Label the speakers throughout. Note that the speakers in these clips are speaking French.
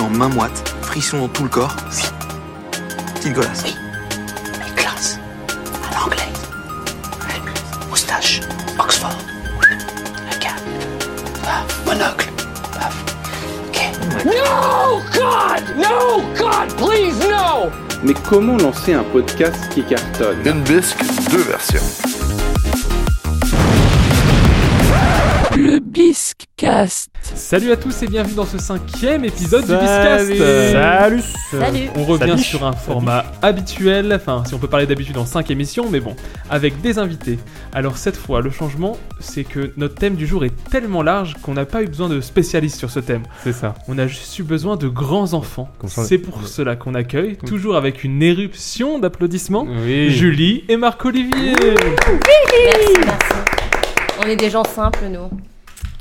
Speaker 1: en main moite, frisson dans tout le corps.
Speaker 2: Oui.
Speaker 1: Petite golasse.
Speaker 2: Oui. Mais classe. À l'anglais. Moustache. Oxford. Un gars. Paf. Monocle. Paf. Ok.
Speaker 3: No, God! No, God, please, no!
Speaker 4: Mais comment lancer un podcast qui cartonne
Speaker 5: Limp Bizkit, deux versions.
Speaker 6: Le Biscast.
Speaker 7: Salut à tous et bienvenue dans ce cinquième épisode du Biscast.
Speaker 8: Salut
Speaker 9: Salut.
Speaker 7: On revient
Speaker 8: Salut.
Speaker 7: sur un format habituel, enfin si on peut parler d'habitude en 5 émissions, mais bon, avec des invités. Alors cette fois, le changement, c'est que notre thème du jour est tellement large qu'on n'a pas eu besoin de spécialistes sur ce thème.
Speaker 8: C'est ça.
Speaker 7: On a juste eu besoin de grands enfants.
Speaker 8: Comme ça,
Speaker 7: C'est pour cela qu'on accueille, toujours avec une éruption d'applaudissements,
Speaker 8: Oui.
Speaker 7: Julie et Marc-Olivier.
Speaker 9: Merci, merci. On est des gens simples, nous.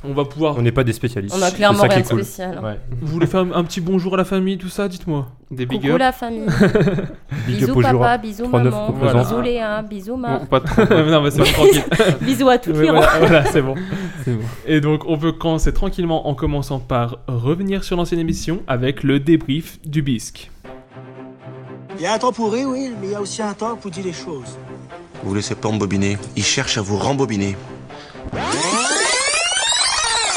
Speaker 7: On va pouvoir...
Speaker 8: On n'est pas des spécialistes.
Speaker 9: On a
Speaker 8: C'est
Speaker 9: clairement
Speaker 8: ça qui
Speaker 9: rien
Speaker 8: est
Speaker 9: de
Speaker 8: cool.
Speaker 9: spécial.
Speaker 8: Ouais.
Speaker 7: Vous voulez faire un petit bonjour à la famille, tout ça, dites-moi.
Speaker 8: Des big
Speaker 9: Coucou
Speaker 8: up.
Speaker 9: la famille.
Speaker 8: Big
Speaker 9: bisous
Speaker 8: up au Jura.
Speaker 9: papa, bisous
Speaker 8: 39
Speaker 9: maman,
Speaker 8: représente.
Speaker 9: bisous Léa, bisous Marc,
Speaker 8: Bon, pas de
Speaker 7: non, mais c'est pas tranquille.
Speaker 9: bisous à toutes
Speaker 7: Oui,
Speaker 9: les rois.
Speaker 7: voilà, voilà, c'est bon.
Speaker 8: C'est bon.
Speaker 7: Et donc, on peut commencer tranquillement en commençant par revenir sur l'ancienne émission avec le débrief du bisque.
Speaker 10: Il y a un temps pour rire, oui, mais il y a aussi un temps pour dire les choses.
Speaker 2: Vous laissez pas embobiner. Il cherche à vous rembobiner.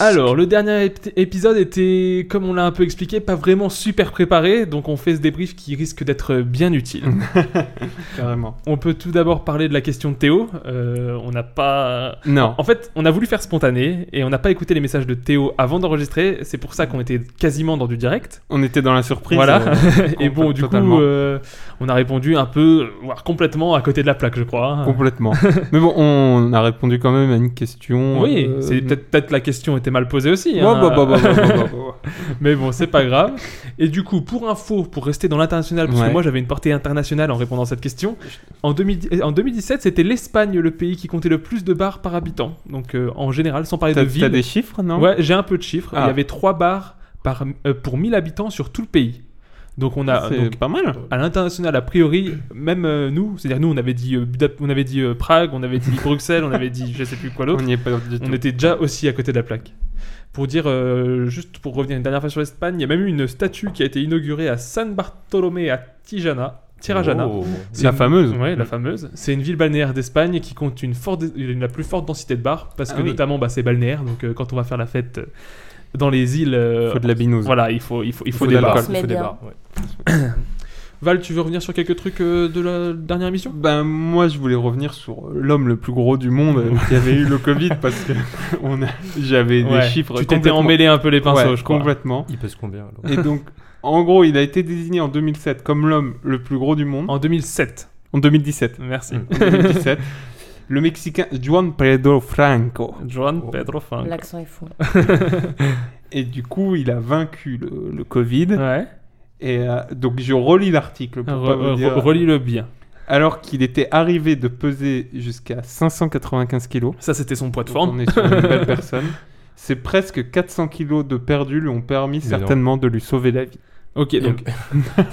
Speaker 7: Alors, le dernier ép- épisode était, comme on l'a un peu expliqué, pas vraiment super préparé, donc on fait ce débrief qui risque d'être bien utile.
Speaker 8: Carrément.
Speaker 7: on peut tout d'abord parler de la question de Théo. Euh, on n'a pas.
Speaker 8: Non.
Speaker 7: En fait, on a voulu faire spontané et on n'a pas écouté les messages de Théo avant d'enregistrer. C'est pour ça qu'on était quasiment dans du direct.
Speaker 8: On était dans la surprise.
Speaker 7: Voilà.
Speaker 8: euh,
Speaker 7: Et bon, du
Speaker 8: Totalement.
Speaker 7: coup, euh, on a répondu un peu, voire complètement à côté de la plaque, je crois. hein.
Speaker 8: Complètement. Mais bon, on a répondu quand même à une question.
Speaker 7: Oui,
Speaker 8: euh,
Speaker 7: c'est peut-être peut-être la question était mal posée aussi.
Speaker 8: Ouais,
Speaker 7: hein.
Speaker 8: bah, bah, bah, bah, bah, bah, bah.
Speaker 7: Mais bon, c'est pas grave. Et du coup, pour info, pour rester dans l'international, parce que
Speaker 8: Ouais.
Speaker 7: moi j'avais une portée internationale en répondant à cette question, en, 2000 eh, en 2017, c'était l'Espagne le pays qui comptait le plus de bars par habitant. Donc euh, en général, sans parler de
Speaker 8: T'as
Speaker 7: ville.
Speaker 8: t'as des chiffres, non
Speaker 7: Ouais, j'ai un peu de chiffres.
Speaker 8: Ah.
Speaker 7: Il y avait 3 bars par, euh, pour 1000 habitants sur tout le pays. Donc on a
Speaker 8: C'est
Speaker 7: ah, donc, euh,
Speaker 8: pas mal.
Speaker 7: à l'international, a priori, même euh, nous, c'est-à-dire nous, on avait dit, euh, Budap- on avait dit euh, Prague, on avait dit Bruxelles, on avait dit je sais plus quoi
Speaker 8: On
Speaker 7: l'autre.
Speaker 8: n'y est pas du tout.
Speaker 7: On était déjà aussi à côté de la plaque. Pour dire, euh, juste pour revenir une dernière fois sur l'Espagne, il y a même eu une statue qui a été inaugurée à San Bartolomé à Tijana. Tirajana.
Speaker 8: Oh.
Speaker 7: C'est
Speaker 8: La
Speaker 7: une-
Speaker 8: fameuse.
Speaker 7: Ouais, la fameuse. C'est une ville balnéaire d'Espagne qui compte une, forte, une- la plus forte densité de bars parce
Speaker 8: Ah
Speaker 7: que
Speaker 8: oui.
Speaker 7: notamment bah, c'est balnéaire. Donc euh, quand on va faire la fête euh, dans les îles, euh,
Speaker 8: Faut de la binouse.
Speaker 7: voilà, il faut, il faut, il faut,
Speaker 8: de
Speaker 7: des
Speaker 8: l'alcool.
Speaker 7: bars.
Speaker 9: se met
Speaker 8: Faut des
Speaker 9: bien.
Speaker 8: bars, ouais.
Speaker 7: Val, tu veux revenir sur quelques trucs euh, de la dernière émission
Speaker 8: Ben moi je voulais revenir sur euh, l'homme le plus gros du monde euh, qui avait eu le Covid parce que on a- j'avais
Speaker 7: Ouais,
Speaker 8: des chiffres
Speaker 7: Tu t'étais
Speaker 8: complètement-
Speaker 7: emmêlé un peu les pinceaux,
Speaker 8: Ouais,
Speaker 7: je crois.
Speaker 8: complètement.
Speaker 5: Il pèse combien alors
Speaker 8: Et donc en gros il a été désigné en 2007 comme l'homme le plus gros du monde.
Speaker 7: En 2007.
Speaker 8: En 2017.
Speaker 7: Merci.
Speaker 5: Mm.
Speaker 8: En 2017. Le Mexicain Juan Pedro Franco.
Speaker 7: Juan
Speaker 5: Oh.
Speaker 7: Pedro Franco.
Speaker 9: L'accent est fou.
Speaker 8: Et du coup, il a vaincu le, le Covid.
Speaker 7: Ouais.
Speaker 8: Et euh, donc, je relis l'article pour pas vous
Speaker 7: Re-
Speaker 8: dire.
Speaker 7: re- Relis-le bien.
Speaker 8: Alors qu'il était arrivé de peser jusqu'à 595 kilos.
Speaker 7: Ça, c'était son poids de
Speaker 8: Donc,
Speaker 7: forme.
Speaker 8: On est sur une belle personne. C'est presque 400 kilos de perdu lui ont permis
Speaker 5: non.
Speaker 8: certainement de lui sauver la vie.
Speaker 7: Ok, donc.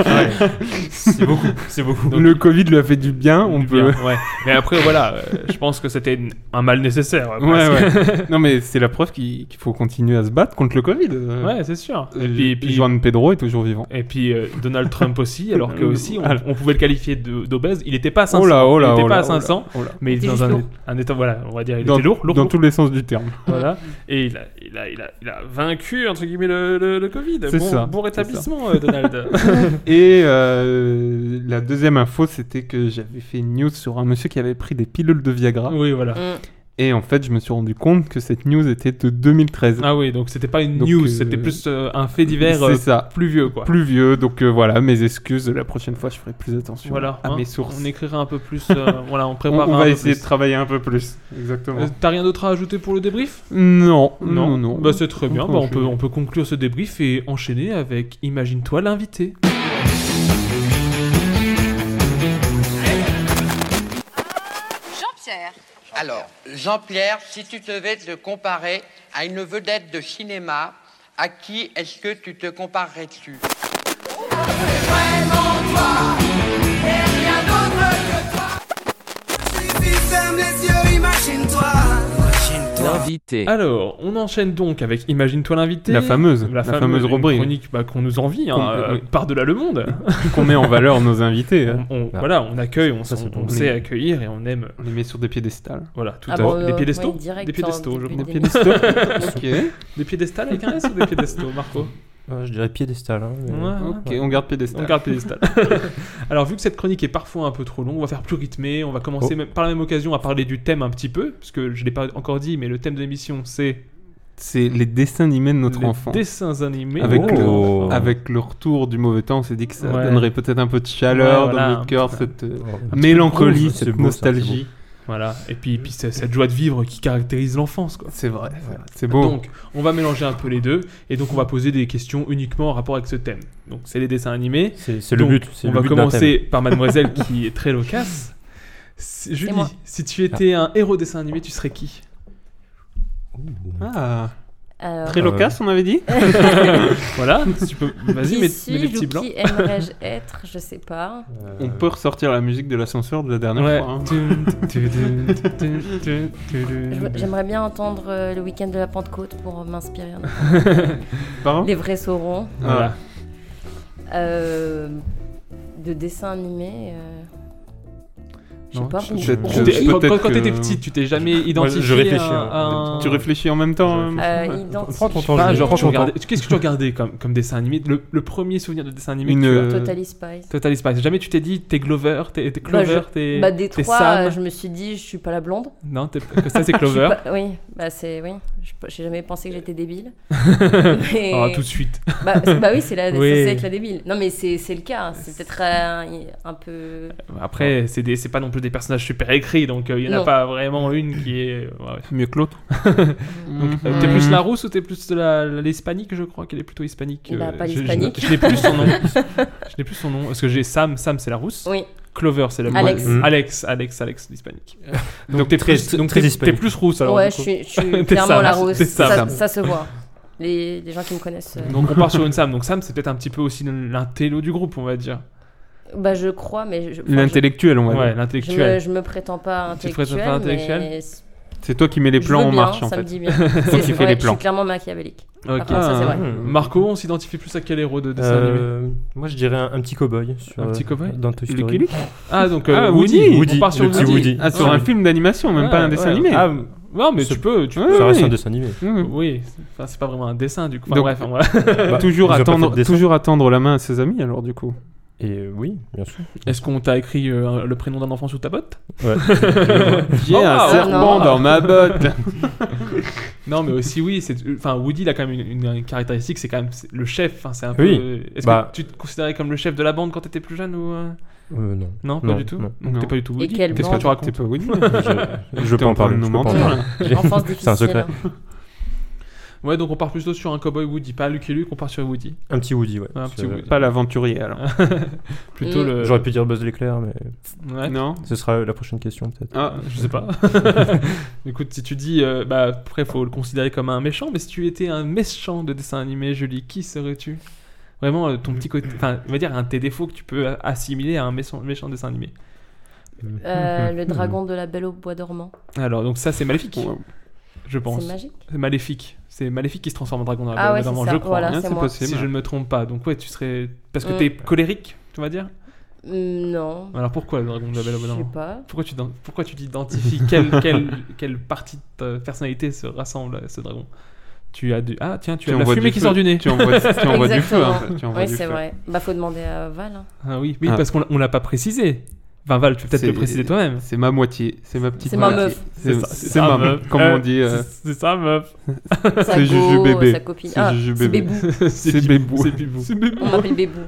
Speaker 5: C'est beaucoup, c'est beaucoup.
Speaker 8: le Covid lui a fait du bien, on
Speaker 7: du
Speaker 8: peut.
Speaker 7: bien, ouais. Mais après, voilà, euh, je pense que c'était une- un mal nécessaire. euh,
Speaker 8: Ouais,
Speaker 7: presque.
Speaker 8: ouais. non, mais c'est la preuve qu'il qu'il faut continuer à se battre contre le Covid. Euh,
Speaker 7: Ouais, c'est sûr.
Speaker 8: euh,
Speaker 7: Et puis, et puis,
Speaker 8: Juan Pedro est toujours vivant.
Speaker 7: et puis, euh, Donald Trump aussi, alors que aussi, on,
Speaker 8: Ah.
Speaker 7: on pouvait le qualifier de- d'obèse. Il n'était pas à 500.
Speaker 8: oh là, oh là,
Speaker 7: il était
Speaker 8: oh
Speaker 7: pas
Speaker 8: là,
Speaker 7: à 500,
Speaker 8: oh là, oh là.
Speaker 7: mais il était
Speaker 9: Il était
Speaker 7: dans un,
Speaker 9: juste
Speaker 7: un état, voilà, on va dire, il
Speaker 8: Dans,
Speaker 7: était lourd, lourd,
Speaker 8: dans
Speaker 7: lourd,
Speaker 8: tous les sens du terme.
Speaker 7: Voilà. Et il a, il a, il a, il a vaincu, entre guillemets, le, le, le Covid.
Speaker 8: C'est
Speaker 7: bon,
Speaker 8: ça,
Speaker 7: bon
Speaker 8: c'est ça.
Speaker 7: rétablissement, euh, Donald.
Speaker 8: Et euh, la deuxième info, c'était que j'avais fait une news sur un monsieur qui avait pris des pilules de Viagra.
Speaker 7: oui, voilà.
Speaker 9: Mm.
Speaker 8: Et en fait, je me suis rendu compte que cette news était de 2013.
Speaker 7: Ah oui, donc c'était pas une
Speaker 8: Donc,
Speaker 7: news,
Speaker 8: euh,
Speaker 7: c'était plus euh, un fait divers euh,
Speaker 8: C'est ça.
Speaker 7: plus vieux, quoi.
Speaker 8: plus vieux, donc euh, voilà, mes excuses. La prochaine fois, je ferai plus attention
Speaker 7: Voilà,
Speaker 8: à
Speaker 7: hein,
Speaker 8: mes sources.
Speaker 7: on écrira un peu plus, euh, voilà, on
Speaker 8: On-
Speaker 7: prépare
Speaker 8: on
Speaker 7: un
Speaker 8: va
Speaker 7: peu
Speaker 8: essayer
Speaker 7: plus.
Speaker 8: de travailler un peu plus. Exactement.
Speaker 7: Euh, T'as rien d'autre à ajouter pour le débrief
Speaker 8: non, non, non.
Speaker 7: Bah c'est très bien,
Speaker 8: peut
Speaker 7: Bah, on,
Speaker 8: enchaîner.
Speaker 7: peut, on peut conclure ce débrief et enchaîner avec Imagine-toi l'invité.
Speaker 11: Jean-Pierre. Alors, Jean-Pierre, si tu devais te comparer à une vedette de cinéma, à qui est-ce que tu te comparerais-tu
Speaker 10: Si ferme les yeux, imagine-toi. Imagine-toi.
Speaker 7: Ah,
Speaker 6: L'invité.
Speaker 7: Alors, on enchaîne donc avec Imagine-toi l'invité.
Speaker 8: La fameuse,
Speaker 7: la,
Speaker 8: la
Speaker 7: fameuse,
Speaker 8: fameuse
Speaker 7: une
Speaker 8: rubrique.
Speaker 7: chronique bah, qu'on nous envie, hein,
Speaker 8: Qu'on-
Speaker 7: euh,
Speaker 8: oui.
Speaker 7: par-delà le monde.
Speaker 8: qu'on met en valeur nos invités. hein.
Speaker 7: On-
Speaker 5: Ah.
Speaker 7: Voilà, on accueille, on,
Speaker 8: Ça,
Speaker 7: s-
Speaker 8: c'est
Speaker 7: on
Speaker 8: bon.
Speaker 7: sait
Speaker 8: Oui.
Speaker 7: accueillir et on aime.
Speaker 8: On les met sur des piédestals.
Speaker 7: Voilà, tout
Speaker 9: Ah
Speaker 7: à
Speaker 9: bon,
Speaker 7: Des
Speaker 9: euh,
Speaker 7: piédestaux
Speaker 9: oui, direct
Speaker 7: Des
Speaker 9: sur-
Speaker 7: piédestaux, je
Speaker 9: des
Speaker 7: crois.
Speaker 8: Des piédestaux Ok.
Speaker 7: Des piédestals avec un S ou des piédestaux, Marco
Speaker 8: Euh,
Speaker 5: Ouais, je dirais piédestal. Hein, mais-
Speaker 7: Ouais, ouais.
Speaker 8: Ok, on garde piédestal.
Speaker 7: On garde piédestal. Alors, vu que cette chronique est parfois un peu trop longue, on va faire plus rythmé. On va commencer
Speaker 5: Oh.
Speaker 7: même- par la même occasion à parler du thème un petit peu, parce que je ne l'ai pas encore dit, mais le thème de l'émission, c'est
Speaker 8: C'est les dessins animés de notre
Speaker 7: les
Speaker 8: enfant.
Speaker 7: dessins animés.
Speaker 8: Avec,
Speaker 5: Oh.
Speaker 8: le, avec le retour du mauvais temps, on s'est dit que ça
Speaker 7: Ouais.
Speaker 8: donnerait peut-être un peu de chaleur
Speaker 7: Ouais, voilà,
Speaker 8: dans notre cœur,
Speaker 7: un
Speaker 8: cette euh,
Speaker 5: Oh, un petit peu de
Speaker 8: mélancolie,
Speaker 5: prose, c'est
Speaker 8: cette
Speaker 5: beau, ça, c'est
Speaker 8: nostalgie.
Speaker 7: Voilà. Et puis, et puis c'est cette joie de vivre qui caractérise l'enfance, quoi.
Speaker 8: C'est vrai, c'est beau.
Speaker 7: Donc, on va mélanger un peu les deux, et donc on va poser des questions uniquement en rapport avec ce thème. Donc, c'est les dessins animés.
Speaker 5: C'est c'est le
Speaker 7: Donc,
Speaker 5: but. c'est
Speaker 7: On
Speaker 5: le
Speaker 7: va
Speaker 5: but d'un
Speaker 7: commencer par Mademoiselle qui est très loquace. Si- Julie,
Speaker 9: moi.
Speaker 7: si tu étais
Speaker 5: Ah.
Speaker 7: un héros dessin animé, tu serais qui
Speaker 8: Ah,
Speaker 9: Euh,
Speaker 8: très
Speaker 5: Euh,
Speaker 8: loquace, on avait dit
Speaker 7: Voilà, tu peux. Vas-y,
Speaker 9: qui
Speaker 7: mets, mets les
Speaker 9: suis-je
Speaker 7: petits
Speaker 9: ou
Speaker 7: blancs.
Speaker 9: qui aimerais-je être Je sais pas.
Speaker 5: thème. Euh,
Speaker 8: On peut ressortir la musique de l'ascenseur de la dernière
Speaker 7: Ouais.
Speaker 8: fois. hein.
Speaker 9: Je veux- J'aimerais bien entendre euh, le week-end de la Pentecôte pour m'inspirer.
Speaker 8: Pardon
Speaker 9: Les vrais saurons.
Speaker 7: Voilà.
Speaker 9: Euh, de dessins animés. euh, Je sais
Speaker 8: Non,
Speaker 9: pas.
Speaker 8: je-
Speaker 9: ou-
Speaker 8: je-
Speaker 9: ou-
Speaker 7: Tu
Speaker 8: je-
Speaker 7: t'es- Quand,
Speaker 8: peut-être
Speaker 7: quand
Speaker 8: que-
Speaker 7: t'étais petite, tu t'es jamais identifié
Speaker 5: réfléchis,
Speaker 7: à,
Speaker 5: hein.
Speaker 7: à un-
Speaker 8: Tu réfléchis en même temps hein
Speaker 9: Euh,
Speaker 8: Ouais.
Speaker 9: identifié.
Speaker 5: Prends ton
Speaker 7: Je sais pas,
Speaker 5: temps,
Speaker 7: genre,
Speaker 5: prends
Speaker 7: tu
Speaker 5: ton
Speaker 7: regardais- Qu'est-ce que tu regardais comme, comme dessin animé le, le premier souvenir de dessin animé
Speaker 8: Une,
Speaker 7: que tu as
Speaker 8: euh,
Speaker 9: Totally Spice.
Speaker 7: Total Spice. Jamais tu t'es dit t'es Glover, t'es t'es Clover,
Speaker 9: je-
Speaker 7: t'es
Speaker 9: Bah, des
Speaker 7: t'es
Speaker 9: trois,
Speaker 7: Sam.
Speaker 9: euh, je me suis dit, je suis pas la blonde.
Speaker 7: Non, t'es- que ça c'est
Speaker 9: Je suis
Speaker 7: Clover.
Speaker 9: pas- Oui, bah c'est oui. Je j'ai jamais pensé que j'étais débile. Mais-
Speaker 7: Ah, Oh, tout de suite.
Speaker 9: bah, c'est- bah oui, c'est la
Speaker 7: Oui.
Speaker 9: censé être la débile. Non mais c'est c'est le cas. hein. C'est peut-être euh, un, peu.
Speaker 7: Après, c'est des- c'est pas non plus des personnages super écrits, donc euh, il y en a
Speaker 9: Non.
Speaker 7: pas vraiment une qui est. ouais.
Speaker 8: Mieux que l'autre. Mhm. Mm.
Speaker 7: Donc, euh, t'es plus la rousse ou t'es plus de la- la- l'hispanique, je crois qu'elle est plutôt hispanique. euh,
Speaker 9: Bah, pas
Speaker 7: je- je-
Speaker 9: l'hispanique.
Speaker 7: Je n'ai plus son nom. Je n'ai plus son nom. Parce que j'ai Sam, Sam c'est la rousse.
Speaker 9: Oui.
Speaker 7: Clover c'est la blonde.
Speaker 9: Alex.
Speaker 7: Alex, Alex, Alex, l'hispanique. Donc, t'es
Speaker 5: très-
Speaker 7: plus, donc
Speaker 5: très
Speaker 7: t'es-
Speaker 5: hispanique.
Speaker 7: t'es plus rousse alors.
Speaker 9: ouais,
Speaker 7: du
Speaker 9: je
Speaker 7: coup.
Speaker 9: suis, je
Speaker 7: T'es
Speaker 9: suis clairement
Speaker 7: Sam,
Speaker 9: la rousse.
Speaker 7: t'es Sam.
Speaker 9: Ça, ça se voit. Les, les gens qui me connaissent. euh,
Speaker 7: Donc on part sur une Sam. Donc Sam c'est peut-être un petit peu aussi l'intello du groupe, on va dire.
Speaker 9: Bah je crois, mais je, enfin,
Speaker 8: L'intellectuel, on va
Speaker 7: Ouais,
Speaker 8: dire.
Speaker 9: je, je me,
Speaker 7: l'intellectuel.
Speaker 9: je me prétends pas
Speaker 7: Tu te
Speaker 9: intellectuel.
Speaker 7: prétends pas intellectuel
Speaker 9: mais
Speaker 8: C'est toi qui mets les
Speaker 9: je
Speaker 8: plans
Speaker 9: veux
Speaker 8: en
Speaker 9: bien,
Speaker 8: marche, en
Speaker 9: ça me
Speaker 8: fait.
Speaker 9: dit bien. C'est
Speaker 8: qui fais
Speaker 9: vrai,
Speaker 8: les
Speaker 9: Je
Speaker 8: plans.
Speaker 9: suis clairement machiavélique.
Speaker 7: Ok.
Speaker 9: Par contre, ah, ça, c'est vrai.
Speaker 7: Mm. Marco, on s'identifie plus à quel héros de dessin animé
Speaker 5: Euh, moi je dirais un, un petit cow-boy. sur,
Speaker 7: Un petit
Speaker 5: euh,
Speaker 7: cow-boy
Speaker 5: Dans Toy
Speaker 8: Lucky
Speaker 5: Story.
Speaker 8: Luke
Speaker 7: Ah donc euh,
Speaker 8: Ah,
Speaker 7: Woody.
Speaker 8: Woody.
Speaker 7: On part sur
Speaker 5: le petit
Speaker 7: Woody.
Speaker 5: Woody.
Speaker 8: Ah, sur
Speaker 7: Ah,
Speaker 8: un
Speaker 7: oui.
Speaker 8: film d'animation, même
Speaker 7: Ouais,
Speaker 8: pas un dessin
Speaker 7: ouais.
Speaker 8: animé.
Speaker 5: Ah,
Speaker 7: Non mais tu
Speaker 5: C'est-
Speaker 7: peux, tu
Speaker 8: Ouais,
Speaker 7: peux.
Speaker 5: ça reste
Speaker 8: oui.
Speaker 5: un dessin animé.
Speaker 8: Mmh.
Speaker 7: Oui, c'est- enfin, c'est pas vraiment un dessin du coup. Enfin,
Speaker 8: Donc-
Speaker 7: bref, on va-
Speaker 5: Bah,
Speaker 8: toujours,
Speaker 5: ils ont pas
Speaker 8: attendre,
Speaker 5: fait de dessin.
Speaker 8: toujours attendre la main à ses amis, alors, du coup.
Speaker 5: Et euh, oui, bien sûr.
Speaker 7: Est-ce qu'on t'a écrit euh, le prénom d'un enfant sous ta botte
Speaker 8: J'ai
Speaker 7: Oh,
Speaker 8: un
Speaker 7: wow.
Speaker 8: serpent
Speaker 9: Non.
Speaker 8: dans ma botte.
Speaker 7: Non, mais aussi oui. C'est enfin Woody, il a quand même une, une- une caractéristique, c'est quand même c'est- le chef. Enfin, c'est un
Speaker 5: Oui.
Speaker 7: peu. Est-ce
Speaker 5: Bah.
Speaker 7: que tu te considérais comme le chef de la bande quand t'étais plus jeune ou euh,
Speaker 5: Euh, non.
Speaker 7: non, pas
Speaker 5: Non,
Speaker 7: du tout.
Speaker 5: non.
Speaker 7: Donc t'es
Speaker 8: Non.
Speaker 7: pas du tout Woody.
Speaker 9: quelle
Speaker 7: Qu'est-ce que
Speaker 9: bande
Speaker 7: tu racontes
Speaker 8: T'es pas Woody
Speaker 5: Je, je
Speaker 8: T'es
Speaker 5: peux
Speaker 8: en
Speaker 5: en
Speaker 8: train
Speaker 5: parler.
Speaker 8: de nous
Speaker 5: je peux pas en
Speaker 8: mentir.
Speaker 5: parler. J'ai-
Speaker 9: Enfance difficile. hein.
Speaker 5: C'est un secret.
Speaker 7: Ouais, donc on part plutôt sur un cowboy Woody, pas Lucky Luke, on part sur Woody.
Speaker 5: Un petit Woody, ouais.
Speaker 7: Un
Speaker 5: Parce
Speaker 7: petit
Speaker 5: que-
Speaker 7: Woody.
Speaker 8: Pas l'aventurier, alors.
Speaker 7: Plutôt
Speaker 9: Mm.
Speaker 7: le.
Speaker 5: J'aurais pu dire Buzz l'éclair, mais
Speaker 7: Ouais.
Speaker 8: Non
Speaker 5: ce sera la prochaine question peut-être.
Speaker 8: Ah,
Speaker 7: Je sais pas. Écoute, si tu dis, euh, bah après faut le considérer comme un méchant, mais si tu étais un méchant de dessin animé, Julie, qui serais-tu Vraiment euh, ton petit côté, enfin, on va dire un de tes défauts que tu peux assimiler à un méchant, méchant dessin animé.
Speaker 9: Euh, le dragon de la Belle au Bois dormant.
Speaker 7: Alors donc ça c'est maléfique,
Speaker 8: Wow.
Speaker 7: je
Speaker 9: C'est
Speaker 7: pense.
Speaker 9: magique.
Speaker 7: C'est maléfique. C'est maléfique qui se transforme en dragon dans la
Speaker 9: Ah
Speaker 7: Belle
Speaker 9: ouais,
Speaker 7: et la
Speaker 9: c'est
Speaker 7: Dame,
Speaker 9: ça.
Speaker 7: je crois.
Speaker 9: Voilà,
Speaker 8: Hein,
Speaker 9: c'est
Speaker 8: c'est
Speaker 9: moi.
Speaker 8: possible.
Speaker 7: Si je ne me trompe pas, donc ouais, tu serais parce que
Speaker 9: Mm.
Speaker 7: t'es colérique, tu vas dire.
Speaker 9: Mm, Non.
Speaker 7: Alors pourquoi le dragon de la Belle au Bois
Speaker 9: Je sais
Speaker 7: dormant
Speaker 9: pas.
Speaker 7: Pourquoi tu t'ident- pourquoi tu t'identifies quelle, quelle, quelle partie de ta personnalité se rassemble à ce dragon Tu as du ah tiens tu,
Speaker 8: Tu
Speaker 7: as de la
Speaker 8: envoies
Speaker 7: fumée
Speaker 8: du
Speaker 7: qui
Speaker 8: feu.
Speaker 7: sort du nez.
Speaker 8: Tu envoies, tu envoies du feu,
Speaker 9: Exactement.
Speaker 8: en fait. Tu envoies
Speaker 9: Oui,
Speaker 8: du
Speaker 9: c'est
Speaker 8: feu.
Speaker 9: vrai. Bah, faut demander à Val. hein.
Speaker 7: Ah oui, oui
Speaker 8: Ah.
Speaker 7: parce qu'on l'a- on l'a pas précisé. Enfin Val, tu peux peut-être
Speaker 8: C'est-
Speaker 7: le préciser toi-même.
Speaker 8: C'est ma moitié, c'est ma petite
Speaker 9: C'est ma
Speaker 8: moitié.
Speaker 9: meuf.
Speaker 8: C'est
Speaker 7: ça-
Speaker 8: c'est
Speaker 7: ça,
Speaker 8: ma meuf, comme
Speaker 7: Euh,
Speaker 8: on dit. euh,
Speaker 7: c'est- C'est ça meuf.
Speaker 9: Sa
Speaker 8: C'est Juju
Speaker 9: go,
Speaker 8: bébé.
Speaker 9: Sa copine.
Speaker 8: C'est
Speaker 9: Ah,
Speaker 8: Juju
Speaker 9: c'est
Speaker 8: bébé.
Speaker 9: Bébou.
Speaker 8: C'est Bébou.
Speaker 7: C'est Bébou.
Speaker 9: On m'appelle Bébou.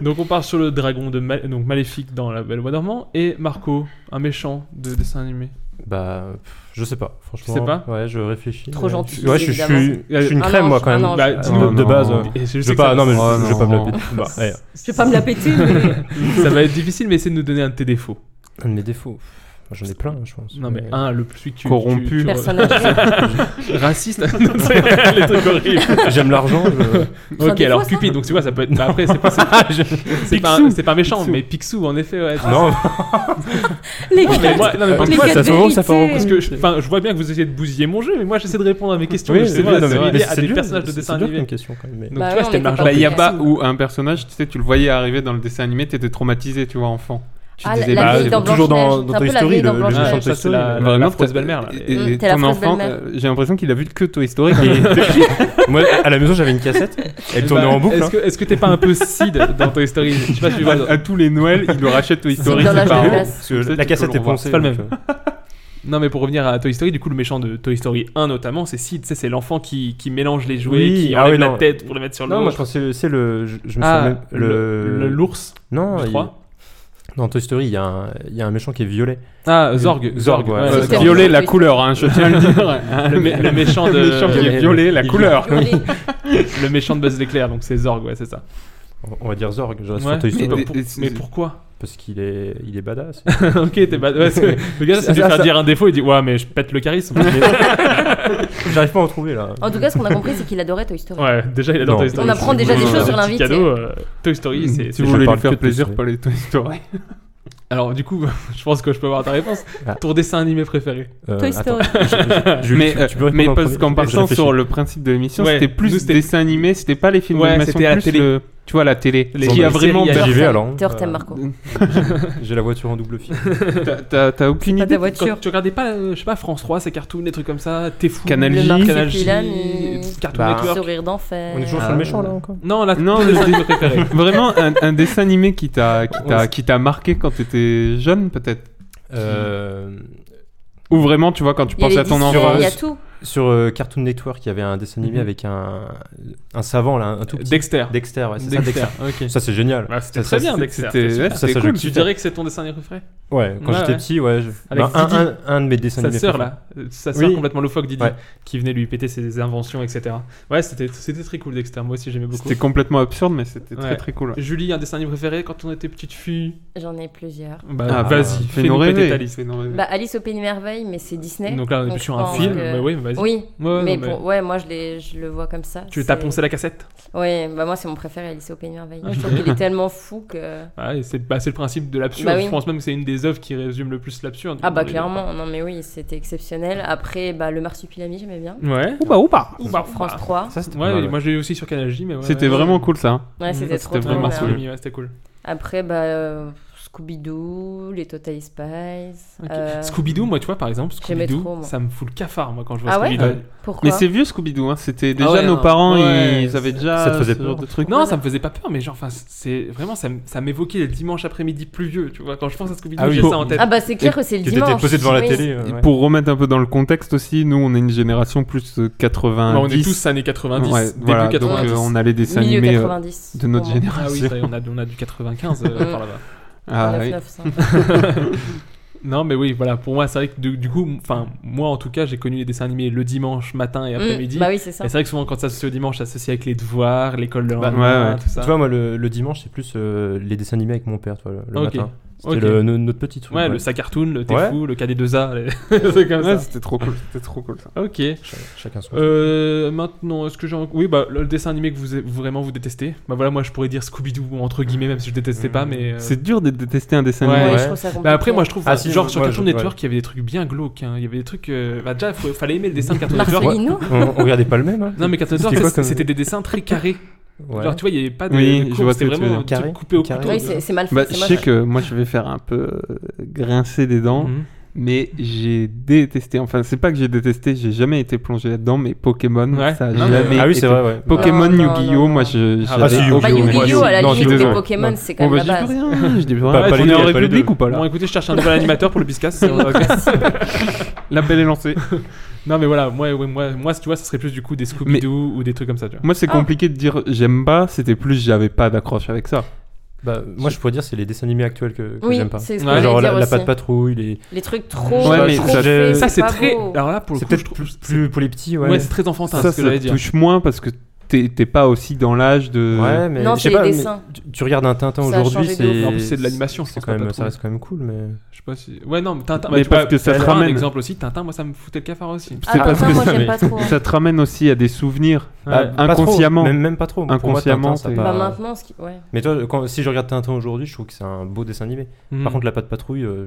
Speaker 7: Donc on part sur le dragon de Ma- donc maléfique dans la Belle au Bois dormant et Marco, un méchant de dessin animé.
Speaker 5: Bah, pff, je sais pas, franchement.
Speaker 7: Tu sais pas
Speaker 5: Ouais, je réfléchis.
Speaker 9: Trop
Speaker 5: Ouais,
Speaker 9: gentil,
Speaker 5: je- Ouais, je, je
Speaker 9: évidemment.
Speaker 5: suis, je suis une
Speaker 9: Un
Speaker 5: crème, moi,
Speaker 9: ange,
Speaker 5: quand même.
Speaker 9: un ange.
Speaker 7: Bah,
Speaker 5: Euh,
Speaker 7: dis-nous-
Speaker 5: de
Speaker 8: non.
Speaker 5: base. euh,
Speaker 7: Et
Speaker 5: Je
Speaker 7: sais
Speaker 5: vais
Speaker 7: que ça-
Speaker 5: pas, non, mais je,
Speaker 8: Oh,
Speaker 5: je vais pas
Speaker 8: non.
Speaker 5: me la péter. Bah, ouais,
Speaker 9: Je vais pas me la péter, mais.
Speaker 7: ça va être difficile mais essaie de nous donner un de tes défauts.
Speaker 5: un de mes défauts. J'en ai plein, hein, je pense.
Speaker 7: Non, mais un, le plus celui que tu.
Speaker 5: Corrompu.
Speaker 7: tu- tu-
Speaker 5: Personnage.
Speaker 7: Raciste. Non, c'est les trucs horribles.
Speaker 5: J'aime l'argent, je- C'est un
Speaker 7: Ok,
Speaker 5: défaut,
Speaker 7: alors
Speaker 5: ça
Speaker 7: Cupid, donc tu vois, ça peut être. bah, après, c'est pas, c'est
Speaker 8: Ah,
Speaker 7: pas- c'est pas,
Speaker 5: Picsou.
Speaker 7: c'est pas méchant,
Speaker 5: Picsou.
Speaker 7: mais Picsou, en effet, ouais.
Speaker 5: Non.
Speaker 7: Les
Speaker 5: quatre-
Speaker 7: mais moi, non, mais parce
Speaker 5: les
Speaker 7: que-
Speaker 5: quatre Ça se voit que ça fait vérités.
Speaker 7: Parce que je, enfin, je vois bien que vous essayez de bousiller mon jeu, mais moi, j'essaie de répondre à mes questions.
Speaker 8: Oui,
Speaker 7: je
Speaker 8: c'est
Speaker 7: sais
Speaker 8: bien,
Speaker 7: pas,
Speaker 8: non, mais-
Speaker 7: c'est
Speaker 8: mais
Speaker 7: lié à
Speaker 8: c'est
Speaker 7: des
Speaker 8: dur,
Speaker 7: personnages de
Speaker 8: c'est
Speaker 7: dessin
Speaker 8: dur
Speaker 7: animé.
Speaker 8: comme question, quand même, mais-
Speaker 7: Donc,
Speaker 8: Bah
Speaker 7: tu vois, c'était marrant.
Speaker 8: Bah, il y a pas où un personnage, tu sais, tu le voyais arriver dans le dessin animé, t'étais traumatisé, tu vois, enfant. Tu bah,
Speaker 9: Ah, la- la vieille
Speaker 8: c'est
Speaker 9: dans
Speaker 8: toujours
Speaker 9: Blanche-Neige.
Speaker 8: dans,
Speaker 9: C'est
Speaker 8: dans
Speaker 9: un peu
Speaker 8: Toy
Speaker 9: la
Speaker 8: Story,
Speaker 9: vieille
Speaker 8: le,
Speaker 9: dans
Speaker 8: le
Speaker 9: Blanche-Neige.
Speaker 8: méchant de
Speaker 9: Ça,
Speaker 8: Toy
Speaker 9: c'est
Speaker 8: Story.
Speaker 7: la- la
Speaker 8: Vraiment,
Speaker 7: affreuse
Speaker 8: t'as-
Speaker 7: belle-mère, là.
Speaker 8: et-
Speaker 9: Mm,
Speaker 8: et
Speaker 9: t'es la
Speaker 8: ton
Speaker 9: affreuse
Speaker 8: enfant,
Speaker 9: belle-mère.
Speaker 8: euh, j'ai l'impression qu'il a vu que Toy Story. quand il était petit.
Speaker 5: Moi, à la maison, j'avais une cassette. Elle tournait
Speaker 7: Bah,
Speaker 5: en boucle.
Speaker 7: Est-ce
Speaker 5: hein. Ah,
Speaker 7: que- est-ce que t'es pas un peu Sid dans Toy Story Je sais pas si tu vois.
Speaker 8: À- à tous les Noëls, il nous rachète Toy Story,
Speaker 7: dans
Speaker 8: ses
Speaker 7: l'âge de
Speaker 8: parents.
Speaker 7: glace.
Speaker 8: Parce que ça, tu peux le revoir.
Speaker 7: C'est pas le même.
Speaker 5: euh.
Speaker 7: Non mais pour revenir à Toy Story, du coup le méchant de Toy Story 1 notamment, c'est Sid, tu sais, c'est l'enfant qui, qui mélange les jouets,
Speaker 5: Oui,
Speaker 7: qui
Speaker 5: ah
Speaker 7: enlève
Speaker 5: oui,
Speaker 7: la
Speaker 5: non.
Speaker 7: tête pour le mettre sur le
Speaker 5: Non,
Speaker 7: dos.
Speaker 5: moi je pensais c'est le je, je me
Speaker 7: Ah,
Speaker 5: souviens même-
Speaker 7: le- le- l'ours
Speaker 5: Non,
Speaker 7: du
Speaker 5: il-
Speaker 7: trois.
Speaker 5: Dans Toy Story, il y, a un, il y a un méchant qui est violet.
Speaker 7: Ah, Zorg.
Speaker 5: Zorg, ouais.
Speaker 7: Ouais,
Speaker 5: Zorg.
Speaker 7: Zorg. Violet, la couleur, hein,
Speaker 8: je tiens à le dire.
Speaker 7: Le, mé- le méchant de
Speaker 8: Le méchant qui est violet, la
Speaker 7: Il-
Speaker 8: couleur.
Speaker 7: Oui. le méchant de Buzz l'éclair, donc c'est Zorg, ouais, c'est ça.
Speaker 5: On va dire Zorg, je reste
Speaker 7: Ouais.
Speaker 5: sur Toy Story.
Speaker 7: Mais, pour- mais pourquoi
Speaker 5: Parce qu'il est il est badass.
Speaker 7: Ok, t'es bad. ouais, parce que le gars, c'est
Speaker 5: Ah,
Speaker 7: lui
Speaker 5: ça-
Speaker 7: faire dire un défaut, il dit ouais, mais je pète le charisme.
Speaker 5: J'arrive pas à en trouver là.
Speaker 9: En tout cas, ce qu'on a compris, c'est qu'il adorait Toy Story.
Speaker 7: Ouais, déjà il adore
Speaker 5: Non. Mm.
Speaker 7: Toy Story.
Speaker 9: On apprend
Speaker 7: C'est-
Speaker 9: déjà des
Speaker 7: c'est
Speaker 9: choses
Speaker 7: un
Speaker 9: sur
Speaker 7: petit
Speaker 9: l'invité.
Speaker 7: cadeau, euh, Toy Story, c'est.
Speaker 8: Si
Speaker 7: c'est-
Speaker 8: vous
Speaker 7: je
Speaker 8: voulez
Speaker 7: parle
Speaker 8: lui
Speaker 7: que
Speaker 8: faire
Speaker 7: de
Speaker 8: plaisir,
Speaker 7: Toy Story.
Speaker 8: parlez Toy Story.
Speaker 7: Alors du coup, je pense que je peux avoir ta réponse.
Speaker 5: Ah.
Speaker 7: Ton dessin animé préféré
Speaker 8: Euh,
Speaker 5: Toy
Speaker 8: Story. mais euh, mais parce qu'en partant sur le principe de l'émission,
Speaker 7: Ouais,
Speaker 8: c'était plus
Speaker 7: nous,
Speaker 8: des dessins animés, c'était pas les films
Speaker 7: Ouais,
Speaker 8: d'animation,
Speaker 7: c'était à la
Speaker 8: plus
Speaker 7: télé. bah,
Speaker 8: le- tu vois, la télé.
Speaker 7: Les
Speaker 8: qui a
Speaker 7: séries
Speaker 8: vraiment
Speaker 7: à la
Speaker 8: bercé-
Speaker 5: J'y vais alors.
Speaker 9: T'es hors
Speaker 7: Euh,
Speaker 9: thème, Marco.
Speaker 5: J'ai la voiture en double fil.
Speaker 8: T'as- T'as t'as aucune
Speaker 9: pas
Speaker 8: idée
Speaker 9: ta voiture.
Speaker 7: Quand tu regardais pas, euh, je sais pas, France 3, ces cartoons, des trucs comme ça, t'es fou.
Speaker 8: Canal
Speaker 7: Le
Speaker 8: J.
Speaker 7: Marc
Speaker 8: Canal J,
Speaker 7: J, Cartoon
Speaker 8: Bah,
Speaker 7: Network.
Speaker 9: Sourire d'enfer. Ah.
Speaker 5: On est toujours sur le méchant là encore.
Speaker 7: Non, là,
Speaker 8: Non,
Speaker 7: ton
Speaker 8: le
Speaker 7: dessin
Speaker 8: dé-
Speaker 7: animé préféré.
Speaker 8: Vraiment un, un dessin animé qui t'a qui
Speaker 7: On
Speaker 8: t'a
Speaker 7: s-
Speaker 8: qui t'a marqué quand t'étais jeune peut-être.
Speaker 5: Euh,
Speaker 8: Ou vraiment tu vois quand tu
Speaker 9: Il y a
Speaker 8: penses
Speaker 9: les
Speaker 8: à ton
Speaker 9: Disney,
Speaker 8: enfance.
Speaker 9: il y a tout.
Speaker 5: Sur euh, Cartoon Network, il y avait un dessin animé
Speaker 7: Mhm.
Speaker 5: avec un, un savant là, un tout petit.
Speaker 7: Dexter.
Speaker 5: Dexter, ouais, c'est ça,
Speaker 7: Dexter,
Speaker 5: Dexter.
Speaker 7: ok.
Speaker 5: Ça c'est génial.
Speaker 7: Bah, c'était
Speaker 5: Ça,
Speaker 7: très
Speaker 5: ça,
Speaker 7: bien,
Speaker 5: c'est-
Speaker 7: Dexter.
Speaker 5: c'était-
Speaker 7: c'est
Speaker 5: ouais,
Speaker 7: super.
Speaker 5: ça, ça, je
Speaker 7: cool.
Speaker 5: kiffais.
Speaker 7: Tu dirais que c'est ton dessin animé préféré
Speaker 5: Ouais, quand j'étais petit, ouais, je-
Speaker 7: Avec
Speaker 5: bah, un-
Speaker 7: Didi.
Speaker 5: un- un de mes dessins
Speaker 7: sa
Speaker 5: animés
Speaker 7: Sœur,
Speaker 5: préférés.
Speaker 7: là, euh, sa sœur
Speaker 5: Oui.
Speaker 7: complètement loufoque, Didi,
Speaker 5: Ouais.
Speaker 7: qui venait lui péter ses inventions, etc. Ouais, c'était c'était très cool, Dexter. Moi aussi, j'aimais beaucoup.
Speaker 8: C'était complètement absurde mais c'était très
Speaker 7: Ouais.
Speaker 8: très cool.
Speaker 7: Julie, un dessin animé préféré quand on était petite fille
Speaker 9: J'en ai plusieurs.
Speaker 7: Bah,
Speaker 8: Ah,
Speaker 7: vas-y,
Speaker 8: bah,
Speaker 7: fais-nous
Speaker 8: fais-nous
Speaker 7: péter
Speaker 8: rêver,
Speaker 7: ta liste.
Speaker 8: fais-nous rêver.
Speaker 9: Bah, Alice au Pays des Merveilles, mais c'est Disney.
Speaker 7: Donc là, on est plus
Speaker 9: je
Speaker 7: sur un
Speaker 9: pense
Speaker 7: film, mais oui, vas-y.
Speaker 9: euh, Oui,
Speaker 7: Ouais,
Speaker 9: mais
Speaker 7: non, mais-
Speaker 9: pour- ouais, moi je, l'ai- je le vois comme ça.
Speaker 7: Tu t'as
Speaker 9: c'est-
Speaker 7: poncé la cassette
Speaker 9: Oui, bah moi c'est mon préféré, Alice au Pays des Merveilles. Je
Speaker 7: Ok.
Speaker 9: trouve qu'il est tellement fou que.
Speaker 7: Ouais, c'est bah, c'est le principe de l'absurde.
Speaker 9: Bah oui.
Speaker 7: Je pense même que c'est une des œuvres qui résume le plus l'absurde.
Speaker 9: Ah bah
Speaker 7: Dans les-
Speaker 9: clairement, non mais oui, c'était exceptionnel. Après, bah le Marsupilami, j'aimais bien.
Speaker 7: Ouais.
Speaker 8: Ouba ouba.
Speaker 7: Ouba, ouba.
Speaker 9: France 3.
Speaker 5: Ça, c'était
Speaker 7: Ouais,
Speaker 5: pas mal,
Speaker 7: moi je l'ai eu aussi sur Canal J, mais ouais.
Speaker 8: C'était vraiment cool ça. hein.
Speaker 9: Ouais, c'était
Speaker 7: Ouais,
Speaker 9: trop
Speaker 7: c'était vraiment
Speaker 9: trop
Speaker 7: cool.
Speaker 9: bien.
Speaker 7: Ouais, c'était cool.
Speaker 9: Après, bah euh, Scooby-Doo, les Total Spice.
Speaker 7: Ok.
Speaker 9: euh,
Speaker 7: Scooby-Doo, moi, tu vois, par exemple,
Speaker 9: j'aimais
Speaker 7: Scooby-Doo,
Speaker 9: trop, moi.
Speaker 7: ça me fout le cafard, moi, quand je vois
Speaker 9: Ah ouais
Speaker 7: Scooby-Doo.
Speaker 9: Pourquoi
Speaker 8: Mais c'est vieux Scooby Doo hein, c'était déjà
Speaker 7: Ah ouais,
Speaker 8: nos
Speaker 7: non.
Speaker 8: parents
Speaker 7: Ouais,
Speaker 8: ils avaient
Speaker 7: ça-
Speaker 8: déjà
Speaker 5: ça te faisait
Speaker 8: ce genre
Speaker 5: peur.
Speaker 8: de truc.
Speaker 7: Non, ça me faisait pas peur, mais genre, enfin, c'est vraiment, ça m- ça m'évoquait le dimanche après-midi pluvieux, tu vois. Quand je pense à Scooby-Doo,
Speaker 5: Ah oui.
Speaker 7: j'ai ça en tête.
Speaker 9: Ah bah c'est clair que c'est le
Speaker 5: Tu t'étais
Speaker 9: dimanche.
Speaker 5: posé devant la
Speaker 9: oui.
Speaker 5: télé. euh, ouais.
Speaker 8: Pour remettre un peu dans le contexte aussi, nous on est une génération plus euh, 90.
Speaker 7: Bah, on est tous années 90,
Speaker 8: Ouais,
Speaker 7: début
Speaker 8: voilà,
Speaker 7: 90.
Speaker 8: Donc euh, on a les dessins
Speaker 9: Milieu
Speaker 8: animés euh,
Speaker 9: 90,
Speaker 8: de notre
Speaker 9: pour
Speaker 7: Ah
Speaker 9: moi.
Speaker 7: oui,
Speaker 8: génération.
Speaker 7: ça y est, on a, on a du 95 euh,
Speaker 9: Mm.
Speaker 7: par là-bas.
Speaker 8: Ah, oui.
Speaker 9: 99, ça.
Speaker 7: Non, mais oui, voilà, pour moi, c'est vrai que du, du coup, enfin, moi en tout cas, j'ai connu les dessins animés le dimanche matin et après-midi.
Speaker 9: Mm, Bah oui, c'est ça.
Speaker 7: Et c'est vrai que souvent, quand ça s'associe au dimanche, ça s'associe avec les devoirs, l'école le
Speaker 5: Bah,
Speaker 7: lendemain,
Speaker 8: ouais, ouais.
Speaker 7: tout ça.
Speaker 5: Tu vois, moi, le, le dimanche, c'est plus euh, les dessins animés avec mon père, toi, le, le
Speaker 7: Ok.
Speaker 5: matin. C'était
Speaker 7: Ok.
Speaker 5: le- no- notre petit truc.
Speaker 7: ouais, le sac cartoon, le
Speaker 5: Ouais.
Speaker 7: Tefou, le KD2A, les trucs comme
Speaker 8: Ouais,
Speaker 7: ça.
Speaker 8: c'était trop cool, c'était trop cool ça.
Speaker 7: Ok.
Speaker 5: Cha- Chacun son.
Speaker 7: Euh, maintenant, est-ce que j'ai. en- Oui, bah, le dessin animé que vous vraiment vous détestez. Bah voilà, moi je pourrais dire Scooby-Doo, entre guillemets, même si je
Speaker 5: Mm.
Speaker 7: détestais pas, mais. euh,
Speaker 8: C'est dur de détester un dessin
Speaker 7: Ouais,
Speaker 9: Ouais,
Speaker 8: animé.
Speaker 9: je trouve ça compliqué.
Speaker 7: Bah après, moi je trouve,
Speaker 5: Ah,
Speaker 7: enfin,
Speaker 5: si,
Speaker 7: genre
Speaker 5: moi,
Speaker 7: sur
Speaker 5: moi,
Speaker 7: Cartoon
Speaker 5: je-
Speaker 7: Network, il y avait des trucs bien glauques. hein. Il y avait des trucs. euh, Bah déjà, faut- fallait aimer le dessin de Cartoon
Speaker 9: Ah,
Speaker 7: Network.
Speaker 9: Marcelino
Speaker 5: on, on regardait pas le même. hein.
Speaker 7: Non, mais Cartoon
Speaker 5: C'était
Speaker 7: Network,
Speaker 5: quoi
Speaker 7: c'est-
Speaker 5: comme-
Speaker 7: c'était des dessins très carrés.
Speaker 5: Ouais.
Speaker 7: Genre, tu vois, il n'y avait pas de.
Speaker 8: Oui,
Speaker 7: de
Speaker 8: je
Speaker 7: courbes,
Speaker 8: vois ce
Speaker 7: c'était
Speaker 8: que tu veux
Speaker 7: vraiment
Speaker 8: dire.
Speaker 5: Carré,
Speaker 7: carré, coupé au
Speaker 5: carré.
Speaker 7: couteau.
Speaker 9: Oui, c'est c'est mal fait.
Speaker 8: Bah,
Speaker 9: c'est
Speaker 8: je
Speaker 9: moche.
Speaker 8: sais que moi je vais faire un peu euh, grincer des dents,
Speaker 7: Mhm.
Speaker 8: mais j'ai détesté. Enfin, c'est pas que j'ai détesté, j'ai jamais été plongé là-dedans, mais Pokémon,
Speaker 7: Ouais.
Speaker 8: ça a
Speaker 7: Non, mais-
Speaker 8: jamais.
Speaker 5: Ah oui,
Speaker 8: été-
Speaker 5: c'est vrai, ouais.
Speaker 8: Pokémon,
Speaker 9: Non, non,
Speaker 8: Yu-Gi-Oh,
Speaker 9: non,
Speaker 8: moi
Speaker 9: non.
Speaker 8: je.
Speaker 7: Ah,
Speaker 5: bah,
Speaker 8: j'avais
Speaker 5: si,
Speaker 9: Bah,
Speaker 8: aucune-
Speaker 5: Yu-Gi-Oh,
Speaker 9: Yu-Gi-Oh, à la
Speaker 5: Non,
Speaker 9: limite,
Speaker 5: Yu-Gi-Oh,
Speaker 9: des
Speaker 5: non.
Speaker 9: Pokémon,
Speaker 5: Non.
Speaker 9: c'est quand
Speaker 8: Bon,
Speaker 9: même
Speaker 8: bah,
Speaker 9: la
Speaker 8: j'ai plus
Speaker 9: base.
Speaker 8: rien, j'ai plus
Speaker 5: Pas-
Speaker 8: rien.
Speaker 5: pas les
Speaker 8: On est
Speaker 5: deux,
Speaker 8: en
Speaker 5: pas les
Speaker 8: République
Speaker 5: deux.
Speaker 8: ou pas là
Speaker 7: Bon, écoutez, je cherche un nouvel animateur pour le Biscas.
Speaker 8: L'appel est lancé.
Speaker 7: non, mais voilà, moi, ouais, moi, moi, tu vois, ça serait plus du coup des Scooby-Doo ou des trucs comme ça, tu vois.
Speaker 8: Moi c'est compliqué de dire j'aime pas, c'était plus j'avais pas d'accroche avec ça.
Speaker 5: Bah, moi, je pourrais dire, c'est les dessins animés actuels que, que
Speaker 9: Oui,
Speaker 5: j'aime pas.
Speaker 9: c'est ce
Speaker 7: Ouais,
Speaker 9: que
Speaker 5: Genre la, la
Speaker 9: j'allais dire
Speaker 5: patte
Speaker 9: aussi.
Speaker 5: patrouille, les...
Speaker 9: Les trucs trop.
Speaker 8: Ouais, mais
Speaker 9: trop
Speaker 8: ça,
Speaker 9: faits,
Speaker 8: j'ai-
Speaker 7: Ça, c'est
Speaker 9: pas
Speaker 7: très.
Speaker 9: beau.
Speaker 7: Alors là, pour le
Speaker 5: c'est
Speaker 7: coup, je
Speaker 5: peut-être
Speaker 7: trouve.
Speaker 5: plus, plus pour les petits, ouais.
Speaker 7: Ouais, c'est très enfantin
Speaker 8: ça,
Speaker 7: ce que
Speaker 8: ça
Speaker 7: j'allais dire.
Speaker 8: touche moins parce que t'es t'es pas aussi dans l'âge de.
Speaker 5: Euh, Ouais, mais
Speaker 9: Non,
Speaker 5: je sais
Speaker 9: c'est
Speaker 5: pas,
Speaker 9: les
Speaker 5: mais
Speaker 9: dessins.
Speaker 5: tu, tu regardes un Tintin
Speaker 9: Ça a
Speaker 5: aujourd'hui,
Speaker 9: changé de ouf.
Speaker 5: c'est
Speaker 7: En plus, c'est de l'animation, je
Speaker 5: c'est
Speaker 7: pense
Speaker 5: quand
Speaker 7: qu'on
Speaker 5: même,
Speaker 7: peut
Speaker 5: ça reste quand même cool, mais
Speaker 7: Je sais pas si. Ouais, non, mais Tintin.
Speaker 8: Mais
Speaker 7: Mais
Speaker 8: parce
Speaker 7: pas,
Speaker 8: que ça te
Speaker 7: prends Un
Speaker 8: ramène.
Speaker 7: exemple aussi, Tintin, moi, ça me foutait le cafard aussi.
Speaker 9: Ah,
Speaker 8: parce
Speaker 9: Tintin,
Speaker 8: que
Speaker 9: moi,
Speaker 8: c'est-
Speaker 9: j'aime pas trop. hein.
Speaker 8: Ça te ramène aussi à des souvenirs
Speaker 7: Ouais.
Speaker 5: Bah, Pas trop,
Speaker 8: inconsciemment.
Speaker 5: même, même pas trop. Pour moi,
Speaker 8: Inconsciemment,
Speaker 5: Tintin, ça
Speaker 8: t'es-
Speaker 5: pas-
Speaker 9: Bah, maintenant, ce qui... ouais.
Speaker 5: Mais toi, quand- si je regarde Tintin aujourd'hui, je trouve que c'est un beau dessin animé.
Speaker 7: Hmm.
Speaker 5: Par contre, la patte patrouille, euh,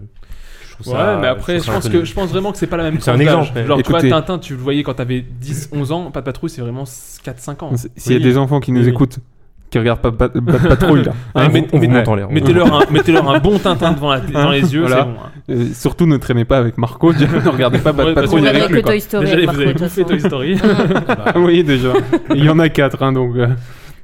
Speaker 5: je trouve
Speaker 7: Ouais,
Speaker 5: ça.
Speaker 7: mais après, je
Speaker 5: trouve ça
Speaker 7: pense,
Speaker 5: inconnu.
Speaker 7: que, je pense vraiment que c'est pas la même
Speaker 5: C'est un
Speaker 7: tranche d'âge.
Speaker 5: exemple, mais
Speaker 7: Genre, tu
Speaker 8: écoutez-
Speaker 7: vois, Tintin, tu le voyais quand t'avais 10, 11 ans, Pas de Patrouille, c'est vraiment 4-5 ans.
Speaker 8: S- S'il y a
Speaker 7: Oui.
Speaker 8: des enfants qui nous
Speaker 7: Oui, oui.
Speaker 8: écoutent, qui regardent pas, pas, pas de patrouille, là.
Speaker 5: Ah,
Speaker 8: hein,
Speaker 5: mais-
Speaker 8: vous-
Speaker 5: on vous
Speaker 8: ouais.
Speaker 5: monte en l'air. on vous
Speaker 7: Mettez-leur un, mettez un bon Tintin devant, la, dans les yeux,
Speaker 8: Voilà.
Speaker 7: c'est bon. hein.
Speaker 8: Euh, surtout ne traînez pas avec Marco, déjà, ne regardez pas pas de
Speaker 7: Ouais, parce
Speaker 9: On
Speaker 8: patrouille
Speaker 7: qu'on y
Speaker 9: regarde
Speaker 8: avec
Speaker 9: que
Speaker 8: lui. quoi.
Speaker 9: Toy Story
Speaker 7: Déjà, vous
Speaker 9: avec Marco,
Speaker 7: avez
Speaker 9: de toute
Speaker 7: bouffé Toy
Speaker 9: façon.
Speaker 7: Story.
Speaker 8: oui, déjà. Il y en a quatre, hein, donc. euh.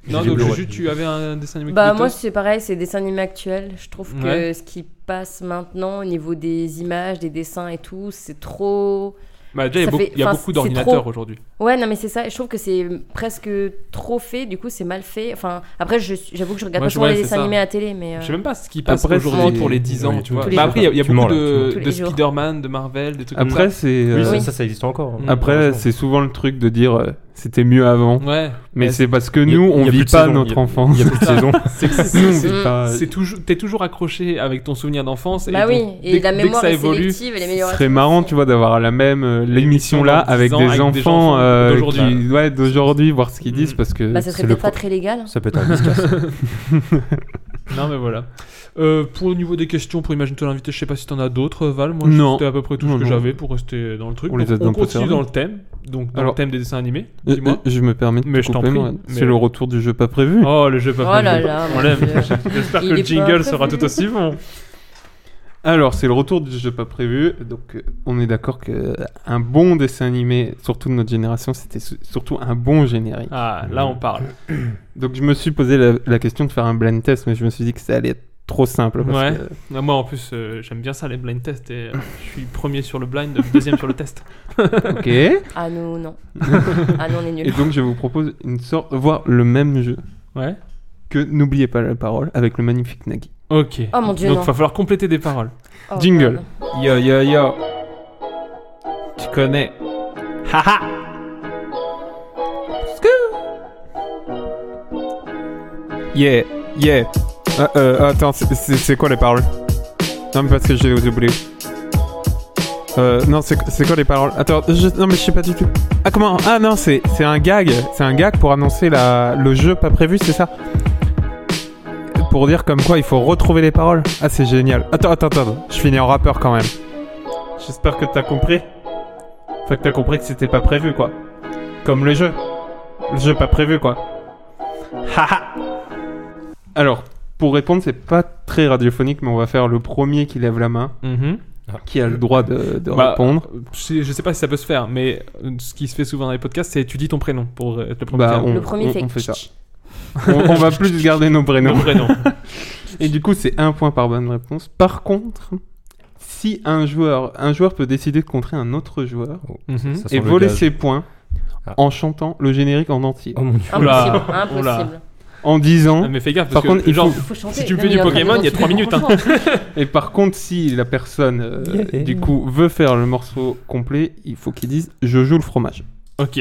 Speaker 7: non,
Speaker 5: J'ai
Speaker 7: donc,
Speaker 5: des
Speaker 7: Juju, tu avais un dessin animé
Speaker 9: Bah
Speaker 7: qui
Speaker 9: moi
Speaker 7: était-
Speaker 9: c'est pareil, c'est dessin animé actuel. Je trouve que
Speaker 7: Ouais.
Speaker 9: ce qui passe maintenant au niveau des images, des dessins et tout, c'est trop.
Speaker 7: Bah, déjà, il y a
Speaker 9: ça
Speaker 7: beaucoup-
Speaker 9: fait-
Speaker 7: il y a
Speaker 9: enfin,
Speaker 7: beaucoup
Speaker 9: c'est trop-
Speaker 7: d'ordinateurs aujourd'hui.
Speaker 9: Ouais non mais c'est ça. Je trouve que c'est presque trop fait. Du coup c'est mal fait. Enfin après je suis- j'avoue que je regarde
Speaker 7: Moi,
Speaker 9: pas
Speaker 7: je-
Speaker 9: souvent
Speaker 7: ouais,
Speaker 9: les
Speaker 7: c'est
Speaker 9: dessins
Speaker 7: ça.
Speaker 9: animés à télé, mais. euh,
Speaker 7: Je sais même pas ce qui passe
Speaker 8: Après,
Speaker 7: aujourd'hui
Speaker 8: c'est-
Speaker 7: pour les 10 ans,
Speaker 5: oui,
Speaker 7: tu vois.
Speaker 9: tous les
Speaker 7: Bah,
Speaker 9: jours.
Speaker 7: après, il y a- il y a
Speaker 5: Tu mens,
Speaker 7: beaucoup
Speaker 5: là, tu mens.
Speaker 9: Tous
Speaker 7: de
Speaker 9: les
Speaker 7: de
Speaker 9: jours.
Speaker 7: Spider-Man, de Marvel, des trucs comme ça.
Speaker 8: Après, c'est.
Speaker 5: Oui,
Speaker 8: euh,
Speaker 5: ça, ça, ça existe encore. hein.
Speaker 8: Après, c'est souvent le truc de dire euh, c'était mieux avant.
Speaker 7: Ouais.
Speaker 8: Mais
Speaker 5: Ouais,
Speaker 8: c'est parce que
Speaker 5: Il y a-
Speaker 8: nous,
Speaker 5: il y
Speaker 8: on
Speaker 5: a plus
Speaker 8: vit
Speaker 5: de
Speaker 8: pas
Speaker 5: saison, il y a-
Speaker 8: notre enfance.
Speaker 5: Il y a plus de saison.
Speaker 7: C'est que
Speaker 8: Nous, on
Speaker 7: c'est-
Speaker 8: vit pas.
Speaker 7: c'est toujours, t'es toujours accroché avec ton souvenir d'enfance.
Speaker 9: Mm. Bah
Speaker 7: et
Speaker 9: oui,
Speaker 7: ton-
Speaker 9: et
Speaker 7: dès-
Speaker 9: la
Speaker 7: dès que
Speaker 9: mémoire
Speaker 7: ça
Speaker 9: est
Speaker 7: évolue,
Speaker 9: sélective, et les
Speaker 8: Ce
Speaker 9: meilleures
Speaker 8: serait marrant, tu vois, d'avoir la même euh, l'émission là
Speaker 7: dans dix
Speaker 8: avec
Speaker 7: ans,
Speaker 8: des
Speaker 7: avec des
Speaker 8: enfants
Speaker 7: enfants
Speaker 8: euh,
Speaker 7: d'aujourd'hui.
Speaker 8: qui- ouais, d'aujourd'hui, voir ce qu'ils disent
Speaker 7: Mhm.
Speaker 8: parce que
Speaker 9: Bah ça serait
Speaker 5: c'est
Speaker 9: peut-être
Speaker 5: le
Speaker 9: pas
Speaker 5: pro-
Speaker 9: très légal.
Speaker 5: Ça peut être un
Speaker 8: Euh,
Speaker 5: disque.
Speaker 7: Non, mais voilà. Euh, pour le niveau des questions, pour Imagine-toi l'invité, je sais pas si t'en as d'autres, Val. Moi,
Speaker 8: Non.
Speaker 7: c'était à peu près tout
Speaker 8: Non,
Speaker 7: ce que
Speaker 8: non.
Speaker 7: j'avais pour rester dans le truc.
Speaker 8: On les
Speaker 7: Donc,
Speaker 8: a un peu
Speaker 7: continue
Speaker 8: servis.
Speaker 7: dans le thème, donc dans
Speaker 8: Alors-
Speaker 7: le thème des dessins animés.
Speaker 8: Euh,
Speaker 7: Dis-moi.
Speaker 8: euh, je me permets de
Speaker 7: Mais
Speaker 8: te
Speaker 7: je t'en
Speaker 8: couper,
Speaker 7: prie,
Speaker 8: Morane.
Speaker 7: mais-
Speaker 8: C'est le retour du jeu pas prévu.
Speaker 7: Oh, le jeu
Speaker 9: Oh
Speaker 7: pas
Speaker 9: là
Speaker 7: prévu.
Speaker 9: là.
Speaker 7: On
Speaker 9: mon
Speaker 7: l'aime.
Speaker 9: Dieu.
Speaker 7: J'espère que
Speaker 9: Il est
Speaker 7: le
Speaker 9: pas
Speaker 7: jingle sera
Speaker 9: prévu.
Speaker 7: tout aussi bon.
Speaker 8: Alors, c'est le retour du jeu pas prévu. Donc, euh, on est d'accord que un bon dessin animé, surtout de notre génération, c'était su- surtout un bon générique.
Speaker 7: Ah, là, on parle.
Speaker 8: Donc, je me suis posé la, la question de faire un blind test, mais je me suis dit que ça allait être trop simple. Parce
Speaker 7: Ouais. Ah, Moi, en plus, euh, j'aime bien ça, les blind tests. Et, euh, je suis premier sur le blind, deuxième sur le test.
Speaker 8: que- Ok.
Speaker 9: Ah nous non. ah non on est
Speaker 8: Et
Speaker 9: nuls.
Speaker 8: donc, je vous propose une sorte, voire le même jeu
Speaker 7: Ouais.
Speaker 8: que N'oubliez pas la parole avec le magnifique Nagui.
Speaker 7: Ok.
Speaker 9: Oh mon dieu
Speaker 7: Donc,
Speaker 9: non.
Speaker 7: va falloir compléter des paroles.
Speaker 9: Oh,
Speaker 8: Jingle.
Speaker 9: merde.
Speaker 8: Yo yo yo. Tu connais. Haha. Yeah, yeah. Euh, euh, attends, c'est- c'est c'est quoi les paroles Non, mais parce que j'ai oublié. Euh, non, c'est c'est quoi les paroles Attends, je- non, mais je sais pas du tout. Ah, comment Ah, non, c'est c'est un gag. C'est un gag pour annoncer la, le jeu pas prévu, c'est ça Pour dire comme quoi il faut retrouver les paroles. Ah, c'est génial. Attends, attends, attends. Je finis en rappeur quand même. J'espère que t'as compris. Enfin, que t'as compris que c'était pas prévu, quoi. Comme le jeu. Le jeu pas prévu, quoi. Haha Alors, pour répondre, c'est pas très radiophonique, mais on va faire le premier qui lève la main,
Speaker 7: Mhm.
Speaker 8: Ah, qui a le droit de, de
Speaker 7: Bah,
Speaker 8: répondre.
Speaker 7: Je sais, je sais pas si ça peut se faire, mais euh, ce qui se fait souvent dans les podcasts, c'est tu dis ton prénom pour euh, être le premier.
Speaker 8: Bah,
Speaker 7: qui a-
Speaker 8: on,
Speaker 9: Le premier
Speaker 8: on-
Speaker 9: fait
Speaker 8: on fait ça. on, on va plus garder nos
Speaker 7: le
Speaker 8: prénoms.
Speaker 7: prénom.
Speaker 8: Et du coup, c'est un point par bonne réponse. Par contre, si un joueur, un joueur peut décider de contrer un autre joueur
Speaker 7: Mhm.
Speaker 5: Ça sent
Speaker 8: et
Speaker 5: le
Speaker 8: voler
Speaker 5: gage.
Speaker 8: ses points
Speaker 5: Ah.
Speaker 8: en chantant le générique en entier,
Speaker 5: Oh mon dieu.
Speaker 7: Oula.
Speaker 9: Impossible. Impossible.
Speaker 8: en disant
Speaker 7: Ah, mais fais gaffe,
Speaker 8: Hein Par
Speaker 7: parce
Speaker 8: contre,
Speaker 7: que
Speaker 8: il
Speaker 7: genre,
Speaker 8: faut-
Speaker 9: Faut chanter.
Speaker 7: si tu me
Speaker 9: Non,
Speaker 7: fais
Speaker 9: mais
Speaker 7: du
Speaker 9: on va faire des
Speaker 7: Pokémon, il y a
Speaker 9: morceaux.
Speaker 7: 3 minutes. hein.
Speaker 8: Et par contre, si la personne, euh,
Speaker 5: Yeah.
Speaker 8: du coup, veut faire le morceau complet, il faut qu'il dise « Je joue le fromage
Speaker 7: Ok. ».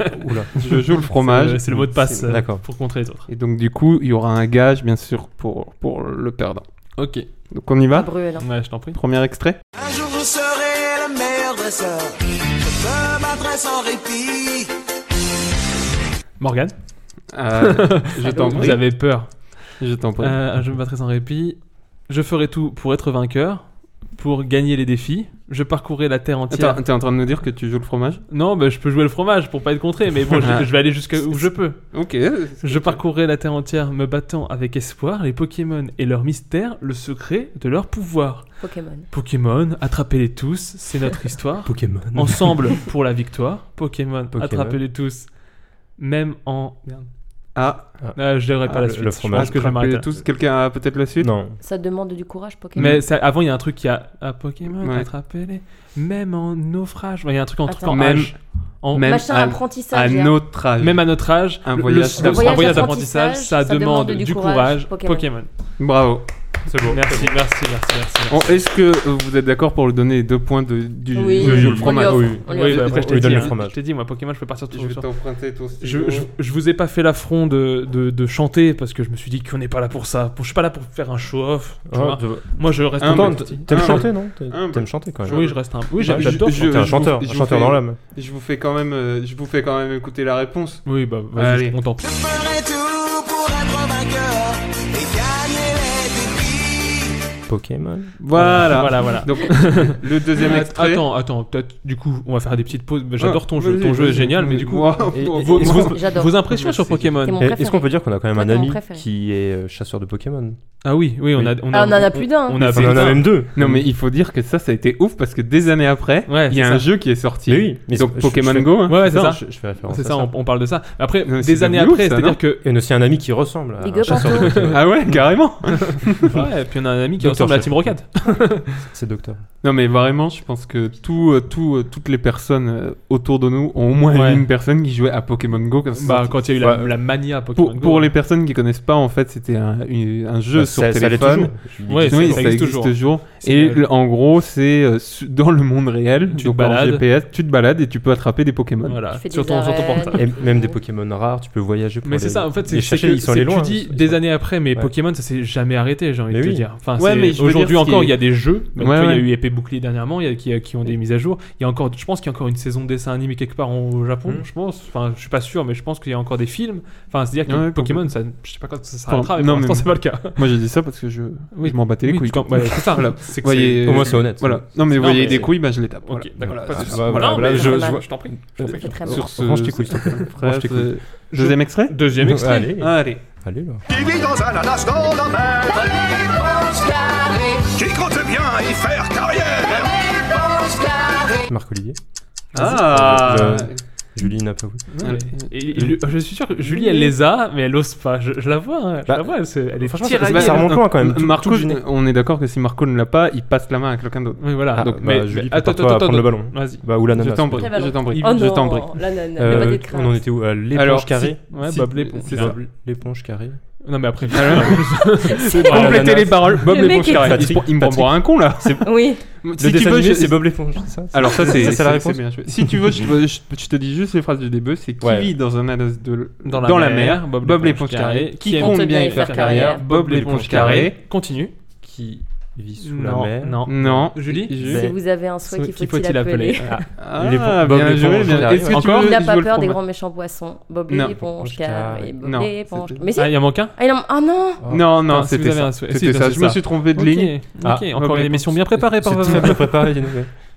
Speaker 5: Oula.
Speaker 8: Je joue le
Speaker 7: C'est
Speaker 8: fromage.
Speaker 7: le- C'est le mot de passe
Speaker 8: C'est-
Speaker 7: euh,
Speaker 5: d'accord.
Speaker 7: pour contrer les autres.
Speaker 8: Et donc, du coup, il y aura un gage, bien sûr, pour, pour le perdant.
Speaker 7: Ok.
Speaker 8: Donc, on y
Speaker 9: Ah,
Speaker 8: va
Speaker 9: Bruel, hein.
Speaker 7: Ouais, je t'en prie.
Speaker 8: Premier extrait
Speaker 10: Un jour vous serez la meilleure dresseur. Je me battrai sans répit.
Speaker 7: Morgane,
Speaker 8: Euh, Je t'en
Speaker 7: vous
Speaker 8: prie.
Speaker 7: avez peur.
Speaker 8: Je t'en prie.
Speaker 7: Euh, je me battrai sans répit. Je ferai tout pour être vainqueur, pour gagner les défis. Je parcourrai la terre entière.
Speaker 8: Attends, t'es en train de nous dire que tu joues le fromage
Speaker 7: Non, bah, je peux jouer le fromage pour pas être contré, mais bon,
Speaker 8: Ah.
Speaker 7: je, je vais aller jusqu'à où je peux.
Speaker 8: Ok.
Speaker 7: Je parcourrai la terre entière me battant avec espoir les Pokémon et leur mystère, le secret de leur pouvoir.
Speaker 9: Pokémon.
Speaker 7: Pokémon, attrapez-les tous, c'est notre histoire.
Speaker 5: Pokémon.
Speaker 7: Ensemble pour la victoire. Pokémon,
Speaker 5: Pokémon.
Speaker 7: attrapez-les tous. Même en. Merde.
Speaker 8: Ah,
Speaker 7: Ah, je dirai pas
Speaker 5: Ah,
Speaker 7: la
Speaker 5: le-
Speaker 7: suite.
Speaker 5: le
Speaker 7: je
Speaker 5: fromage.
Speaker 7: pense que je vais m'arrêter
Speaker 8: attrapez
Speaker 7: là.
Speaker 8: tous. Quelqu'un a peut-être la suite
Speaker 5: Non.
Speaker 9: Ça demande du courage Pokémon.
Speaker 7: Mais ça- avant, il y a un truc qui a. Ah, Pokémon,
Speaker 8: Ouais.
Speaker 7: attrapez-les. Même en naufrage. Ouais, Il y a un truc en,
Speaker 9: Attends.
Speaker 7: en
Speaker 8: Même-
Speaker 7: âge. En-
Speaker 8: Même
Speaker 9: Machin
Speaker 8: à-
Speaker 9: apprentissage.
Speaker 8: Un
Speaker 9: là.
Speaker 8: autre âge.
Speaker 7: Même à notre âge,
Speaker 8: Un
Speaker 7: le-
Speaker 8: voyage
Speaker 7: le- un
Speaker 8: d'apprentissage.
Speaker 7: voyage d'apprentissage, ça, demande du courage. Pokémon.
Speaker 8: Bravo.
Speaker 5: C'est bon.
Speaker 7: Merci, merci, merci, merci.
Speaker 8: Oh, Est-ce que euh, vous êtes d'accord pour lui donner les deux points de, du
Speaker 9: Oui.
Speaker 8: de-
Speaker 9: Oui,
Speaker 8: du
Speaker 9: on lui
Speaker 8: fromage
Speaker 9: offre.
Speaker 8: Oui.
Speaker 9: On
Speaker 7: Oui,
Speaker 9: lui offre.
Speaker 7: bah, après, je
Speaker 5: On
Speaker 7: te
Speaker 5: lui donne
Speaker 7: dis,
Speaker 5: le
Speaker 7: hein,
Speaker 5: fromage.
Speaker 7: je t'ai dit, moi, Pokémon, je peux partir tout
Speaker 8: Je vais
Speaker 7: sur
Speaker 8: t'emprunter ton
Speaker 7: je, je, je vous ai pas fait l'affront de, de, de chanter parce que je me suis dit qu'on n'est pas là pour ça. Pour- Je suis pas là pour faire un show-off. tu vois. Moi, je reste
Speaker 8: Un
Speaker 7: humble.
Speaker 8: mode.
Speaker 7: petit.
Speaker 5: T'aimes
Speaker 8: Ah,
Speaker 5: chanter, non T'aimes-
Speaker 8: Ah, bah.
Speaker 5: T'aimes chanter quand même.
Speaker 7: Oui, je reste un. Oui,
Speaker 5: Bah,
Speaker 7: j'aime-
Speaker 5: je-
Speaker 7: j'adore.
Speaker 8: je-
Speaker 5: T'es un
Speaker 8: je
Speaker 5: chanteur,
Speaker 8: vous-
Speaker 5: un
Speaker 8: je
Speaker 5: chanteur
Speaker 8: vous fais-
Speaker 5: dans l'âme.
Speaker 8: Je vous fais quand même, euh, je vous fais quand même écouter la réponse.
Speaker 7: Oui, bah, vas-y, je
Speaker 8: Allez.
Speaker 7: suis content.
Speaker 10: Je ferai tout pour être vainqueur et gagner les défis.
Speaker 5: Pokémon.
Speaker 8: Voilà.
Speaker 7: Voilà, voilà.
Speaker 8: Donc le deuxième extrait.
Speaker 7: Attends, attends, peut-être du coup, on va faire des petites pauses. Bah, J'adore ton
Speaker 8: Ah,
Speaker 7: jeu,
Speaker 8: vas-y,
Speaker 7: ton jeu est
Speaker 8: vas-y.
Speaker 7: génial, mais du coup,
Speaker 8: Moi,
Speaker 5: et-
Speaker 8: moi,
Speaker 5: et-
Speaker 8: moi,
Speaker 7: vos,
Speaker 5: Est-ce
Speaker 7: vos-
Speaker 9: J'adore.
Speaker 7: vos impressions sur
Speaker 8: Merci.
Speaker 9: C'est
Speaker 7: Pokémon
Speaker 9: mon
Speaker 5: Et-
Speaker 9: préféré.
Speaker 5: Est-ce qu'on peut dire qu'on a quand même
Speaker 9: Toi,
Speaker 5: un
Speaker 9: t'es mon
Speaker 5: ami
Speaker 9: préféré.
Speaker 5: qui est euh, chasseur de Pokémon
Speaker 7: Ah oui, oui, on a.
Speaker 9: Ah, on en a plus d'un.
Speaker 7: On a
Speaker 5: On en a même deux.
Speaker 8: Non mais il faut dire que ça, ça a été ouf parce que des années après,
Speaker 7: Ouais,
Speaker 8: il y a
Speaker 7: c'est
Speaker 8: un
Speaker 7: ça.
Speaker 8: jeu qui est sorti.
Speaker 5: Mais oui, mais
Speaker 8: Donc
Speaker 5: je- je-
Speaker 8: Pokémon
Speaker 5: je fais-
Speaker 8: Go. hein.
Speaker 7: Ouais, ouais, c'est
Speaker 5: Non,
Speaker 7: ça.
Speaker 5: je, je fais référence
Speaker 7: C'est
Speaker 5: à
Speaker 7: ça, on, on parle de ça. Après,
Speaker 8: Non, mais
Speaker 7: des
Speaker 8: c'est
Speaker 7: années
Speaker 8: devenu ouf,
Speaker 7: après,
Speaker 8: ça,
Speaker 7: c'est-à-dire
Speaker 8: non
Speaker 7: que.
Speaker 5: Et aussi un ami qui ressemble à
Speaker 9: Big
Speaker 5: un
Speaker 9: up,
Speaker 5: chasseur de
Speaker 9: Anto.
Speaker 5: Pokémon.
Speaker 8: Ah ouais, carrément.
Speaker 7: Ouais, et puis on a un ami qui
Speaker 5: Docteur
Speaker 7: ressemble à
Speaker 5: Chef.
Speaker 7: Team Rocket.
Speaker 5: C'est docteur.
Speaker 8: Non mais vraiment, je pense que tout, euh, tout, euh, toutes les personnes euh, autour de nous ont au moins
Speaker 7: Ouais.
Speaker 8: une personne qui jouait à Pokémon Go. Comme ça.
Speaker 7: Bah, quand il y a eu la, la mania Pokémon.
Speaker 8: pour,
Speaker 7: Go.
Speaker 8: pour les personnes qui connaissent pas, en fait, c'était un, une- un jeu
Speaker 5: Bah,
Speaker 8: sur
Speaker 5: ça- ça l'est
Speaker 8: téléphone.
Speaker 5: toujours. Je lui dis
Speaker 7: Ouais,
Speaker 5: toujours.
Speaker 8: Oui,
Speaker 7: ça
Speaker 8: ça
Speaker 7: existe
Speaker 8: existe
Speaker 7: toujours.
Speaker 8: toujours.
Speaker 7: C'est
Speaker 8: Et
Speaker 7: le-
Speaker 8: le- en gros, c'est euh, su- dans le monde réel,
Speaker 7: Tu te
Speaker 8: donc en
Speaker 7: balades.
Speaker 8: GPS, tu te balades et tu peux attraper des Pokémon.
Speaker 7: Voilà,
Speaker 9: Tu fais
Speaker 7: sur
Speaker 9: des
Speaker 7: ton, sur ton
Speaker 9: arènes.
Speaker 7: portable.
Speaker 5: Et même des Pokémon rares, tu peux voyager pour
Speaker 7: Mais c'est
Speaker 5: les-
Speaker 7: ça, en fait, c'est
Speaker 5: les
Speaker 7: c'est
Speaker 5: chercher,
Speaker 7: que
Speaker 5: ils sont
Speaker 7: c'est
Speaker 5: allés
Speaker 7: que
Speaker 5: loin.
Speaker 7: tu dis
Speaker 5: ils
Speaker 7: des
Speaker 5: sont-
Speaker 7: années après, mais
Speaker 5: Ouais.
Speaker 7: Pokémon, ça s'est jamais arrêté, j'ai envie
Speaker 5: Mais
Speaker 7: de te
Speaker 5: oui.
Speaker 7: dire. Enfin,
Speaker 8: Ouais,
Speaker 7: c'est-
Speaker 8: mais je veux
Speaker 7: aujourd'hui
Speaker 8: dire ce qui
Speaker 7: encore,
Speaker 8: est-
Speaker 7: il y a des jeux. Donc,
Speaker 8: Ouais,
Speaker 7: tu vois, Il y a
Speaker 8: ouais.
Speaker 7: eu Épée Bouclier dernièrement, il y a, qui, qui ont des mises à jour. Il y a encore, je pense qu'il y a encore une saison de dessin animé quelque part en- au Japon,
Speaker 5: Mm.
Speaker 7: je pense. Enfin, je suis pas sûr, mais je pense qu'il y a encore des films. Enfin, c'est-à-dire que
Speaker 8: Ouais,
Speaker 7: Pokémon, ça, je sais pas quand ça
Speaker 8: Enfin,
Speaker 7: s'arrêtera, mais
Speaker 8: non,
Speaker 7: pour l'instant,
Speaker 8: mais-
Speaker 7: c'est pas le cas.
Speaker 8: Moi, j'ai dit ça parce que je,
Speaker 7: Oui.
Speaker 8: je m'en battais les
Speaker 7: Oui,
Speaker 8: couilles.
Speaker 7: tu t'en- ouais, c'est ça, voilà. C'est que
Speaker 8: Voyez-
Speaker 7: c'est-
Speaker 5: Au moins, c'est honnête.
Speaker 8: Voilà. Non, mais vous
Speaker 7: Non,
Speaker 8: voyez
Speaker 7: mais-
Speaker 8: des couilles, bah, je les tape.
Speaker 7: Ok, d'accord.
Speaker 8: Voilà.
Speaker 7: Pas de
Speaker 8: Ah,
Speaker 7: soucis.
Speaker 8: bah,
Speaker 7: Voilà,
Speaker 8: voilà,
Speaker 7: mais
Speaker 8: je-
Speaker 7: normal,
Speaker 9: je vois-
Speaker 7: t'en prie.
Speaker 9: C'est très
Speaker 8: je-
Speaker 9: bien.
Speaker 8: Sur ce,
Speaker 5: Range tes couilles, s'il te plaît.
Speaker 8: frère,
Speaker 5: Range tes couilles.
Speaker 8: euh, Deuxième extrait
Speaker 7: Deuxième extrait.
Speaker 5: Allez,
Speaker 8: Allez.
Speaker 5: allez là.
Speaker 10: Qui vit dans un ananas dans la mer. Qui compte bien y faire carrière.
Speaker 5: Marc Olivier.
Speaker 8: Ah
Speaker 5: Je- Julie n'a pas voulu.
Speaker 8: Allez.
Speaker 7: Et- et- le- je suis sûr que Julie, elle les a, mais elle ose pas. Je, je la vois, hein, je
Speaker 5: Bah,
Speaker 7: la vois. Elle, se- elle est
Speaker 5: franchement,
Speaker 7: tiraillée.
Speaker 5: Bah, ça remonte loin, quand même,
Speaker 8: M-
Speaker 5: tout-
Speaker 8: Euh, Marco,
Speaker 5: tout gêné.
Speaker 8: on est d'accord que si Marco ne l'a pas, il passe la main à quelqu'un d'autre.
Speaker 7: Oui, voilà.
Speaker 5: Ah,
Speaker 7: Donc,
Speaker 5: bah,
Speaker 7: mais,
Speaker 5: Julie,
Speaker 7: mais-
Speaker 5: prépare-toi à prendre le ballon.
Speaker 7: Vas-y.
Speaker 5: Bah, ou
Speaker 8: Je
Speaker 5: l'ananas.
Speaker 7: Ah,
Speaker 8: t'en prie,
Speaker 9: Très bien.
Speaker 8: je t'en prie.
Speaker 9: Oh
Speaker 8: Je t'en
Speaker 9: non,
Speaker 8: prie.
Speaker 9: la nana,
Speaker 5: Euh,
Speaker 9: elle va
Speaker 5: on en était où Euh, L'éponge
Speaker 8: Alors,
Speaker 5: carrée.
Speaker 7: Ouais,
Speaker 8: Si.
Speaker 7: Bob l'éponge.
Speaker 8: C'est
Speaker 7: Bob-
Speaker 5: L'éponge carrée.
Speaker 7: Non, mais après.
Speaker 5: Ah,
Speaker 8: Complétez
Speaker 5: l'ananas.
Speaker 8: les paroles. Bob
Speaker 9: Le mec
Speaker 8: l'éponge
Speaker 9: est-
Speaker 8: carrée. Il se
Speaker 5: Patrick,
Speaker 8: prend- Il me prend
Speaker 5: Patrick.
Speaker 8: pour un con là.
Speaker 9: Oui,
Speaker 5: Le
Speaker 8: Si tu
Speaker 5: dessin
Speaker 8: veux,
Speaker 5: animé,
Speaker 8: je-
Speaker 5: c'est Bob l'éponge, c'est ça
Speaker 8: Alors ça c'est
Speaker 5: C'est ça la
Speaker 8: c'est-
Speaker 5: réponse
Speaker 8: c'est bien joué. Si tu veux, je, je- je te dis juste les phrases du début. C'est qui
Speaker 5: Ouais.
Speaker 8: vit dans un anas de
Speaker 7: Dans la mer,
Speaker 8: Bob,
Speaker 7: Bob
Speaker 8: l'éponge
Speaker 7: l'éponge
Speaker 8: carrée.
Speaker 7: carrée,
Speaker 8: Qui compte bien y faire carrière. Bob l'éponge carrée.
Speaker 7: Continue.
Speaker 5: Qui vit sous
Speaker 7: Non,
Speaker 5: la mer.
Speaker 7: non.
Speaker 8: Non.
Speaker 7: Julie
Speaker 8: Julie.
Speaker 9: si vous avez un souhait qu'il faut-il appeler.
Speaker 7: Ah,
Speaker 8: Ah,
Speaker 5: Les-
Speaker 8: bien
Speaker 5: Bob l'éponge
Speaker 8: joué. bien-
Speaker 5: carrée.
Speaker 8: Est-ce que tu
Speaker 7: Encore
Speaker 8: veux
Speaker 9: Il n'a
Speaker 8: je
Speaker 9: pas
Speaker 8: veux le
Speaker 9: peur des
Speaker 8: format.
Speaker 9: grands méchants poissons. Bob
Speaker 8: Non.
Speaker 9: l'éponge,
Speaker 5: Carré.
Speaker 9: carré, Bob
Speaker 8: Non,
Speaker 9: l'éponge.
Speaker 8: c'était-
Speaker 9: Mais
Speaker 7: Ah,
Speaker 9: c'est.
Speaker 7: il y en manque un
Speaker 9: Ah, il en- ah non
Speaker 5: Ah.
Speaker 8: Non, non,
Speaker 7: si vous
Speaker 8: c'était
Speaker 7: avez
Speaker 8: ça.
Speaker 7: un souhait. Si,
Speaker 8: C'était
Speaker 7: bah,
Speaker 8: ça.
Speaker 7: c'est
Speaker 8: Je me
Speaker 7: ça.
Speaker 8: suis Ah. trompé de
Speaker 7: Ok,
Speaker 8: ligne.
Speaker 7: ok, encore
Speaker 8: Bob
Speaker 7: une
Speaker 8: l'éponge.
Speaker 7: émission bien préparée par
Speaker 5: C'est très bien préparé, dis-nous.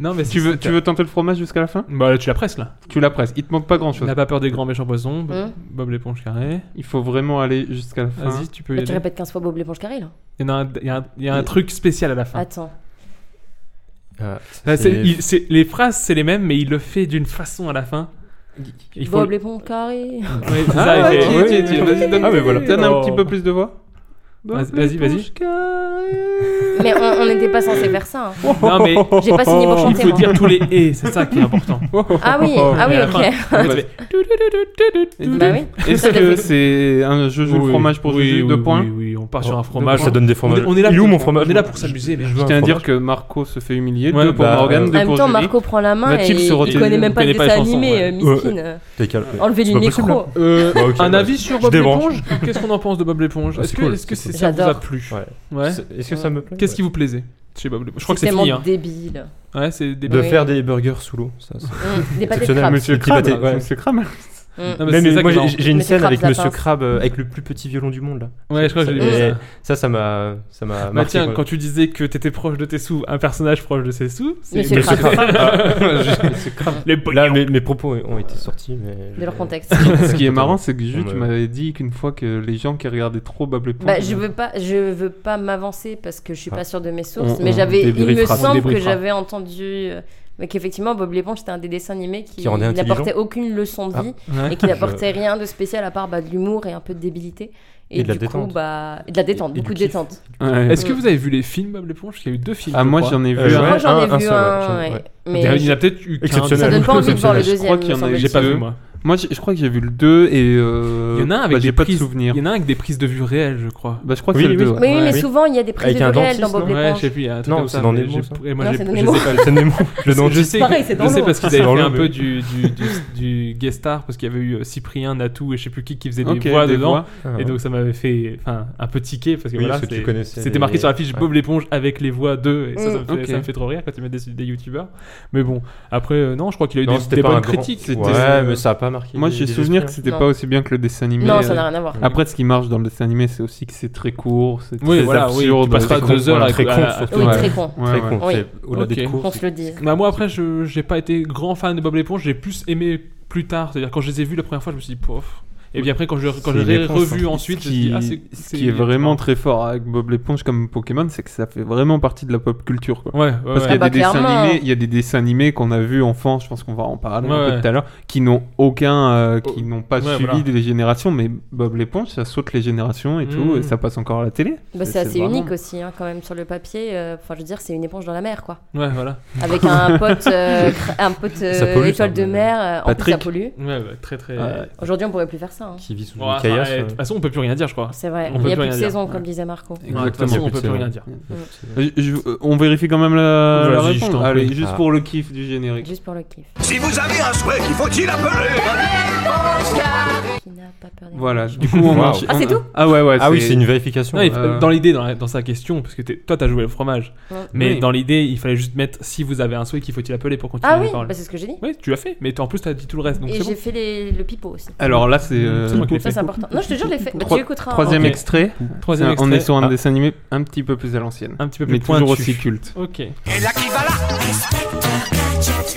Speaker 7: Non, mais
Speaker 8: Tu
Speaker 7: c'est-
Speaker 8: veux,
Speaker 7: c'est-
Speaker 8: tu veux tenter le fromage jusqu'à la fin
Speaker 7: Bah, tu la presses là.
Speaker 8: Tu la presses. Il te manque pas grand
Speaker 7: Tu
Speaker 8: chose.
Speaker 7: n'as pas peur des grands méchants poissons.
Speaker 9: Hein
Speaker 7: Bob l'éponge carré.
Speaker 8: Il faut vraiment aller jusqu'à la fin.
Speaker 7: Vas-y, tu peux y
Speaker 9: Bah, Tu
Speaker 7: aller.
Speaker 9: répètes 15 fois Bob l'éponge carré là
Speaker 7: Il y en a un- il y a un- il y a un truc spécial à la fin.
Speaker 9: Attends.
Speaker 5: Ah,
Speaker 7: Là, c'est-
Speaker 5: c'est-
Speaker 7: il- c'est- les phrases, c'est les mêmes, mais il le fait d'une façon à la fin. Il faut.
Speaker 9: Bob l'éponge carré.
Speaker 7: Ouais, c'est ça,
Speaker 8: Ah,
Speaker 7: il
Speaker 8: ok,
Speaker 7: fait-
Speaker 8: ok,
Speaker 7: Ouais,
Speaker 8: ok, vas-y, donne-
Speaker 5: Ah, mais voilà.
Speaker 8: Donne un
Speaker 7: Oh.
Speaker 8: petit peu plus de voix.
Speaker 7: Vas-y, vas-y, vas-y.
Speaker 9: Mais on on n'était pas censé faire ça. hein.
Speaker 7: Non, mais
Speaker 9: J'ai pas signé pour
Speaker 7: Oh. il
Speaker 9: chanter
Speaker 7: faut
Speaker 9: moi.
Speaker 7: dire Oh, tous les et, c'est ça qui est important.
Speaker 9: Ah oui, ah oui,
Speaker 7: Et à la
Speaker 9: ok.
Speaker 7: fin, tu fais-
Speaker 9: Bah oui.
Speaker 8: Est-ce
Speaker 9: Ça
Speaker 8: que
Speaker 9: devait-
Speaker 8: c'est un jeu joue le
Speaker 7: Oui,
Speaker 8: fromage pour
Speaker 7: oui,
Speaker 8: Juju
Speaker 7: oui,
Speaker 8: Deux
Speaker 7: oui,
Speaker 8: points.
Speaker 7: Oui, oui, on part sur un fromage.
Speaker 5: ça donne des fromages.
Speaker 7: On est- on est là
Speaker 5: Il est où
Speaker 7: pour-
Speaker 5: mon fromage
Speaker 7: on est là pour s'amuser, mais
Speaker 5: Je
Speaker 7: je
Speaker 5: veux
Speaker 8: Je
Speaker 5: un
Speaker 8: tiens à dire
Speaker 5: fromage.
Speaker 8: que Marco se fait humilier,
Speaker 7: Ouais,
Speaker 8: deux pour
Speaker 5: bah,
Speaker 8: Morgane,
Speaker 5: euh,
Speaker 8: deux
Speaker 9: En même
Speaker 8: pour
Speaker 9: temps,
Speaker 8: Julie.
Speaker 9: Marco prend la main et
Speaker 8: Va-t-il se
Speaker 9: il
Speaker 8: retenir
Speaker 9: connaît même pas
Speaker 7: Il
Speaker 9: le
Speaker 7: connaît pas
Speaker 9: dessin
Speaker 7: les chansons,
Speaker 9: animé,
Speaker 7: ouais.
Speaker 9: euh, Miskin.
Speaker 5: T'es calme.
Speaker 9: Enlevez-lui
Speaker 5: pas
Speaker 9: le
Speaker 5: possible,
Speaker 9: micro.
Speaker 7: Euh,
Speaker 5: Bah, ok,
Speaker 7: un
Speaker 5: bah,
Speaker 7: avis sur
Speaker 5: je
Speaker 7: Bob
Speaker 5: dévore.
Speaker 7: l'éponge Qu'est-ce qu'on en pense de Bob l'éponge
Speaker 5: Ah,
Speaker 7: Est-ce
Speaker 5: c'est
Speaker 7: que,
Speaker 5: cool,
Speaker 7: est-ce que c'est
Speaker 5: c'est
Speaker 9: cool.
Speaker 7: ça vous a
Speaker 9: J'adore.
Speaker 7: plu
Speaker 5: Ouais.
Speaker 7: Ouais.
Speaker 5: C'est- Est-ce que ça me plaît
Speaker 7: Qu'est-ce qui
Speaker 5: Ouais.
Speaker 7: vous plaisait chez Bob l'éponge Je crois que c'est
Speaker 9: tellement
Speaker 7: fini. Hein.
Speaker 9: débile.
Speaker 7: Ouais, c'est des
Speaker 5: De
Speaker 9: Oui.
Speaker 5: faire des burgers sous l'eau, ça. c'est-
Speaker 9: Hum, Des pâtés de
Speaker 5: Exceptionnel,
Speaker 9: crabe.
Speaker 5: monsieur
Speaker 8: Monsieur
Speaker 5: Petit pâté,
Speaker 8: Kramer,
Speaker 5: ouais.
Speaker 8: Monsieur Kramer.
Speaker 9: Hum.
Speaker 7: Non, mais
Speaker 5: Même-
Speaker 7: c'est ça
Speaker 5: moi,
Speaker 7: qui est
Speaker 5: j'ai- j'ai une
Speaker 9: Monsieur
Speaker 5: scène
Speaker 9: Crabbe,
Speaker 5: avec
Speaker 9: ça
Speaker 5: Monsieur
Speaker 9: pince.
Speaker 5: Crabbe euh, avec le plus petit violon du monde là.
Speaker 7: marrant. Ouais, je crois que j'ai vu
Speaker 5: Et
Speaker 7: ça.
Speaker 5: ça, ça m'a, ça m'a
Speaker 7: Bah
Speaker 5: marqué.
Speaker 7: tiens,
Speaker 5: quoi.
Speaker 7: quand tu disais que t'étais proche de tes sous, un personnage proche de ses sous, c'est
Speaker 9: Monsieur Crabbe.
Speaker 7: les
Speaker 5: Là, mes, mes propos ont été sortis, mais
Speaker 9: De leur contexte.
Speaker 8: Ce qui est marrant, c'est que Juju,
Speaker 5: On
Speaker 8: tu
Speaker 5: me-
Speaker 8: m'avais dit qu'une fois que les gens qui regardaient trop Bob l'éponge,
Speaker 5: Mmh.
Speaker 9: Bah, je veux pas, je veux pas m'avancer parce que je
Speaker 5: Ah.
Speaker 9: suis pas sûre de mes sources,
Speaker 5: Mmh,
Speaker 8: On- on
Speaker 9: mais j'avais, il me
Speaker 8: débriefera, on
Speaker 9: semble que
Speaker 8: débriefera.
Speaker 9: j'avais entendu euh, mais qu'effectivement Bob l'éponge c'était un des dessins animés qui,
Speaker 5: Qui rendait intelligent.
Speaker 9: n'apportait aucune leçon de
Speaker 5: Ah.
Speaker 9: vie
Speaker 7: Ouais.
Speaker 9: et qui n'apportait rien de spécial à part bah, de l'humour et un peu de débilité et,
Speaker 5: Et de la
Speaker 9: du coup
Speaker 5: détente.
Speaker 9: bah et de la détente,
Speaker 5: Et- et du
Speaker 9: beaucoup de
Speaker 5: kiff.
Speaker 9: détente.
Speaker 8: Ouais.
Speaker 7: Est-ce que vous avez vu les films Bob l'éponge Parce qu'il y a eu deux films.
Speaker 8: Ah,
Speaker 7: je
Speaker 8: moi
Speaker 7: crois.
Speaker 8: j'en ai vu
Speaker 5: Euh,
Speaker 8: un.
Speaker 9: Moi
Speaker 5: ouais,
Speaker 9: j'en ai
Speaker 5: un
Speaker 9: vu
Speaker 5: seul, ouais,
Speaker 9: un,
Speaker 5: j'en ai-
Speaker 9: ouais.
Speaker 5: ouais.
Speaker 7: Il y en
Speaker 9: mais
Speaker 7: a peut-être eu qu'un.
Speaker 5: Exceptionnel.
Speaker 9: ça donne pas envie de voir le
Speaker 5: Je
Speaker 9: deuxième.
Speaker 8: crois qu'il y en
Speaker 9: me
Speaker 8: a eu
Speaker 7: J'ai
Speaker 9: semble-t-il.
Speaker 7: pas
Speaker 8: Deux.
Speaker 7: vu moi.
Speaker 8: Moi, j'ai- je crois que j'ai vu le 2 et. euh,
Speaker 7: Il y en a un avec
Speaker 8: bah,
Speaker 7: des
Speaker 8: J'ai pas de
Speaker 7: prises-
Speaker 8: souvenir.
Speaker 7: Il y en a un avec des prises de vue réelles, je crois.
Speaker 8: Bah, je crois que
Speaker 5: Oui,
Speaker 8: c'est le
Speaker 5: oui,
Speaker 8: 2.
Speaker 5: oui.
Speaker 8: ouais.
Speaker 9: Mais oui, mais
Speaker 5: oui.
Speaker 9: souvent, il y a des prises
Speaker 5: Avec
Speaker 9: de
Speaker 5: un
Speaker 9: vue réelles dans
Speaker 5: dentiste,
Speaker 9: Bob
Speaker 5: non
Speaker 7: Ouais, je
Speaker 9: l'éponge.
Speaker 7: sais plus, il y a un truc
Speaker 5: Non,
Speaker 7: comme
Speaker 5: c'est
Speaker 7: ça,
Speaker 5: dans
Speaker 7: mais
Speaker 5: Nemo,
Speaker 7: j'ai-
Speaker 5: ça.
Speaker 7: et moi,
Speaker 9: Non,
Speaker 7: j'ai-
Speaker 9: c'est dans
Speaker 7: je
Speaker 9: Nemo.
Speaker 7: sais pas le-
Speaker 5: C'est Nemo. Le
Speaker 7: Je
Speaker 5: danger.
Speaker 7: sais,
Speaker 9: Pareil, c'est dans
Speaker 7: je sais
Speaker 9: l'eau.
Speaker 7: parce qu'ils avaient
Speaker 5: Dans
Speaker 7: fait
Speaker 5: l'eau,
Speaker 7: un
Speaker 5: mais-
Speaker 7: peu du, du, du- du guest star parce qu'il y avait eu euh, Cyprien, Natou et je sais plus qui qui faisait des
Speaker 8: Ok,
Speaker 7: voix
Speaker 8: des
Speaker 7: dedans.
Speaker 8: voix.
Speaker 5: Ah, ouais.
Speaker 7: Et donc ça m'avait fait enfin, un peu tiquer parce que
Speaker 5: Oui,
Speaker 7: voilà,
Speaker 5: parce que tu
Speaker 7: c'est-
Speaker 5: connaissais
Speaker 7: c'était
Speaker 5: les-
Speaker 7: marqué sur la fiche
Speaker 5: Ouais.
Speaker 7: Bob l'éponge avec les voix d'eux et ça, ça, me
Speaker 9: Mm,
Speaker 7: fait,
Speaker 8: ok.
Speaker 7: ça me fait trop rire quand ils mettent des, des youtubeurs. Mais bon, après, euh, non, je crois qu'il a eu
Speaker 5: Non,
Speaker 7: des,
Speaker 5: c'était
Speaker 7: des
Speaker 5: pas un
Speaker 7: bonnes
Speaker 5: grand-
Speaker 7: critiques.
Speaker 8: c'était-
Speaker 5: Ouais, mais ça a pas marqué.
Speaker 8: Moi,
Speaker 5: les-
Speaker 8: j'ai
Speaker 5: les
Speaker 8: souvenir que
Speaker 5: esprits,
Speaker 8: c'était
Speaker 9: Non.
Speaker 8: pas aussi bien que le dessin animé.
Speaker 9: Non,
Speaker 8: euh,
Speaker 9: ça n'a rien à voir.
Speaker 8: Après, ce qui marche dans le dessin animé, c'est aussi que c'est très court, c'est
Speaker 7: Oui,
Speaker 8: très
Speaker 7: voilà, oui,
Speaker 8: absurde.
Speaker 7: tu passes pas
Speaker 8: très
Speaker 7: deux heures
Speaker 5: voilà,
Speaker 7: avec
Speaker 5: très con,
Speaker 7: à- à-
Speaker 5: surtout.
Speaker 9: Oui,
Speaker 8: Ouais.
Speaker 9: très con.
Speaker 8: Ouais,
Speaker 5: Très
Speaker 8: ouais.
Speaker 5: con.
Speaker 9: Oui.
Speaker 5: c'est Au-delà
Speaker 7: Ok.
Speaker 5: des cours.
Speaker 9: Qu'on se le dise.
Speaker 7: Bah moi après je j'ai pas été grand fan de Bob l'éponge, j'ai plus aimé plus tard, c'est-à-dire quand je les ai vus la première fois, je me suis dit pof. Et puis après quand je quand je
Speaker 5: C'est
Speaker 7: les ai
Speaker 5: une réponse,
Speaker 7: revus
Speaker 5: hein.
Speaker 7: ensuite,
Speaker 8: Ce
Speaker 7: je me suis dit,
Speaker 8: qui-
Speaker 7: ah, c'est-
Speaker 8: Ce
Speaker 7: c'est-
Speaker 8: qui est vraiment très fort avec Bob l'éponge comme Pokémon, c'est que ça fait vraiment partie de la pop culture. Quoi.
Speaker 7: Ouais, ouais,
Speaker 8: Parce
Speaker 7: ouais.
Speaker 8: qu'il y, a des
Speaker 9: Ah bah,
Speaker 8: dessins
Speaker 9: clairement.
Speaker 8: animés- il y a des dessins animés qu'on a vus enfant, je pense qu'on va en parler
Speaker 7: Ouais,
Speaker 8: un peu
Speaker 7: ouais.
Speaker 8: tout à l'heure, qui n'ont aucun, euh, qui
Speaker 7: Oh.
Speaker 8: n'ont pas
Speaker 7: Ouais,
Speaker 8: suivi
Speaker 7: voilà.
Speaker 8: les générations, mais Bob l'éponge, ça saute les générations et tout,
Speaker 7: Mm.
Speaker 8: et ça passe encore à la télé.
Speaker 9: Bah, c'est assez
Speaker 8: vraiment-
Speaker 9: unique aussi, hein, quand même, sur le papier. euh, Enfin, je veux dire, c'est une éponge dans la mer, quoi.
Speaker 7: Ouais, voilà.
Speaker 9: Avec un pote, euh, cra- un pote
Speaker 5: Ça
Speaker 9: euh,
Speaker 5: pollue, ça,
Speaker 9: étoile de
Speaker 5: mais-
Speaker 9: mer. euh, en plus, ça
Speaker 8: Patrick.
Speaker 9: pollue.
Speaker 7: Ouais, bah, très très
Speaker 8: Ouais.
Speaker 9: Aujourd'hui, on pourrait plus faire ça. hein.
Speaker 5: Qui vit sous
Speaker 7: Bon,
Speaker 5: une
Speaker 7: ça,
Speaker 5: caillasse.
Speaker 7: ouais, de
Speaker 5: euh,
Speaker 7: toute façon, on peut plus rien dire, je crois.
Speaker 9: C'est vrai.
Speaker 7: On
Speaker 9: Il
Speaker 7: peut
Speaker 9: n'y a
Speaker 7: plus
Speaker 9: plus de
Speaker 7: rien dire.
Speaker 9: saison, comme disait Marco.
Speaker 7: Ouais, de toute façon, on peut plus rien dire.
Speaker 8: Je- je- euh, on vérifie quand même la,
Speaker 7: Vas-y,
Speaker 8: la
Speaker 7: je
Speaker 8: réponse.
Speaker 7: t'en
Speaker 8: Allez,
Speaker 7: prie.
Speaker 8: juste
Speaker 5: Ah.
Speaker 8: pour le kiff du générique.
Speaker 9: Juste pour le kiff.
Speaker 10: Si vous avez un souhait qu'il faut-il appeler
Speaker 9: Qui n'a pas peur des
Speaker 8: Voilà, du coup, on
Speaker 5: Wow.
Speaker 8: marche.
Speaker 9: Ah, c'est
Speaker 8: on-
Speaker 9: tout
Speaker 8: Ah ouais, ouais.
Speaker 5: Ah oui, c'est une vérification.
Speaker 7: Non, il-
Speaker 8: Euh.
Speaker 7: Dans l'idée, dans, la- dans sa question, parce que t'es- toi t'as joué le fromage,
Speaker 9: Ouais.
Speaker 7: mais
Speaker 8: Oui.
Speaker 7: dans l'idée, il fallait juste mettre si vous avez un souhait qu'il faut-il appeler pour continuer
Speaker 9: Ah
Speaker 7: les
Speaker 9: oui,
Speaker 7: paroles.
Speaker 9: bah, c'est ce que j'ai dit.
Speaker 7: Ouais, tu l'as fait, mais t- en plus t'as dit tout le reste, donc
Speaker 9: Et
Speaker 7: c'est
Speaker 9: j'ai
Speaker 7: bon.
Speaker 9: fait les- le pipeau aussi.
Speaker 8: Alors là, c'est. euh,
Speaker 7: C'est moi qui l'ai
Speaker 9: Ça,
Speaker 7: fait.
Speaker 9: c'est important. Non, je te jure, je l'ai fait. Bah,
Speaker 8: Trois-
Speaker 9: tu écouteras.
Speaker 8: Troisième
Speaker 7: Ok.
Speaker 8: extrait.
Speaker 7: Troisième
Speaker 8: on est
Speaker 7: extrait,
Speaker 8: sur un
Speaker 5: Ah.
Speaker 8: dessin animé un petit peu plus à l'ancienne.
Speaker 7: un petit peu plus
Speaker 8: Mais toujours
Speaker 7: pointu.
Speaker 8: aussi Ah, culte.
Speaker 7: Ok.
Speaker 10: Et là qui va là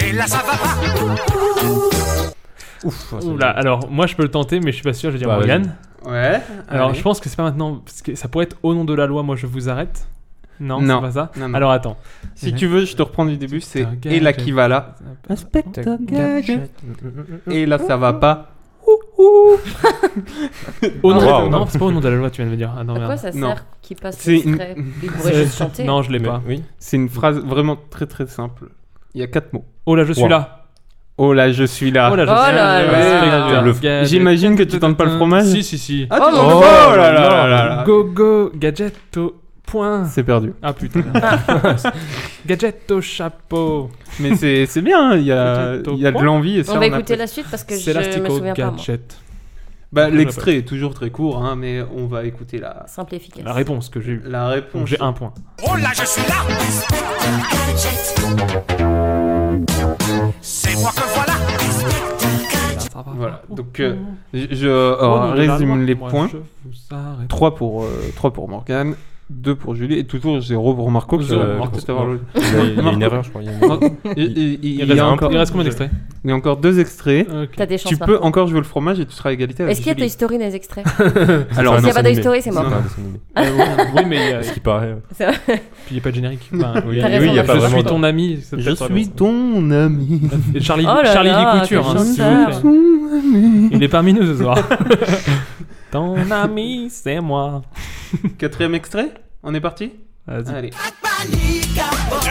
Speaker 10: Et là ça va pas
Speaker 5: Ouf. c'est-
Speaker 7: Oula, alors moi je peux le tenter, mais je suis pas sûr, je vais dire
Speaker 5: Bah, vas-y.
Speaker 7: Morgane.
Speaker 8: Ouais.
Speaker 7: Alors, je pense que c'est pas maintenant. Parce que ça pourrait être au nom de la loi, moi je vous arrête. Non,
Speaker 8: Non.
Speaker 7: c'est pas ça.
Speaker 8: Non, non.
Speaker 7: Alors attends.
Speaker 8: Si tu veux, je te reprends du début. C'est
Speaker 7: Putain, gars,
Speaker 8: Et la
Speaker 7: j'ai-
Speaker 8: qui va là. Et là, ça va pas.
Speaker 7: Au nom
Speaker 5: Wow.
Speaker 7: de... Non, c'est pas au nom de la loi, tu viens de me dire. Ah non,
Speaker 9: À quoi
Speaker 7: merde.
Speaker 9: ça
Speaker 8: Non.
Speaker 9: sert qu'il passe
Speaker 8: C'est une-
Speaker 9: l'extrait Il pourrait juste chanter.
Speaker 7: Non, je l'ai
Speaker 5: Mais-
Speaker 7: pas.
Speaker 5: Oui.
Speaker 8: C'est une phrase vraiment très très simple. Il y a quatre mots.
Speaker 7: Oh là, je suis
Speaker 5: Wow.
Speaker 7: là.
Speaker 8: Oh là, je suis là.
Speaker 7: Oh là, je
Speaker 9: Oh
Speaker 7: suis
Speaker 9: là
Speaker 7: là.
Speaker 5: là.
Speaker 7: Respect, gadget.
Speaker 8: J'imagine que tu tentes pas le fromage.
Speaker 7: Si, si, si.
Speaker 8: Ah, tu-
Speaker 9: Oh,
Speaker 8: oh là là là là là.
Speaker 7: Go, go, gadget au point.
Speaker 8: C'est perdu.
Speaker 7: Ah putain. gadget au chapeau.
Speaker 8: Mais c'est c'est bien, hein, il y a,
Speaker 7: Peut-être au
Speaker 8: il y a de
Speaker 7: point.
Speaker 8: l'envie. Et ça,
Speaker 9: On va
Speaker 8: a
Speaker 9: écouter
Speaker 8: pas-
Speaker 9: la suite parce que je
Speaker 7: C'est
Speaker 9: me
Speaker 7: l'astico
Speaker 9: souviens pas. moi.
Speaker 7: gadget.
Speaker 8: Bah, L'extrait est toujours très court, hein, mais on va écouter la,
Speaker 9: Simple et efficace.
Speaker 7: La réponse que j'ai eue.
Speaker 8: la
Speaker 7: Donc
Speaker 8: réponse.
Speaker 7: j'ai un point.
Speaker 10: Oh là je suis là C'est moi que voilà
Speaker 8: Voilà, donc euh, je, je,
Speaker 7: Oh,
Speaker 8: alors, Oh, résume les points. 3 pour, euh, trois pour Morgane, 2 pour Julie et toujours 0 pour Marco. qui
Speaker 7: Zéro,
Speaker 8: va
Speaker 7: Marco.
Speaker 8: peut-être avoir le-
Speaker 5: Il y a- il y a
Speaker 8: Marco.
Speaker 5: une erreur, je crois. il y a une-
Speaker 8: Non, il- il-
Speaker 7: Il,
Speaker 8: il y
Speaker 7: reste
Speaker 8: a
Speaker 7: un-
Speaker 8: encore-
Speaker 7: il reste combien d'extraits
Speaker 8: Il y a encore deux extraits.
Speaker 7: Ok.
Speaker 9: T'as des chances. hein.
Speaker 8: Tu peux
Speaker 9: Marco.
Speaker 8: encore jouer le fromage et tu seras à égalité avec
Speaker 9: Est-ce qu'il y a
Speaker 8: Julie.
Speaker 9: Toy Story dans les extraits
Speaker 5: Alors,
Speaker 9: S'il n'y a pas
Speaker 5: non,
Speaker 9: Toy
Speaker 5: c'est
Speaker 9: Story, c'est mort.
Speaker 5: C'est un dessin animé.
Speaker 7: Euh, oui, mais il y a-
Speaker 5: Ce qui paraît.
Speaker 9: C'est vrai.
Speaker 7: puis il n'y a pas de générique. Enfin,
Speaker 5: Oui,
Speaker 9: T'as
Speaker 5: oui,
Speaker 9: raison,
Speaker 5: il y a
Speaker 9: Marco.
Speaker 5: pas
Speaker 7: je
Speaker 5: vraiment.
Speaker 7: suis ton ami. c'est
Speaker 8: Je
Speaker 7: peut-être pas
Speaker 8: suis ton ami.
Speaker 7: le- Et Charlie,
Speaker 9: Oh là
Speaker 7: Charlie
Speaker 9: là,
Speaker 7: Découture,
Speaker 9: quel
Speaker 7: hein, s'il vous plaît.
Speaker 9: chanteur.
Speaker 7: Il est parmi nous ce soir. ton ami, c'est moi.
Speaker 8: Quatrième extrait On est parti
Speaker 7: Vas-y.
Speaker 8: Allez.
Speaker 10: Panique à bord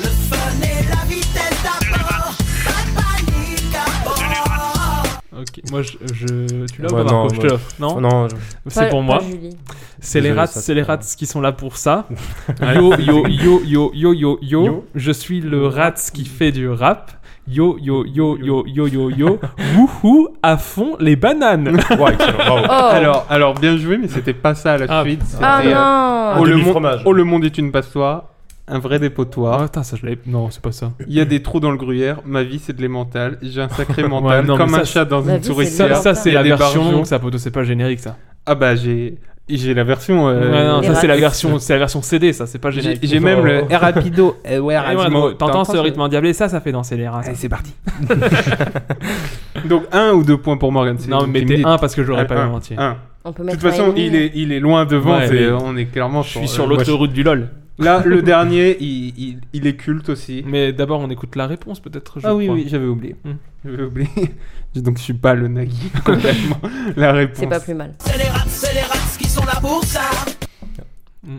Speaker 10: Le fun et la vitesse d'abord Pas de panique à bord
Speaker 7: Ok. Moi, je, je- tu l'as
Speaker 5: Ouais,
Speaker 7: ou pas,
Speaker 5: non,
Speaker 7: Marco Je te
Speaker 5: moi-
Speaker 7: l'offre. Non,
Speaker 5: Oh, Non, je-
Speaker 7: c'est
Speaker 9: Pas-
Speaker 7: pour
Speaker 9: pas
Speaker 7: moi.
Speaker 9: Julie.
Speaker 7: C'est les
Speaker 5: Désolé,
Speaker 7: rats,
Speaker 5: ça,
Speaker 7: c'est les
Speaker 5: c'est pas
Speaker 7: rats qui sont là pour ça. yo, yo, yo, yo, yo, yo, yo.
Speaker 5: Yo.
Speaker 7: Je suis le rats qui fait du rap. Yo, yo, yo, yo, yo, yo, yo. Wouhou, à fond les bananes.
Speaker 5: Ouais, excellent, bravo.
Speaker 9: Oh
Speaker 8: Alors, alors, bien joué, mais c'était pas ça à la
Speaker 7: Ah,
Speaker 8: suite.
Speaker 9: Ah
Speaker 8: c'était, euh,
Speaker 9: non
Speaker 8: oh, le
Speaker 5: demi
Speaker 8: monde-
Speaker 5: fromage.
Speaker 8: oh, le monde est une passoire. Un vrai
Speaker 7: Ah,
Speaker 8: dépotoir.
Speaker 7: putain, ça, je l'ai. Non, c'est pas ça.
Speaker 8: Il y a des trous dans le gruyère. Ma vie, c'est de l'émental. J'ai un sacré mental.
Speaker 7: non, mais
Speaker 8: comme
Speaker 7: ça,
Speaker 8: un chat dans
Speaker 9: Ma
Speaker 8: une
Speaker 9: vie, c'est de
Speaker 7: Ça,
Speaker 8: souricière.
Speaker 9: l'émental.
Speaker 7: ça, c'est
Speaker 8: Il y a
Speaker 7: la
Speaker 8: des
Speaker 7: version
Speaker 8: barjots.
Speaker 7: longue, ça poteau, c'est pas le générique ça.
Speaker 8: Ah bah, j'ai j'ai la version. euh,
Speaker 7: Ouais, non,
Speaker 9: Les
Speaker 7: ça c'est Oh. la
Speaker 9: rats.
Speaker 7: version, c'est la version CD, ça c'est pas le
Speaker 8: j'ai
Speaker 7: générique.
Speaker 8: j'ai même le Eh, rapido. eh, ouais,
Speaker 7: Et voilà,
Speaker 8: Rasmo.
Speaker 7: donc, T'entends ce
Speaker 8: ce-
Speaker 7: rythme endiablé, ça, ça fait danser les rats. ça.
Speaker 8: Allez, c'est parti. Donc, un ou deux points pour Morgan. c'est
Speaker 7: Non,
Speaker 8: vous
Speaker 7: mais
Speaker 8: qui me
Speaker 7: t'es
Speaker 8: dites.
Speaker 7: un Ah, parce que j'aurais pas
Speaker 8: Un,
Speaker 7: le entier.
Speaker 8: un.
Speaker 9: On peut
Speaker 8: De
Speaker 9: mettre
Speaker 8: toute façon, il est, il est loin devant,
Speaker 7: Ouais,
Speaker 8: c'est-
Speaker 7: mais-
Speaker 8: on est clairement
Speaker 7: Je suis
Speaker 8: euh,
Speaker 7: sur
Speaker 8: moi,
Speaker 7: l'autre route du LOL.
Speaker 8: je- Là, le dernier, il, il- il est culte aussi.
Speaker 7: Mais d'abord, on écoute la réponse peut-être. je
Speaker 8: ah oui,
Speaker 7: crois.
Speaker 8: oui, j'avais oublié.
Speaker 7: Hmm.
Speaker 8: J'avais oublié. Donc, je suis pas le Nagui, complètement. La réponse.
Speaker 9: C'est pas plus mal.
Speaker 10: C'est les rats, c'est les rats qui sont là pour ça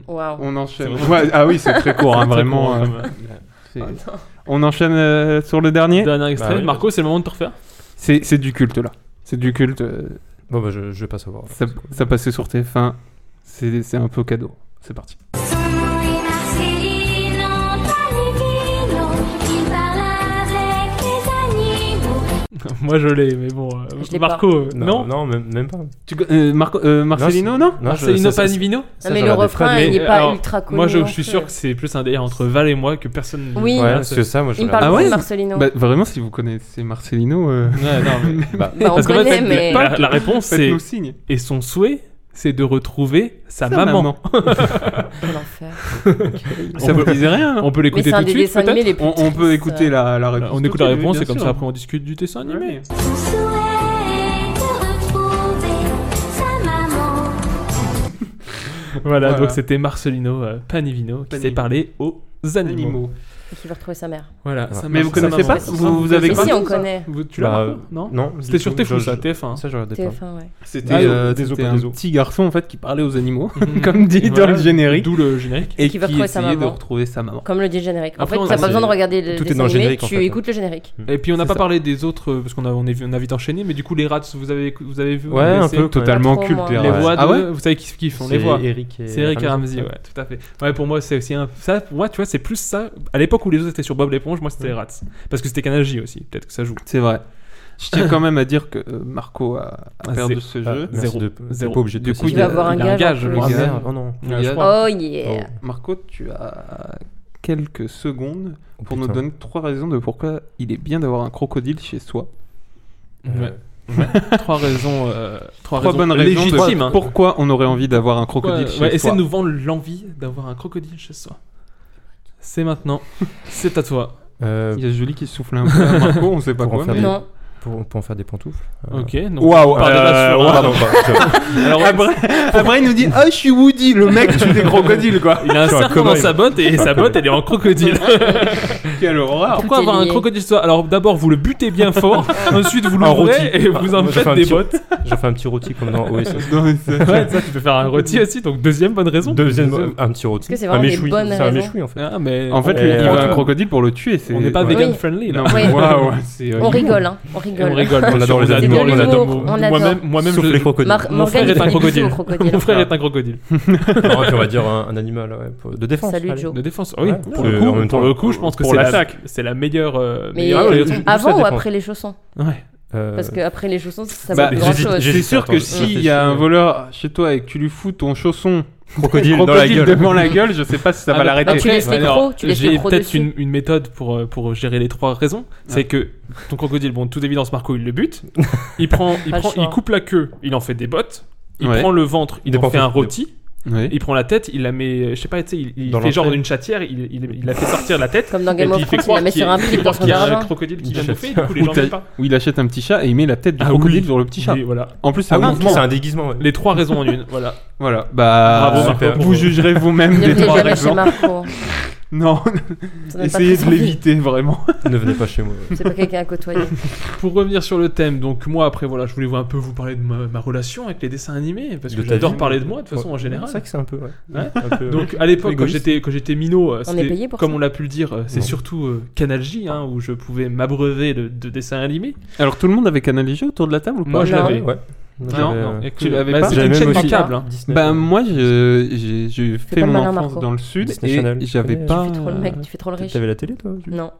Speaker 9: Waouh.
Speaker 8: On enchaîne.
Speaker 7: C'est vrai.
Speaker 8: Ouais, ah oui, c'est très court, hein,
Speaker 7: Très
Speaker 8: vraiment.
Speaker 9: Oh.
Speaker 7: court,
Speaker 8: euh,
Speaker 7: quand même.
Speaker 8: c'est- on enchaîne euh, sur le dernier
Speaker 7: Dernier extrait.
Speaker 5: oui.
Speaker 7: Marco, c'est le moment de te refaire.
Speaker 8: C'est c'est du culte, là. C'est du culte. euh,
Speaker 5: Bon, bah, je, je vais pas savoir.
Speaker 8: Ça, ça passait sur TF1. C'est c'est un peu cadeau. C'est parti.
Speaker 10: Oui, Marcelino, Palivino, il parle avec les animaux.
Speaker 7: Moi je l'ai, mais bon. euh,
Speaker 9: Je l'ai
Speaker 7: Marco, euh, non, Ah,
Speaker 5: Non, non, même, même pas.
Speaker 8: Tu co- euh, Marco- euh, Marcelino,
Speaker 5: c'est-
Speaker 8: non,
Speaker 5: non, je-
Speaker 7: Marcelino
Speaker 5: ça, ça,
Speaker 7: Panivino
Speaker 5: Ça,
Speaker 9: mais
Speaker 5: j'en
Speaker 9: le
Speaker 5: avais
Speaker 9: refrain,
Speaker 5: pas de-
Speaker 9: il
Speaker 7: mais-
Speaker 9: est pas
Speaker 7: alors,
Speaker 9: ultra connu.
Speaker 7: Moi je,
Speaker 9: hein.
Speaker 7: je suis sûr que c'est plus un délire entre Val et moi que personne.
Speaker 9: Oui.
Speaker 5: Ouais,
Speaker 7: Voilà,
Speaker 5: parce que ça, moi, je
Speaker 9: Il me parle
Speaker 8: Ah
Speaker 9: beaucoup
Speaker 8: ouais
Speaker 9: de Marcelino.
Speaker 8: Bah, Vraiment, si vous connaissez Marcelino, euh,
Speaker 7: Ouais, non, mais-
Speaker 9: Bah, on
Speaker 7: Parce qu'en fait,
Speaker 9: connaît,
Speaker 7: la-
Speaker 9: mais.
Speaker 7: la, la réponse c'est.
Speaker 8: faites-nous signe.
Speaker 7: Et son souhait, c'est de retrouver sa,
Speaker 8: Sa
Speaker 7: maman.
Speaker 8: maman.
Speaker 9: Quel enfer.
Speaker 8: Ça vous disait rien hein
Speaker 7: On peut
Speaker 9: Mais
Speaker 7: l'écouter
Speaker 9: c'est
Speaker 7: tout
Speaker 9: un
Speaker 7: de
Speaker 9: des
Speaker 7: suite,
Speaker 9: dessins animés
Speaker 7: peut-être
Speaker 9: les plus.
Speaker 8: on, on peut
Speaker 9: tristes.
Speaker 8: écouter la, la réponse.
Speaker 7: Euh, On écoute
Speaker 8: tout
Speaker 7: la
Speaker 8: de suite,
Speaker 7: réponse
Speaker 8: bien
Speaker 7: et comme
Speaker 8: sûr.
Speaker 7: ça après on discute du dessin animé.
Speaker 8: Ouais.
Speaker 10: Son souhait est de retrouver sa maman.
Speaker 7: Voilà,
Speaker 8: Voilà.
Speaker 7: donc c'était Marcelino euh, Panivino qui s'est
Speaker 8: Panivino.
Speaker 7: parlé aux animaux.
Speaker 8: Animaux.
Speaker 9: Et qui veut retrouver sa mère.
Speaker 7: Voilà,
Speaker 5: Ouais.
Speaker 7: ça
Speaker 8: Mais
Speaker 7: m'a-
Speaker 8: vous
Speaker 7: ça m'a
Speaker 8: connaissez pas
Speaker 7: marqué.
Speaker 8: Vous, vous avez
Speaker 9: Mais
Speaker 8: pas
Speaker 9: si,
Speaker 8: vu
Speaker 9: on connaît.
Speaker 7: Vous- Tu l'as
Speaker 5: Bah,
Speaker 7: Marco Non
Speaker 5: Non, du
Speaker 7: C'était sur
Speaker 5: tout,
Speaker 7: TF1,
Speaker 5: je-
Speaker 7: ça, TF1.
Speaker 5: Ça, je regardais pas.
Speaker 9: TF1, ouais.
Speaker 8: C'était
Speaker 7: Ah,
Speaker 8: euh,
Speaker 5: des eaux,
Speaker 8: c'était
Speaker 5: pas
Speaker 8: un
Speaker 5: des eaux.
Speaker 8: petit garçon en fait qui parlait aux animaux,
Speaker 7: Mhm.
Speaker 8: comme dit dans
Speaker 7: Voilà.
Speaker 8: le générique,
Speaker 7: D'où le générique.
Speaker 8: et
Speaker 9: Qui
Speaker 8: qui,
Speaker 9: va retrouver sa
Speaker 8: essayait de
Speaker 9: maman.
Speaker 8: retrouver sa maman.
Speaker 9: Comme le dit le générique. En
Speaker 7: Après,
Speaker 9: fait,
Speaker 7: on
Speaker 9: t'as
Speaker 7: a-
Speaker 9: pas besoin de regarder le
Speaker 5: tout est
Speaker 9: dessin
Speaker 5: dans le
Speaker 9: animé,
Speaker 5: générique, en
Speaker 9: tu
Speaker 5: fait,
Speaker 9: écoutes le générique.
Speaker 7: Et puis on n'a
Speaker 8: C'est
Speaker 7: pas
Speaker 8: ça.
Speaker 7: parlé des autres euh, parce qu'on a on, est vu- on a vite enchaîné, mais du coup les rats, vous avez vous avez vu
Speaker 5: Ouais,
Speaker 7: vous
Speaker 5: un
Speaker 7: laissez-
Speaker 5: peu.
Speaker 8: Totalement
Speaker 9: Pas trop,
Speaker 8: culte.
Speaker 9: moi.
Speaker 8: les
Speaker 7: Les
Speaker 8: rats.
Speaker 7: voix
Speaker 8: ah
Speaker 7: de-
Speaker 8: ouais
Speaker 7: vous savez qui qui font les
Speaker 5: C'est
Speaker 7: voix.
Speaker 5: Eric et
Speaker 7: C'est Eric et Ramsey,
Speaker 5: ouais.
Speaker 7: ouais, tout à fait. Ouais, pour moi, c'est aussi un. Ça, pour moi, tu vois, c'est plus ça. À l'époque où les autres étaient sur Bob l'éponge, moi, c'était les Rats. Parce que c'était Canal J aussi, peut-être que ça joue.
Speaker 8: C'est vrai. Je tiens quand même à dire que euh, Marco a, a
Speaker 7: Ah,
Speaker 8: perdu ce
Speaker 7: c'est-
Speaker 5: Ah,
Speaker 8: jeu.
Speaker 5: merci
Speaker 7: Zéro.
Speaker 5: de- t'es
Speaker 7: Zéro.
Speaker 5: pas obligé de
Speaker 8: Du
Speaker 5: le
Speaker 8: coup,
Speaker 5: signer.
Speaker 9: Il va avoir un
Speaker 7: il a un
Speaker 9: gage.
Speaker 7: gage,
Speaker 9: en
Speaker 7: le
Speaker 5: Ah
Speaker 9: plus.
Speaker 8: gars.
Speaker 5: merde, oh non.
Speaker 8: Il y
Speaker 7: Ouais,
Speaker 8: a-
Speaker 7: je crois.
Speaker 9: Oh yeah.
Speaker 8: Marco, tu as quelques secondes
Speaker 5: Oh,
Speaker 8: pour nous
Speaker 5: putain.
Speaker 8: donner trois raisons de pourquoi il est bien d'avoir un crocodile chez soi.
Speaker 7: Ouais. trois raisons. euh, trois
Speaker 8: Trois
Speaker 7: raisons
Speaker 8: bonnes raisons de
Speaker 7: légitimes. hein.
Speaker 8: pourquoi on aurait envie d'avoir un
Speaker 7: Pourquoi-
Speaker 8: crocodile
Speaker 7: ouais,
Speaker 8: chez
Speaker 7: Essaie
Speaker 8: soi.
Speaker 7: de nous vendre l'envie d'avoir un crocodile chez soi. C'est maintenant. C'est à toi.
Speaker 5: Euh,
Speaker 8: Il y a Julie qui souffle un peu à Marco, on sait pas
Speaker 5: Pour en
Speaker 8: quoi.
Speaker 5: faire
Speaker 8: mais-
Speaker 5: des-
Speaker 9: Non.
Speaker 5: pour, pour en faire des pantoufles. euh,
Speaker 7: Ok. donc
Speaker 8: Waouh,
Speaker 7: on parle de la
Speaker 8: euh,
Speaker 7: sueur.
Speaker 8: pardon, Alors, après, après, il nous dit Ah, je suis Woody, le mec tue des crocodiles, quoi.
Speaker 7: Il a un
Speaker 5: Je suis un
Speaker 7: serpent dans
Speaker 5: cowboy.
Speaker 7: sa botte et sa botte, elle est en crocodile.
Speaker 8: Quelle horreur
Speaker 7: Pourquoi
Speaker 9: Tout est
Speaker 7: avoir un
Speaker 9: lié.
Speaker 7: crocodile chez soi Alors d'abord, vous le butez bien fort. ensuite, vous l'ouvrez et vous en
Speaker 5: Moi, je fais
Speaker 7: faites
Speaker 5: un
Speaker 7: des
Speaker 5: petit-
Speaker 7: bottes.
Speaker 5: J'en fais un petit rôti comme dans OSS.
Speaker 8: Non, mais c'est-
Speaker 7: Ouais, ça, tu peux faire un rôti aussi. Donc deuxième bonne raison.
Speaker 5: Deuxième, un petit rôti.
Speaker 9: Est-ce que c'est
Speaker 5: Un
Speaker 9: vraiment des
Speaker 5: méchoui.
Speaker 9: bonnes
Speaker 5: C'est un
Speaker 9: raisons
Speaker 5: méchoui en fait.
Speaker 7: Ah, mais
Speaker 8: En fait,
Speaker 5: Et
Speaker 8: lui, il
Speaker 5: on-
Speaker 8: va un crocodile pour le tuer. c'est-
Speaker 7: euh, on n'est pas
Speaker 8: ouais.
Speaker 7: vegan
Speaker 9: Oui.
Speaker 7: friendly là.
Speaker 8: Non,
Speaker 9: Ouais.
Speaker 8: waouh, c'est euh,
Speaker 9: On
Speaker 8: horrible.
Speaker 9: rigole, hein. On
Speaker 7: Euh, Et on
Speaker 9: rigole.
Speaker 7: rigole.
Speaker 5: On adore les
Speaker 9: animaux, on adore. On adore.
Speaker 7: Moi-même, moi-même,
Speaker 5: Sauf
Speaker 7: je-
Speaker 5: les crocodiles.
Speaker 9: Mar-
Speaker 7: mon frère est un
Speaker 9: Morgane, il fait des
Speaker 7: crocodile.
Speaker 9: bisous aux crocodiles.
Speaker 7: Mon frère est un crocodile.
Speaker 5: Non, et puis on va dire un, un animal ouais, pour- de défense.
Speaker 9: Salut,
Speaker 5: allez.
Speaker 9: Joe.
Speaker 7: De défense. Oui.
Speaker 5: Ouais,
Speaker 7: pour
Speaker 5: euh,
Speaker 7: le coup,
Speaker 5: en même
Speaker 7: pour
Speaker 5: temps,
Speaker 7: le coup, je pense que
Speaker 5: pour
Speaker 7: c'est la,
Speaker 5: l'attaque.
Speaker 7: c'est la meilleure. euh,
Speaker 9: Mais
Speaker 7: meilleure-
Speaker 5: euh,
Speaker 7: meilleure-
Speaker 5: tout ça
Speaker 9: avant ou
Speaker 5: dépend.
Speaker 9: après les chaussons
Speaker 7: Ouais.
Speaker 5: Euh,
Speaker 9: Parce que après les chaussons, ça
Speaker 8: Bah,
Speaker 9: vaut grand
Speaker 5: j'hésite-
Speaker 9: chose.
Speaker 5: j'hésite.
Speaker 8: C'est sûr
Speaker 5: Attends,
Speaker 8: que
Speaker 5: je-
Speaker 8: s'il
Speaker 5: je-
Speaker 8: y a un
Speaker 5: je-
Speaker 8: voleur chez toi et que tu lui fous ton chausson
Speaker 5: crocodile, dans la
Speaker 8: crocodile
Speaker 5: gueule.
Speaker 8: devant la gueule, je sais pas si ça
Speaker 7: Ah,
Speaker 8: va
Speaker 7: mais-
Speaker 9: Bah, tu
Speaker 8: l'arrêter.
Speaker 9: laisses les
Speaker 7: Alors,
Speaker 9: crocs, tu laisses les
Speaker 7: J'ai
Speaker 9: crocs
Speaker 7: peut-être
Speaker 9: dessus. Ah.
Speaker 7: une, une méthode pour, euh, pour gérer les trois raisons. C'est que ton crocodile, bon, tout évidence, Marco, il le bute. Il prend, il,
Speaker 9: Pas le
Speaker 7: prend,
Speaker 9: choix.
Speaker 7: il coupe la queue, il en fait des bottes. Il
Speaker 8: Ouais.
Speaker 7: prend le ventre, il,
Speaker 5: Il
Speaker 7: en fait
Speaker 5: dépense-
Speaker 7: un rôti.
Speaker 8: Oui.
Speaker 7: Il prend la tête, il la met, euh, je sais pas, tu sais, il, il
Speaker 5: Dans
Speaker 7: fait genre
Speaker 5: l'entrée.
Speaker 7: une chatière, il, il, il la fait sortir la tête.
Speaker 9: Comme dans
Speaker 7: et
Speaker 9: Game
Speaker 7: puis
Speaker 9: of
Speaker 7: il fait
Speaker 9: Thrones, il la
Speaker 7: croire
Speaker 9: met
Speaker 7: qu'il y
Speaker 9: sur
Speaker 7: a-
Speaker 9: un
Speaker 7: il
Speaker 9: plic
Speaker 7: fait
Speaker 9: dans
Speaker 7: croire
Speaker 9: son
Speaker 7: qu'il y a un
Speaker 9: jardin.
Speaker 7: crocodile qui
Speaker 5: Une
Speaker 7: vient de bouffer, et du coup les
Speaker 8: Ou
Speaker 7: gens
Speaker 8: t'as-
Speaker 7: veulent pas.
Speaker 8: Où il achète un petit chat et il met la tête du
Speaker 7: Ah
Speaker 8: crocodile
Speaker 7: oui.
Speaker 8: sur le petit chat.
Speaker 7: Oui, voilà.
Speaker 8: En plus, c'est
Speaker 5: Ah
Speaker 8: un
Speaker 5: oui,
Speaker 8: mouvement.
Speaker 5: c'est un déguisement. ouais.
Speaker 7: Les trois raisons en une, voilà.
Speaker 8: Voilà, bah.
Speaker 7: Bravo, Marco, pour-
Speaker 8: Vous jugerez vous-même
Speaker 9: Ne
Speaker 8: des
Speaker 9: venez
Speaker 8: trois
Speaker 9: jamais chez
Speaker 8: raisons.
Speaker 9: Marco.
Speaker 8: Non,
Speaker 9: Ça donne pas
Speaker 8: essayez
Speaker 9: très
Speaker 8: de
Speaker 9: envie.
Speaker 8: l'éviter vraiment.
Speaker 5: Ne venez pas chez moi.
Speaker 9: C'est pas quelqu'un à côtoyer.
Speaker 7: Pour revenir sur le thème, donc moi après voilà, je voulais voir un peu vous parler de ma, ma relation avec les dessins animés parce que
Speaker 5: De ta
Speaker 7: j'adore
Speaker 5: vie.
Speaker 7: parler de moi de toute façon
Speaker 5: Ouais.
Speaker 7: en général.
Speaker 5: C'est vrai que c'est un peu. ouais.
Speaker 7: Ouais.
Speaker 5: Un peu,
Speaker 7: Donc à l'époque quand
Speaker 5: égoïste.
Speaker 7: j'étais quand j'étais minot, euh,
Speaker 9: On est
Speaker 7: c'était-
Speaker 9: payé pour
Speaker 7: comme
Speaker 9: ça
Speaker 7: on l'a pu le dire, euh, c'est
Speaker 5: Non.
Speaker 7: surtout euh, Canal J hein, où je pouvais m'abreuver de, de dessins animés.
Speaker 8: Alors, tout le monde avait canalisé autour de la table ou pas
Speaker 7: Moi je
Speaker 9: Non.
Speaker 7: l'avais.
Speaker 5: ouais.
Speaker 7: Non,
Speaker 8: J'avais-
Speaker 7: non,
Speaker 8: euh,
Speaker 7: et que-
Speaker 8: tu l'avais
Speaker 7: bah,
Speaker 8: pas
Speaker 7: C'était une
Speaker 5: J'avais
Speaker 7: chaîne
Speaker 5: même
Speaker 7: du
Speaker 5: aussi-
Speaker 7: câble. hein.
Speaker 5: Disney,
Speaker 8: Bah
Speaker 5: euh,
Speaker 8: moi je- j'ai j'ai fait
Speaker 9: pas le
Speaker 8: mon
Speaker 9: malin,
Speaker 8: enfance
Speaker 9: Marco.
Speaker 8: dans le sud
Speaker 5: Disney
Speaker 8: et
Speaker 5: Channel, tu
Speaker 8: j'avais
Speaker 5: connais,
Speaker 8: pas
Speaker 9: Tu fais
Speaker 7: Ah.
Speaker 9: trop le mec, tu fais trop le riche.
Speaker 5: T'avais la télé toi Jules
Speaker 9: Non.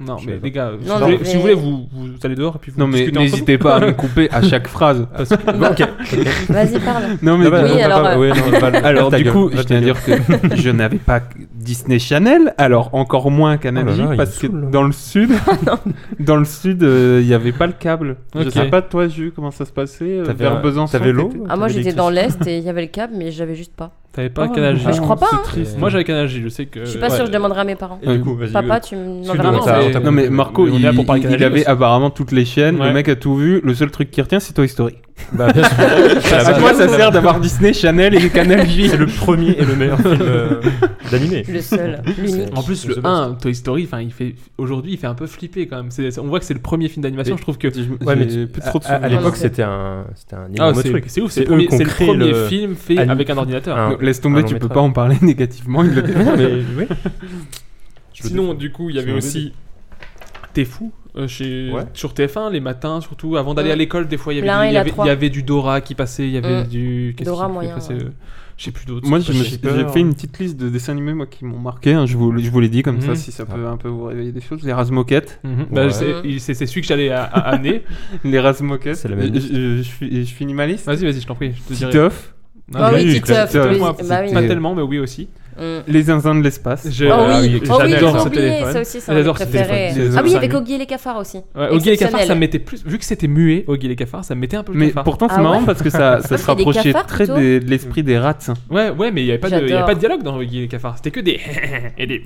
Speaker 7: Non,
Speaker 5: Je
Speaker 7: mais
Speaker 5: savais
Speaker 7: les gars, si,
Speaker 9: Non,
Speaker 7: vous voulez,
Speaker 9: mais-
Speaker 7: si vous voulez, vous, vous allez dehors et puis vous
Speaker 8: Non mais
Speaker 7: discutez entre
Speaker 8: n'hésitez pas à me couper à chaque phrase.
Speaker 7: vous. Parce que-
Speaker 9: Non. Vas-y, parle.
Speaker 8: Ah, Non mais
Speaker 5: Ah bah,
Speaker 9: Oui,
Speaker 5: non, bah,
Speaker 9: alors,
Speaker 5: bah,
Speaker 9: euh,
Speaker 5: ouais, non, bah, bah,
Speaker 8: alors
Speaker 5: ta
Speaker 8: du
Speaker 5: gueule,
Speaker 8: coup,
Speaker 5: bah,
Speaker 8: je
Speaker 5: ta
Speaker 8: tiens à
Speaker 5: gueule.
Speaker 8: dire que je n'avais pas Disney Channel, alors encore moins Canal
Speaker 5: Oh là
Speaker 8: J,
Speaker 5: là, il
Speaker 8: parce
Speaker 5: me
Speaker 8: que
Speaker 5: saoule.
Speaker 8: dans le sud,
Speaker 9: Ah
Speaker 8: dans le sud, euh, il y avait pas le câble. Je
Speaker 7: Ok.
Speaker 8: sais pas toi, Ju, comment ça se passait euh,
Speaker 5: T'avais
Speaker 8: vers
Speaker 5: un-
Speaker 8: Besançon.
Speaker 5: T'avais l'eau
Speaker 8: t'étais-
Speaker 9: Ah, moi
Speaker 5: T'avais
Speaker 9: j'étais dans
Speaker 5: l'électricité
Speaker 9: l'Est et il y avait le câble, mais j'avais juste pas.
Speaker 7: T'avais pas
Speaker 8: Ah,
Speaker 7: Canal J.
Speaker 9: mais je crois pas, hein.
Speaker 8: triste.
Speaker 7: Moi j'avais Canal J, je sais que.
Speaker 9: Je suis pas sûr, je demanderai à mes parents.
Speaker 5: Et du coup, vas-y.
Speaker 9: Papa, tu
Speaker 7: Non,
Speaker 9: m'enverras
Speaker 7: non,
Speaker 9: un
Speaker 5: ça-
Speaker 9: message.
Speaker 7: mais-
Speaker 5: t'as-
Speaker 8: Non mais Marco,
Speaker 7: on est
Speaker 8: il,
Speaker 7: là pour parler
Speaker 8: il-
Speaker 7: Canal
Speaker 8: il
Speaker 7: J
Speaker 8: avait
Speaker 7: aussi.
Speaker 8: apparemment toutes les chaînes.
Speaker 7: Ouais.
Speaker 8: Le mec a tout vu. Le seul truc qui retient, c'est Toy Story.
Speaker 5: Bah, bien sûr.
Speaker 8: À quoi ça sert d'avoir Disney Channel et Canal J
Speaker 5: C'est le premier et le meilleur film euh, d'animé.
Speaker 9: Le seul, l'unique.
Speaker 7: En plus,
Speaker 5: The
Speaker 7: le
Speaker 5: Best.
Speaker 7: 1, Toy Story, enfin, il fait aujourd'hui, il fait un peu flipper quand même. C'est- On voit que c'est le premier film d'animation.
Speaker 5: Mais-
Speaker 7: Je trouve que
Speaker 5: Ouais, mais
Speaker 8: J'ai
Speaker 5: tu-
Speaker 8: plus
Speaker 5: à-
Speaker 8: trop de
Speaker 5: à, à
Speaker 8: souvenirs.
Speaker 5: l'époque,
Speaker 9: Ouais.
Speaker 5: c'était un, c'était un
Speaker 7: Ah,
Speaker 5: énorme
Speaker 7: c'est
Speaker 5: truc.
Speaker 7: c'est ouf.
Speaker 5: C'est
Speaker 7: C'est le
Speaker 5: eux
Speaker 7: premier,
Speaker 5: qui ont
Speaker 7: c'est le
Speaker 5: créé
Speaker 7: premier
Speaker 5: le-
Speaker 7: film fait
Speaker 5: Anime.
Speaker 7: avec un ordinateur.
Speaker 5: Un-
Speaker 8: Non, laisse
Speaker 5: un
Speaker 8: tomber,
Speaker 5: long
Speaker 8: tu peux
Speaker 5: métrage.
Speaker 8: pas en parler négativement. Il le
Speaker 5: Mais non, mais oui.
Speaker 7: Sinon, du coup, il y
Speaker 5: Je
Speaker 7: avait
Speaker 5: me
Speaker 7: aussi. T'es fou Euh, chez-
Speaker 5: Ouais.
Speaker 7: Sur TF1, les matins, surtout, avant d'aller
Speaker 9: Mm.
Speaker 7: à l'école, des fois, il y
Speaker 9: L'un
Speaker 7: avait du-
Speaker 9: et
Speaker 7: il y
Speaker 9: la
Speaker 7: avait-
Speaker 9: trois.
Speaker 7: il y avait du Dora qui passait, il y avait
Speaker 9: Mm.
Speaker 7: du. qu'est-ce
Speaker 9: Dora
Speaker 7: qui pouvait
Speaker 9: moyen,
Speaker 7: passer,
Speaker 9: ouais.
Speaker 7: euh, Je sais plus d'autres.
Speaker 8: Moi, je
Speaker 7: c'est
Speaker 8: me
Speaker 7: pas
Speaker 8: suis-
Speaker 7: Shakespeare.
Speaker 8: j'ai fait une petite liste de dessins animés moi qui m'ont marqué. hein, je vous, le- je vous l'ai dit comme ça,
Speaker 7: Mhm.
Speaker 8: si ça peut un peu vous réveiller des choses. Les Razmoquettes.
Speaker 7: Mhm. Bah,
Speaker 5: Ouais.
Speaker 7: c'est il- c'est- c'est celui que j'allais à- à- amener.
Speaker 8: Les Razmoquettes.
Speaker 5: C'est la
Speaker 8: Je,
Speaker 5: même liste.
Speaker 8: je- je fi- je finis ma liste.
Speaker 7: Vas-y, vas-y, je t'en prie. Je te dirai.
Speaker 8: Titoff.
Speaker 7: Non,
Speaker 9: Ah
Speaker 7: mais-
Speaker 9: oui,
Speaker 8: oui,
Speaker 9: Titeuf.
Speaker 8: Titeuf.
Speaker 9: oui,
Speaker 7: Moi,
Speaker 9: bah oui.
Speaker 7: Pas tellement, mais oui aussi.
Speaker 9: Mm.
Speaker 8: Les Zinzins de l'espace.
Speaker 7: Je-
Speaker 9: Oh
Speaker 7: ah
Speaker 9: oui,
Speaker 7: oui,
Speaker 9: oh oui,
Speaker 7: j'adore
Speaker 9: j'ai
Speaker 7: ce
Speaker 9: oublié,
Speaker 7: téléphone.
Speaker 9: ça aussi, c'est un de mes
Speaker 7: J'adore ce téléphone.
Speaker 9: préférés.
Speaker 8: J'adore
Speaker 9: Ah oui,
Speaker 8: ça,
Speaker 9: avec
Speaker 7: lui.
Speaker 9: Oggy et les cafards aussi.
Speaker 7: Ouais, Oggy et les cafards, ça
Speaker 9: Exceptionnel.
Speaker 7: me mettait plus. Vu que c'était muet, Oggy et les cafards, ça me mettait un peu le
Speaker 8: Mais
Speaker 7: cafard.
Speaker 8: pourtant, c'est
Speaker 9: Ah
Speaker 8: marrant
Speaker 9: ouais.
Speaker 8: parce que ça, ça se
Speaker 9: Parce qu'il y a des
Speaker 8: rapprochait
Speaker 9: cafards,
Speaker 8: très
Speaker 9: plutôt.
Speaker 8: des- de l'esprit des rats.
Speaker 7: Ouais, ouais, mais il n'y avait, pas de- il y avait
Speaker 9: J'adore.
Speaker 7: pas de dialogue dans Oggy et les cafards. C'était que des. et des.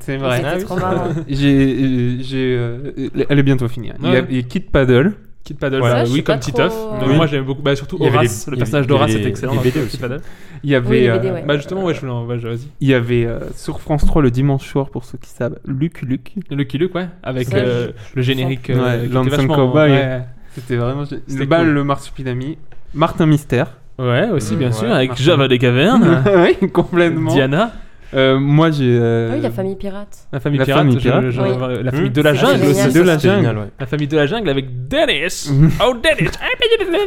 Speaker 8: C'est
Speaker 9: C'était trop marrant.
Speaker 8: J'ai, j'ai, euh, elle est bientôt finie. hein. Il, y a,
Speaker 7: Ouais.
Speaker 8: il y a Kid Paddle.
Speaker 7: Kid Paddle,
Speaker 9: Ça,
Speaker 7: bah
Speaker 9: je
Speaker 7: oui,
Speaker 9: sais
Speaker 7: comme
Speaker 9: pas
Speaker 7: Titeuf.
Speaker 9: trop.
Speaker 7: Mais
Speaker 8: Oui.
Speaker 7: Moi, j'aimais beaucoup. Bah, surtout
Speaker 5: Il y avait
Speaker 7: Horace,
Speaker 5: les-
Speaker 7: le
Speaker 5: il y
Speaker 7: personnage
Speaker 5: avait
Speaker 7: d'Horace,
Speaker 5: les-
Speaker 7: c'était excellent.
Speaker 5: les
Speaker 7: dans
Speaker 5: BD
Speaker 7: Kid
Speaker 5: aussi.
Speaker 7: Paddle.
Speaker 8: Il y
Speaker 9: Oui,
Speaker 8: avait,
Speaker 9: les BD,
Speaker 8: euh,
Speaker 9: ouais.
Speaker 7: Bah, justement, ouais, je voulais en. ouais, Vas-y.
Speaker 8: il y avait euh, sur France 3 le dimanche soir pour ceux qui savent Lucky Luke.
Speaker 7: Le Lucky Luke, ouais, avec
Speaker 9: Ça,
Speaker 7: euh, le générique. euh,
Speaker 8: Ouais,
Speaker 7: qui était
Speaker 8: Lonesome
Speaker 7: vachement-
Speaker 8: Cowboy.
Speaker 7: Ouais,
Speaker 8: C'était vraiment gé-
Speaker 7: C'était
Speaker 8: le bal,
Speaker 7: cool.
Speaker 8: le marsupilami, Martin Mystère.
Speaker 7: Ouais, aussi,
Speaker 5: Mm,
Speaker 7: bien
Speaker 5: ouais,
Speaker 7: sûr, avec
Speaker 8: Martin.
Speaker 7: Java des cavernes,
Speaker 8: oui, complètement.
Speaker 7: Diana,
Speaker 8: Euh, moi j'ai euh,
Speaker 9: Ah oui, la famille pirate.
Speaker 7: la famille
Speaker 8: La
Speaker 7: pirate,
Speaker 8: famille
Speaker 7: je-
Speaker 8: pirate.
Speaker 7: je-
Speaker 9: Oui.
Speaker 7: la famille
Speaker 5: Mm.
Speaker 7: de la
Speaker 9: C'est
Speaker 7: jungle
Speaker 9: génial.
Speaker 7: aussi.
Speaker 8: de la
Speaker 5: C'est génial,
Speaker 8: jungle.
Speaker 5: ouais.
Speaker 7: La famille de la jungle avec Dennis.
Speaker 8: Mm.
Speaker 7: Oh, Dennis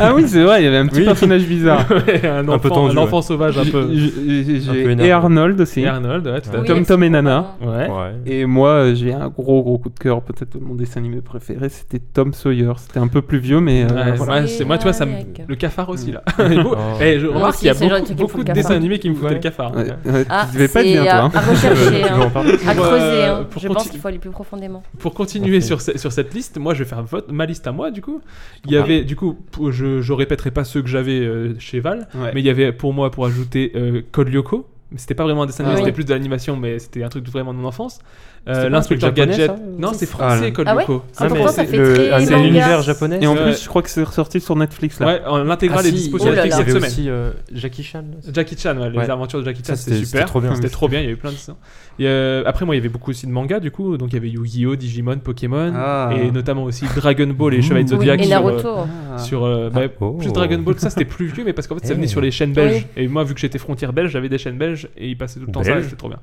Speaker 8: Ah oui, c'est vrai, il y avait un petit personnage bizarre.
Speaker 7: Ouais, un, enfant,
Speaker 5: Un peu tendu,
Speaker 7: un enfant sauvage, un peu.
Speaker 8: J'ai- j'ai-
Speaker 5: Un peu
Speaker 8: j'ai-
Speaker 5: énervé.
Speaker 8: et Arnold aussi.
Speaker 7: Et Arnold, ouais, tout à
Speaker 9: bah,
Speaker 5: Oui.
Speaker 7: fait.
Speaker 8: Tom, Tom et Nana.
Speaker 7: Ouais.
Speaker 5: Ouais.
Speaker 8: Et moi, euh, j'ai un gros gros coup de cœur. Peut-être mon dessin animé préféré, c'était Tom Sawyer. C'était un peu plus vieux, mais euh,
Speaker 7: Ouais,
Speaker 8: voilà.
Speaker 7: ouais, c'est moi, tu vois, ça me...
Speaker 9: Avec.
Speaker 7: le cafard aussi là. Il est beau.
Speaker 5: Oh.
Speaker 7: Eh, je
Speaker 9: Moi
Speaker 7: remarque
Speaker 9: aussi,
Speaker 7: qu'il y a
Speaker 9: c'est le genre
Speaker 7: beaucoup,
Speaker 9: de truc qui me
Speaker 7: beaucoup
Speaker 9: fout
Speaker 7: de
Speaker 9: le
Speaker 7: dessins
Speaker 9: cafard.
Speaker 7: animés qui me foutaient
Speaker 8: Ouais.
Speaker 7: le cafard.
Speaker 8: Ouais, ouais,
Speaker 9: Ah,
Speaker 8: tu devais pas être
Speaker 9: c'est
Speaker 8: bien,
Speaker 9: à,
Speaker 8: toi. hein.
Speaker 9: à rechercher,
Speaker 5: Tu veux en
Speaker 9: hein.
Speaker 5: parler
Speaker 9: à
Speaker 7: Pour, euh,
Speaker 9: creuser. hein.
Speaker 7: pour
Speaker 9: Je pense
Speaker 7: continuer-
Speaker 9: qu'il faut aller plus profondément.
Speaker 7: Pour continuer
Speaker 5: Merci.
Speaker 7: sur, ce- sur cette liste, moi je vais faire vote, ma liste à moi du coup. Il y
Speaker 8: Ah.
Speaker 7: avait, du coup, p- je, je répéterai pas ceux que j'avais euh, chez Val,
Speaker 8: Ouais.
Speaker 7: mais il y avait pour moi, pour ajouter euh, Code Lyoko. Mais C'était pas vraiment un dessin animé,
Speaker 9: Ah oui.
Speaker 7: c'était plus de l'animation, mais c'était un truc de vraiment de mon enfance. Euh,
Speaker 8: C'était pas un
Speaker 7: L'inspecteur
Speaker 8: truc japonais,
Speaker 7: Gadget.
Speaker 8: ça
Speaker 7: non, c'est
Speaker 8: Ah,
Speaker 7: français,
Speaker 8: là.
Speaker 7: Code
Speaker 9: Ah ouais
Speaker 7: Lyoko.
Speaker 9: Ah,
Speaker 5: Non, mais
Speaker 9: pourtant, ça
Speaker 5: c'est
Speaker 9: fait
Speaker 5: le-
Speaker 9: très
Speaker 5: ah, c'est
Speaker 9: manga.
Speaker 5: l'univers japonais.
Speaker 8: Et en
Speaker 7: c'est-
Speaker 8: plus, je crois que c'est ressorti sur Netflix là.
Speaker 7: Ouais, en- l'intégrale
Speaker 5: Ah,
Speaker 7: est
Speaker 5: si,
Speaker 7: disponible
Speaker 9: oh là
Speaker 7: sur Netflix
Speaker 9: là.
Speaker 7: cette
Speaker 5: Il y avait
Speaker 7: semaine.
Speaker 5: aussi euh, Jackie Chan. là, c'est-
Speaker 7: Jackie Chan, ouais, les
Speaker 5: Ouais.
Speaker 7: aventures de Jackie Chan,
Speaker 5: Ça,
Speaker 7: c'était
Speaker 5: c'était-
Speaker 7: super.
Speaker 5: c'était trop bien.
Speaker 7: C'était trop bien, il y avait plein de ça. Et, euh, après, moi, il y avait beaucoup aussi de mangas, du coup. Donc, il y avait Yu-Gi-Oh!, Digimon, Pokémon.
Speaker 8: Ah.
Speaker 7: Et notamment aussi Dragon Ball et Chevalier de
Speaker 9: Oui,
Speaker 7: Zodiac.
Speaker 9: et
Speaker 7: sur, euh,
Speaker 9: Naruto.
Speaker 8: Ah.
Speaker 7: sur euh, bah,
Speaker 5: Oh.
Speaker 7: plus Dragon Ball que ça c'était plus vieux mais parce qu'en fait ça venait
Speaker 5: Eh.
Speaker 7: sur les chaînes belges et moi vu que j'étais frontière belge j'avais des chaînes belges et ils passaient tout le temps ça
Speaker 5: Belge.
Speaker 7: et c'était trop bien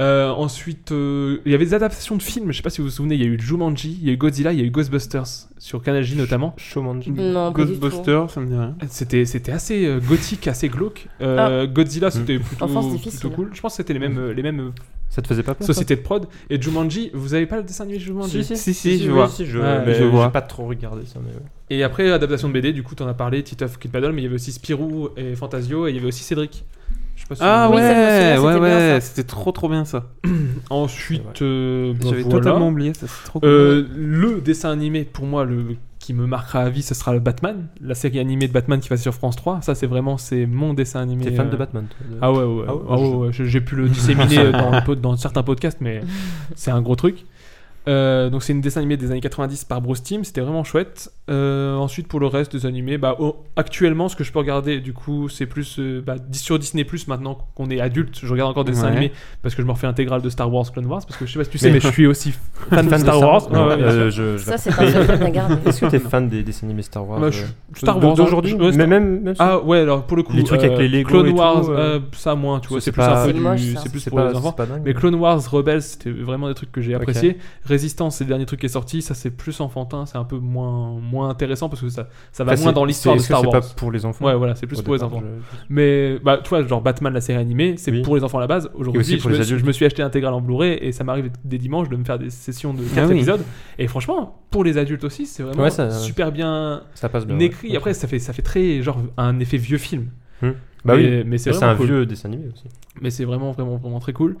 Speaker 7: Euh, ensuite euh, il y avait des adaptations de films je sais pas si vous vous souvenez il y a eu Jumanji il y a eu Godzilla il y a eu Ghostbusters sur Canal J notamment
Speaker 5: Shomanji.
Speaker 9: Non, pas du tout.
Speaker 8: Ghostbusters, ça me dit rien.
Speaker 7: c'était c'était assez euh, gothique assez glauque
Speaker 8: Ah.
Speaker 7: Euh, Godzilla c'était
Speaker 8: Mmh.
Speaker 7: plutôt,
Speaker 9: Enfance
Speaker 7: plutôt
Speaker 8: hein.
Speaker 9: difficile.
Speaker 7: cool je pense que c'était les mêmes euh, les mêmes euh,
Speaker 5: Ça te faisait pas peur toi
Speaker 7: sociétés de prod et Jumanji vous avez pas le dessin animé de Jumanji
Speaker 8: Si, si, je vois.
Speaker 5: Si, je,
Speaker 7: Ouais,
Speaker 5: mais
Speaker 8: je vois.
Speaker 5: J'ai pas trop regardé ça, mais. ouais.
Speaker 7: Et après, adaptation de BD, du coup, t'en as parlé, Titeuf, Kid Paddle, mais il y avait aussi Spirou et Fantasio, et il y avait aussi Cédric. Je sais pas si
Speaker 8: Ah
Speaker 7: vous-
Speaker 9: Oui, ça, je me
Speaker 8: ouais,
Speaker 9: souviens,
Speaker 8: ouais,
Speaker 9: c'était bien,
Speaker 8: ouais,
Speaker 9: ça.
Speaker 8: c'était trop trop bien ça.
Speaker 7: Ensuite, euh, bah,
Speaker 8: J'avais
Speaker 7: voilà.
Speaker 8: totalement oublié ça, c'est trop
Speaker 7: Euh, le dessin animé, pour moi, le qui me marquera à vie, ce sera le Batman, la série animée de Batman qui passe sur France 3. Ça, c'est vraiment, c'est mon dessin animé.
Speaker 5: T'es fan
Speaker 7: euh,
Speaker 5: de Batman, toi de-
Speaker 7: Ah ouais, ouais,
Speaker 5: Ah ouais,
Speaker 7: ah ouais, ouais, je- j'ai pu le disséminer euh, dans, le pod- dans certains podcasts, mais c'est un gros truc. Euh, donc c'est une dessin animée des années 90 par Bruce Timm, c'était vraiment chouette. Euh, ensuite pour le reste des animés, bah, oh, actuellement ce que je peux regarder du coup c'est plus euh, bah, dis- sur Disney Plus maintenant qu'on est adulte, je regarde encore des dessins
Speaker 8: Ouais.
Speaker 7: animés parce que je me refais intégrale de Star Wars Clone Wars parce que je sais pas si tu sais mais, je suis aussi fan de Star Wars.
Speaker 5: Non,
Speaker 7: Ouais, ouais, bien sûr.
Speaker 5: euh, je- je-
Speaker 9: Ça, c'est un secret bien gardé.
Speaker 5: Est-ce que t'es fan des dessins animés Star Wars
Speaker 7: Bah, je-
Speaker 5: euh,
Speaker 7: Star
Speaker 5: d-
Speaker 7: Wars
Speaker 5: d'aujourd'hui
Speaker 7: hein, je- ouais,
Speaker 5: Mais
Speaker 7: Star-
Speaker 5: même, même
Speaker 7: ah ouais alors pour le coup
Speaker 5: Les trucs avec les Lego
Speaker 7: Clone
Speaker 5: et tout,
Speaker 7: Wars
Speaker 5: euh,
Speaker 7: euh, ça moins tu vois
Speaker 5: c'est
Speaker 7: c'est plus
Speaker 5: pas-
Speaker 7: un peu
Speaker 9: C'est moche,
Speaker 7: du-
Speaker 9: ça.
Speaker 7: c'est plus
Speaker 5: c'est
Speaker 7: pour
Speaker 5: pas,
Speaker 7: les enfants
Speaker 5: c'est pas dingue.
Speaker 7: Mais Clone Wars, Rebels, c'était vraiment des trucs que j'ai
Speaker 5: Ok.
Speaker 7: appréciés. Résistance, c'est le dernier truc qui est sorti. Ça, c'est plus enfantin, c'est un peu moins, moins intéressant parce que ça, ça va
Speaker 5: Enfin,
Speaker 7: moins
Speaker 5: c'est-
Speaker 7: dans l'histoire de
Speaker 5: c'est- est-ce que
Speaker 7: Star Wars.
Speaker 5: C'est pas pour les enfants.
Speaker 7: Ouais, voilà, c'est plus
Speaker 5: au
Speaker 7: pour les
Speaker 5: départ,
Speaker 7: enfants.
Speaker 5: je-
Speaker 7: Mais bah, tu vois, genre Batman, la série animée, c'est
Speaker 5: Oui.
Speaker 7: pour les enfants à la base. Aujourd'hui,
Speaker 5: aussi
Speaker 7: je,
Speaker 5: pour les
Speaker 7: me-
Speaker 5: adultes.
Speaker 7: je me suis acheté intégral en Blu-ray et ça m'arrive des dimanches de me faire des sessions de 4
Speaker 8: oui.
Speaker 7: épisodes. Et franchement, pour les adultes aussi, c'est vraiment
Speaker 5: Ah Ouais, ça-
Speaker 7: super bien
Speaker 5: Ça passe bien. ouais.
Speaker 7: écrit. Après, ça fait, ça fait très genre un effet vieux film.
Speaker 5: Bah oui.
Speaker 7: mais, mais c'est
Speaker 5: Mais C'est
Speaker 7: vraiment
Speaker 5: un
Speaker 7: cool.
Speaker 5: vieux dessin animé aussi.
Speaker 7: mais c'est vraiment vraiment vraiment très cool.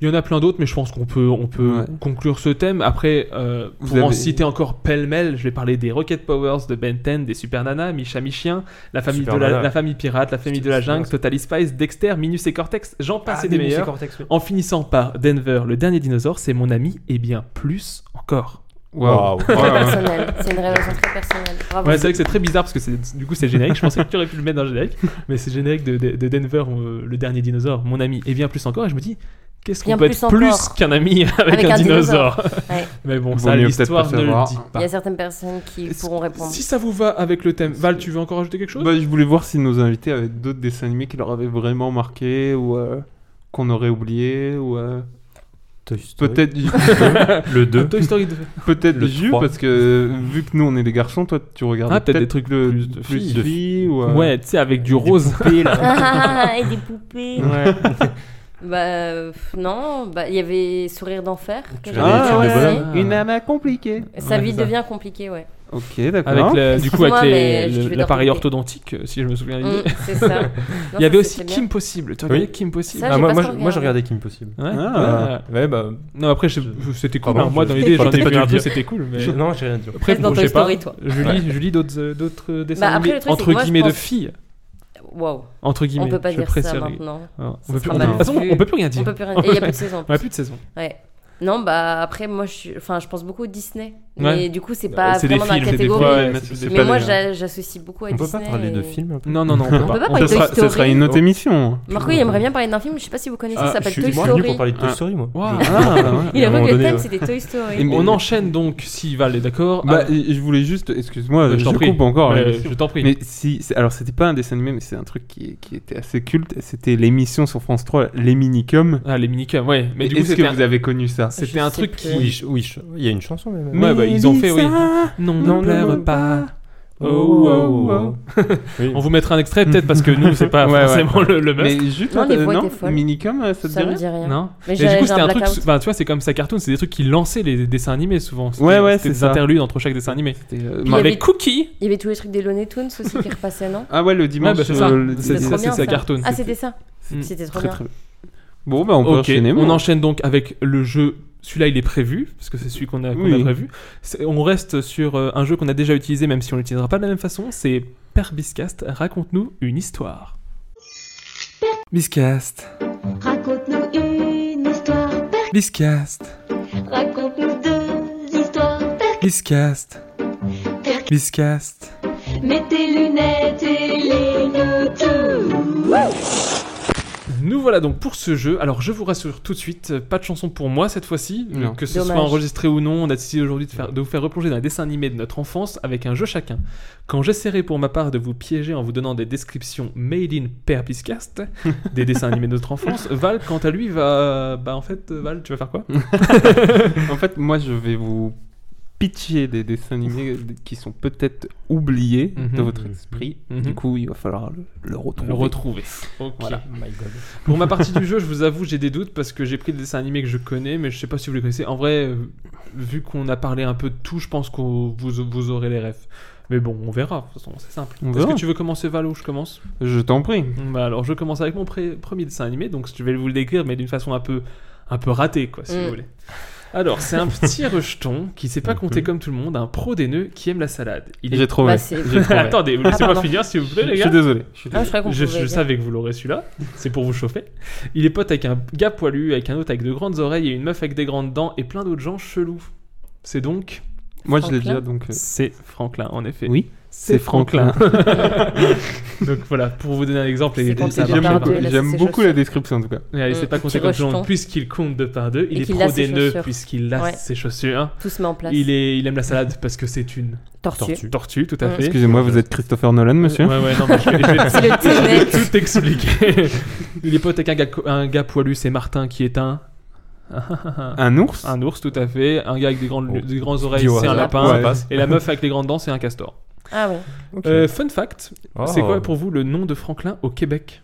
Speaker 7: Il y en a plein d'autres, mais je pense qu'on peut on peut
Speaker 8: Ouais.
Speaker 7: conclure ce thème. Après, euh,
Speaker 8: Vous
Speaker 7: pour en
Speaker 8: avez-
Speaker 7: citer encore pêle-mêle, je vais parler des Rocket Powers, de Ben 10, des Super Nana, Micha Michien, la famille
Speaker 5: Super
Speaker 7: de la,
Speaker 5: Nana.
Speaker 7: la famille pirate, la famille de la jungle, Totally Spice, Dexter, Minus et Cortex. J'en passe et Ah, des meilleurs. En finissant par Denver, le dernier dinosaure, c'est mon ami et bien plus encore.
Speaker 8: Waouh.
Speaker 9: Très
Speaker 8: Ouais, ouais.
Speaker 9: personnel. C'est une révélation très personnelle. Bravo.
Speaker 7: Ouais, c'est vrai que c'est très bizarre parce que c'est- du coup c'est le générique. Je pensais que tu aurais pu le mettre dans le générique, mais c'est le générique de, de- de Denver, euh, le dernier dinosaure, mon ami, et bien plus encore. Et je me dis, qu'est-ce qu'on
Speaker 9: Bien
Speaker 7: peut
Speaker 9: plus
Speaker 7: être plus
Speaker 9: encore.
Speaker 7: qu'un ami avec,
Speaker 9: Avec
Speaker 7: un,
Speaker 9: un
Speaker 7: dinosaure,
Speaker 9: Ouais.
Speaker 7: Mais bon,
Speaker 8: Vaut
Speaker 7: ça,
Speaker 8: mieux peut-être
Speaker 7: l'histoire
Speaker 8: pas
Speaker 7: ne le
Speaker 8: savoir.
Speaker 7: dit
Speaker 9: Il
Speaker 7: pas.
Speaker 9: y a certaines personnes qui
Speaker 7: Est-ce-
Speaker 9: pourront répondre.
Speaker 7: Si ça vous va avec le thème, Val, tu veux encore ajouter quelque chose
Speaker 8: Bah, je voulais voir si nos invités avaient d'autres dessins animés qui leur avaient vraiment marqué ou euh, qu'on aurait oublié ou. euh,
Speaker 5: Toy Story.
Speaker 8: Peut-être du-
Speaker 5: Le
Speaker 8: euh,
Speaker 5: 2.
Speaker 9: Ah,
Speaker 7: Toy Story 2.
Speaker 8: peut-être
Speaker 5: Le
Speaker 8: du jus,
Speaker 5: trois.
Speaker 8: parce que vu que nous on est des garçons, toi tu regardes
Speaker 7: Ah, peut-être
Speaker 8: peut-être
Speaker 7: des trucs de-
Speaker 8: plus,
Speaker 5: de
Speaker 8: plus
Speaker 5: filles.
Speaker 8: de filles ou euh,
Speaker 7: Ouais, tu sais, avec du rose.
Speaker 9: Ah, et des poupées.
Speaker 7: Ouais.
Speaker 9: Bah euh, pff, non, bah il y avait Sourire d'enfer. que
Speaker 5: Tu
Speaker 9: j'avais
Speaker 5: l'avais
Speaker 8: Ah
Speaker 5: l'étude de
Speaker 9: commencé.
Speaker 5: bonhomme.
Speaker 8: une nana compliquée.
Speaker 9: Sa
Speaker 7: Ouais,
Speaker 9: vie
Speaker 7: c'est ça.
Speaker 9: devient compliquée, ouais.
Speaker 8: Ok, d'accord.
Speaker 7: Avec le- du coup, avec
Speaker 9: Excuse-moi,
Speaker 7: les-
Speaker 9: mais je
Speaker 7: le-
Speaker 9: vais
Speaker 7: l'appareil
Speaker 9: t'inquiéter.
Speaker 7: orthodontique, euh, si je me souviens bien.
Speaker 9: Hum, c'est ça. Non,
Speaker 7: Il y avait
Speaker 9: ça,
Speaker 7: aussi
Speaker 9: c'était
Speaker 7: Kim
Speaker 9: bien.
Speaker 7: Possible. Tu
Speaker 5: Oui.
Speaker 7: regardais Kim Possible
Speaker 9: Ça,
Speaker 5: Ah,
Speaker 9: j'ai
Speaker 5: moi,
Speaker 9: pas
Speaker 5: moi,
Speaker 9: trop
Speaker 5: je- moi, je
Speaker 9: regardé.
Speaker 5: regardais Kim Possible.
Speaker 7: Ouais.
Speaker 8: Ah.
Speaker 7: Ouais.
Speaker 5: Ouais, bah.
Speaker 7: Non, après, je- c'était cool.
Speaker 5: Ah bon,
Speaker 7: hein. Moi,
Speaker 5: je-
Speaker 7: dans l'idée, j'en
Speaker 5: t'aurais
Speaker 7: ai
Speaker 5: pas
Speaker 7: vu
Speaker 5: dû
Speaker 7: un
Speaker 5: le
Speaker 7: peu,
Speaker 5: dire.
Speaker 7: c'était cool. Mais...
Speaker 5: je- Non, j'ai rien dit.
Speaker 7: Après,
Speaker 9: Reste dans
Speaker 7: bon, je
Speaker 9: Toy
Speaker 7: sais pas.
Speaker 9: Story, toi.
Speaker 7: Je lis, je lis d'autres, euh, d'autres euh, dessins
Speaker 9: Bah, après,
Speaker 7: animés,
Speaker 9: le truc, c'est
Speaker 7: entre
Speaker 9: que moi, je
Speaker 7: guillemets de
Speaker 9: pense-
Speaker 7: filles.
Speaker 9: Waouh,
Speaker 7: Entre guillemets.
Speaker 9: on peut pas
Speaker 7: je
Speaker 9: dire
Speaker 7: préfère
Speaker 9: ça
Speaker 7: les-
Speaker 9: maintenant.
Speaker 7: Alors,
Speaker 9: Ça
Speaker 7: On peut plus
Speaker 9: sera
Speaker 7: rien dire.
Speaker 5: mal
Speaker 7: De toute façon,
Speaker 9: vu.
Speaker 7: on peut plus rien dire.
Speaker 9: On peut plus rien. Et il y a plus de saison. en
Speaker 7: On a
Speaker 9: plus.
Speaker 7: plus de saison.
Speaker 9: Ouais. Non, bah après, moi, je, suis... enfin, je pense beaucoup au Disney. Mais
Speaker 7: Ouais. Bah,
Speaker 9: du coup, c'est pas
Speaker 7: c'est des
Speaker 9: vraiment
Speaker 7: films,
Speaker 9: dans la
Speaker 7: c'est des
Speaker 9: catégorie.
Speaker 7: fois,
Speaker 8: mais
Speaker 7: c'est-
Speaker 8: c'est
Speaker 7: c'est
Speaker 8: des
Speaker 9: mais
Speaker 7: pas
Speaker 9: moi,
Speaker 7: des- hein.
Speaker 9: j'a- j'associe beaucoup à
Speaker 5: On peut
Speaker 9: Disney.
Speaker 5: pas parler de
Speaker 9: et-
Speaker 5: films un peu
Speaker 7: Non, non, non, on peut
Speaker 9: On peut
Speaker 7: pas.
Speaker 9: pas
Speaker 8: Ça
Speaker 9: parler de Toy
Speaker 8: sera, ça
Speaker 9: Story.
Speaker 8: sera une
Speaker 7: Oh.
Speaker 8: autre émission.
Speaker 9: Marco, il aimerait bien parler d'un film, je sais pas si vous connaissez,
Speaker 5: Ah,
Speaker 9: ça s'appelle
Speaker 5: je
Speaker 9: Toy
Speaker 5: suis je suis venu
Speaker 9: Story.
Speaker 5: pour parler de
Speaker 8: Ah.
Speaker 5: Toy Story, moi.
Speaker 7: Waouh.
Speaker 9: Il
Speaker 5: À un
Speaker 9: a
Speaker 5: moment
Speaker 9: vu que le
Speaker 5: donné,
Speaker 9: thème,
Speaker 5: ouais.
Speaker 9: c'était Toy Story.
Speaker 7: Et On enchaîne donc, si Val est d'accord.
Speaker 8: Bah,
Speaker 7: Ah,
Speaker 8: je voulais juste, excuse-moi,
Speaker 7: bah,
Speaker 8: je,
Speaker 7: t'en prie.
Speaker 8: coupe encore.
Speaker 7: Ouais,
Speaker 8: mais-
Speaker 7: Je t'en prie.
Speaker 8: Mais si, c'est- alors c'était pas un dessin animé, mais c'est un truc qui, qui était assez culte. C'était l'émission sur France 3, les minicums.
Speaker 7: Ah, les minicums, ouais. Mais du coup,
Speaker 8: Est-ce que
Speaker 7: c'était un-
Speaker 8: vous avez connu ça
Speaker 7: c'était un truc qui.
Speaker 5: Oui, je- oui, je- il y a une chanson même.
Speaker 7: Ouais, bah, ils ont fait, oui.
Speaker 8: Mélissa
Speaker 7: Non,
Speaker 5: Non,
Speaker 7: ne
Speaker 5: non,
Speaker 7: pleure
Speaker 5: non.
Speaker 7: pas. Oh, oh, oh.
Speaker 5: Oui.
Speaker 7: On vous mettra un extrait peut-être parce que nous c'est pas
Speaker 8: Ouais, ouais.
Speaker 7: forcément le, le must.
Speaker 8: Mais juste,
Speaker 9: Non,
Speaker 8: euh,
Speaker 9: les voix
Speaker 8: non,
Speaker 9: étaient folles.
Speaker 8: minicum, euh, ça te
Speaker 9: Ça
Speaker 8: dit
Speaker 9: me
Speaker 8: rien
Speaker 9: dit rien.
Speaker 7: Non.
Speaker 9: Mais
Speaker 7: Et
Speaker 9: j'ai-
Speaker 7: du coup
Speaker 9: j'ai
Speaker 7: c'était un,
Speaker 9: un
Speaker 7: truc,
Speaker 9: blackout.
Speaker 7: enfin, tu vois c'est comme ça cartoon, c'est des trucs qui lançaient les dessins animés souvent. C'était-
Speaker 8: Ouais, ouais,
Speaker 7: c'était
Speaker 8: c'est
Speaker 7: des
Speaker 8: ça.
Speaker 7: interludes entre chaque dessin animé.
Speaker 8: C'était, euh,
Speaker 9: Puis il y
Speaker 7: Mais
Speaker 8: Mar-
Speaker 7: avec
Speaker 9: avait-
Speaker 7: Cookie,
Speaker 9: Il y avait tous les trucs des Looney Tunes aussi qui repassaient, non
Speaker 8: Ah ouais, le dimanche,
Speaker 7: bah, c'est
Speaker 8: euh,
Speaker 7: ça.
Speaker 8: le-
Speaker 7: C'est-
Speaker 9: C'était
Speaker 7: ça,
Speaker 9: trop bien,
Speaker 7: c'est la cartoon.
Speaker 9: Ah, c'était ça.
Speaker 7: Mm.
Speaker 9: C'était trop
Speaker 8: Très,
Speaker 9: bien.
Speaker 8: très bien. Bon, bah on peut
Speaker 7: Ok,
Speaker 8: enchaîner.
Speaker 7: on
Speaker 8: bon.
Speaker 7: enchaîne donc avec le jeu. Celui-là, il est prévu, parce que c'est celui qu'on a, qu'on
Speaker 8: Oui.
Speaker 7: a prévu. C'est- On reste sur euh, un jeu qu'on a déjà utilisé, même si on l'utilisera pas de la même façon. C'est Père Biscast, raconte-nous une histoire. Biscast,
Speaker 10: Raconte-nous une histoire,
Speaker 7: Biscast,
Speaker 10: raconte-nous deux histoires.
Speaker 7: Biscast, Biscast.
Speaker 10: Mets tes lunettes et les tout.
Speaker 7: Nous voilà donc pour ce jeu. Alors je vous rassure tout de suite, euh, pas de chanson pour moi cette fois-ci. euh,
Speaker 8: Non.
Speaker 7: Que ce
Speaker 9: Dommage.
Speaker 7: soit enregistré ou non, on a décidé aujourd'hui de, faire- de vous faire replonger dans les dessins animés de notre enfance avec un jeu chacun. Quand j'essaierai pour ma part de vous piéger en vous donnant des descriptions made in Perpiscast des dessins animés de notre enfance, Val, quant à lui, va. Bah en fait, euh, Val, tu vas faire quoi
Speaker 8: En fait, moi, je vais vous pitcher des dessins animés qui sont peut-être oubliés
Speaker 7: Mhm.
Speaker 8: de votre esprit.
Speaker 7: Mhm.
Speaker 8: Du coup, il va falloir le, le retrouver.
Speaker 7: Le retrouver. Ok.
Speaker 8: Voilà.
Speaker 7: Pour ma partie du jeu, je vous avoue, j'ai des doutes parce que j'ai pris des dessins animés que je connais, mais je sais pas si vous les connaissez. En vrai, euh, vu qu'on a parlé un peu de tout, je pense que vous, vous aurez les rêves. Mais bon, on verra, de toute façon, c'est simple.
Speaker 8: On
Speaker 7: Est-ce que
Speaker 8: verra.
Speaker 7: tu veux commencer, Valo Je commence
Speaker 8: Je t'en prie.
Speaker 7: Bah Alors, je commence avec mon pré- premier dessin animé, donc je vais vous le décrire, mais d'une façon un peu, un peu ratée, quoi, si
Speaker 9: Mm.
Speaker 7: vous voulez. Alors, c'est un petit rejeton qui sait pas
Speaker 8: Mm-hmm.
Speaker 7: compter comme tout le monde, un pro des nœuds qui aime la salade. Il est...
Speaker 8: J'ai trouvé.
Speaker 9: Bah, c'est-
Speaker 8: J'ai trouvé.
Speaker 7: Attendez, laissez-moi
Speaker 9: Ah, pardon.
Speaker 7: finir, s'il vous plaît,
Speaker 8: Je
Speaker 7: les gars.
Speaker 8: suis désolé. Je suis
Speaker 9: Ah, je
Speaker 8: désolé.
Speaker 9: crois qu'on
Speaker 7: Je,
Speaker 9: pouvait
Speaker 7: je
Speaker 9: dire.
Speaker 7: savais que vous l'aurez celui-là, c'est pour vous chauffer. Il est pote avec un gars poilu, avec un autre avec de grandes oreilles et une meuf avec des grandes dents et plein d'autres gens chelous. C'est donc.
Speaker 8: Moi, je l'ai
Speaker 9: Franklin.
Speaker 8: déjà, donc. euh,
Speaker 7: C'est Franklin, en effet.
Speaker 8: Oui,
Speaker 7: c'est Franklin. donc voilà, pour vous donner un exemple, et
Speaker 9: C'est quand
Speaker 7: ça
Speaker 9: c'est
Speaker 7: marche
Speaker 9: Depardieu,
Speaker 7: pas.
Speaker 9: Dieu, là, c'est
Speaker 8: J'aime
Speaker 9: ses
Speaker 8: beaucoup la
Speaker 9: chaussures.
Speaker 8: description en tout cas.
Speaker 7: Allez,
Speaker 9: Mm,
Speaker 7: c'est pas
Speaker 9: petit
Speaker 7: conséquent
Speaker 9: rejeton.
Speaker 7: genre, puisqu'il compte de par deux, il
Speaker 9: Et
Speaker 7: est
Speaker 9: qu'il
Speaker 7: pro
Speaker 9: a ses
Speaker 7: des nœuds
Speaker 9: chaussures.
Speaker 7: puisqu'il a
Speaker 9: Ouais.
Speaker 7: ses chaussures.
Speaker 9: Tout se met en place.
Speaker 7: Il, est, il aime la salade parce que c'est une
Speaker 9: Tortue.
Speaker 7: tortue, tout à
Speaker 9: Mm.
Speaker 7: fait.
Speaker 8: Excusez-moi, vous êtes Christopher Nolan, monsieur
Speaker 7: Ouais, ouais, non, mais je vais- je vais-
Speaker 9: C'est le
Speaker 7: Je vais
Speaker 9: T-Rex.
Speaker 7: tout expliquer. Il est pote avec un gars, un gars poilu, c'est Martin qui est un.
Speaker 8: Un ours
Speaker 7: Un ours, tout à fait. Un gars avec des grandes, des grandes oreilles,
Speaker 5: Dis-moi.
Speaker 7: c'est un lapin.
Speaker 8: Ouais.
Speaker 7: Et la meuf avec les grandes dents, c'est un castor.
Speaker 9: Ah ouais,
Speaker 7: Euh, fun fact
Speaker 5: Oh.
Speaker 7: c'est quoi pour vous le nom de Franklin au Québec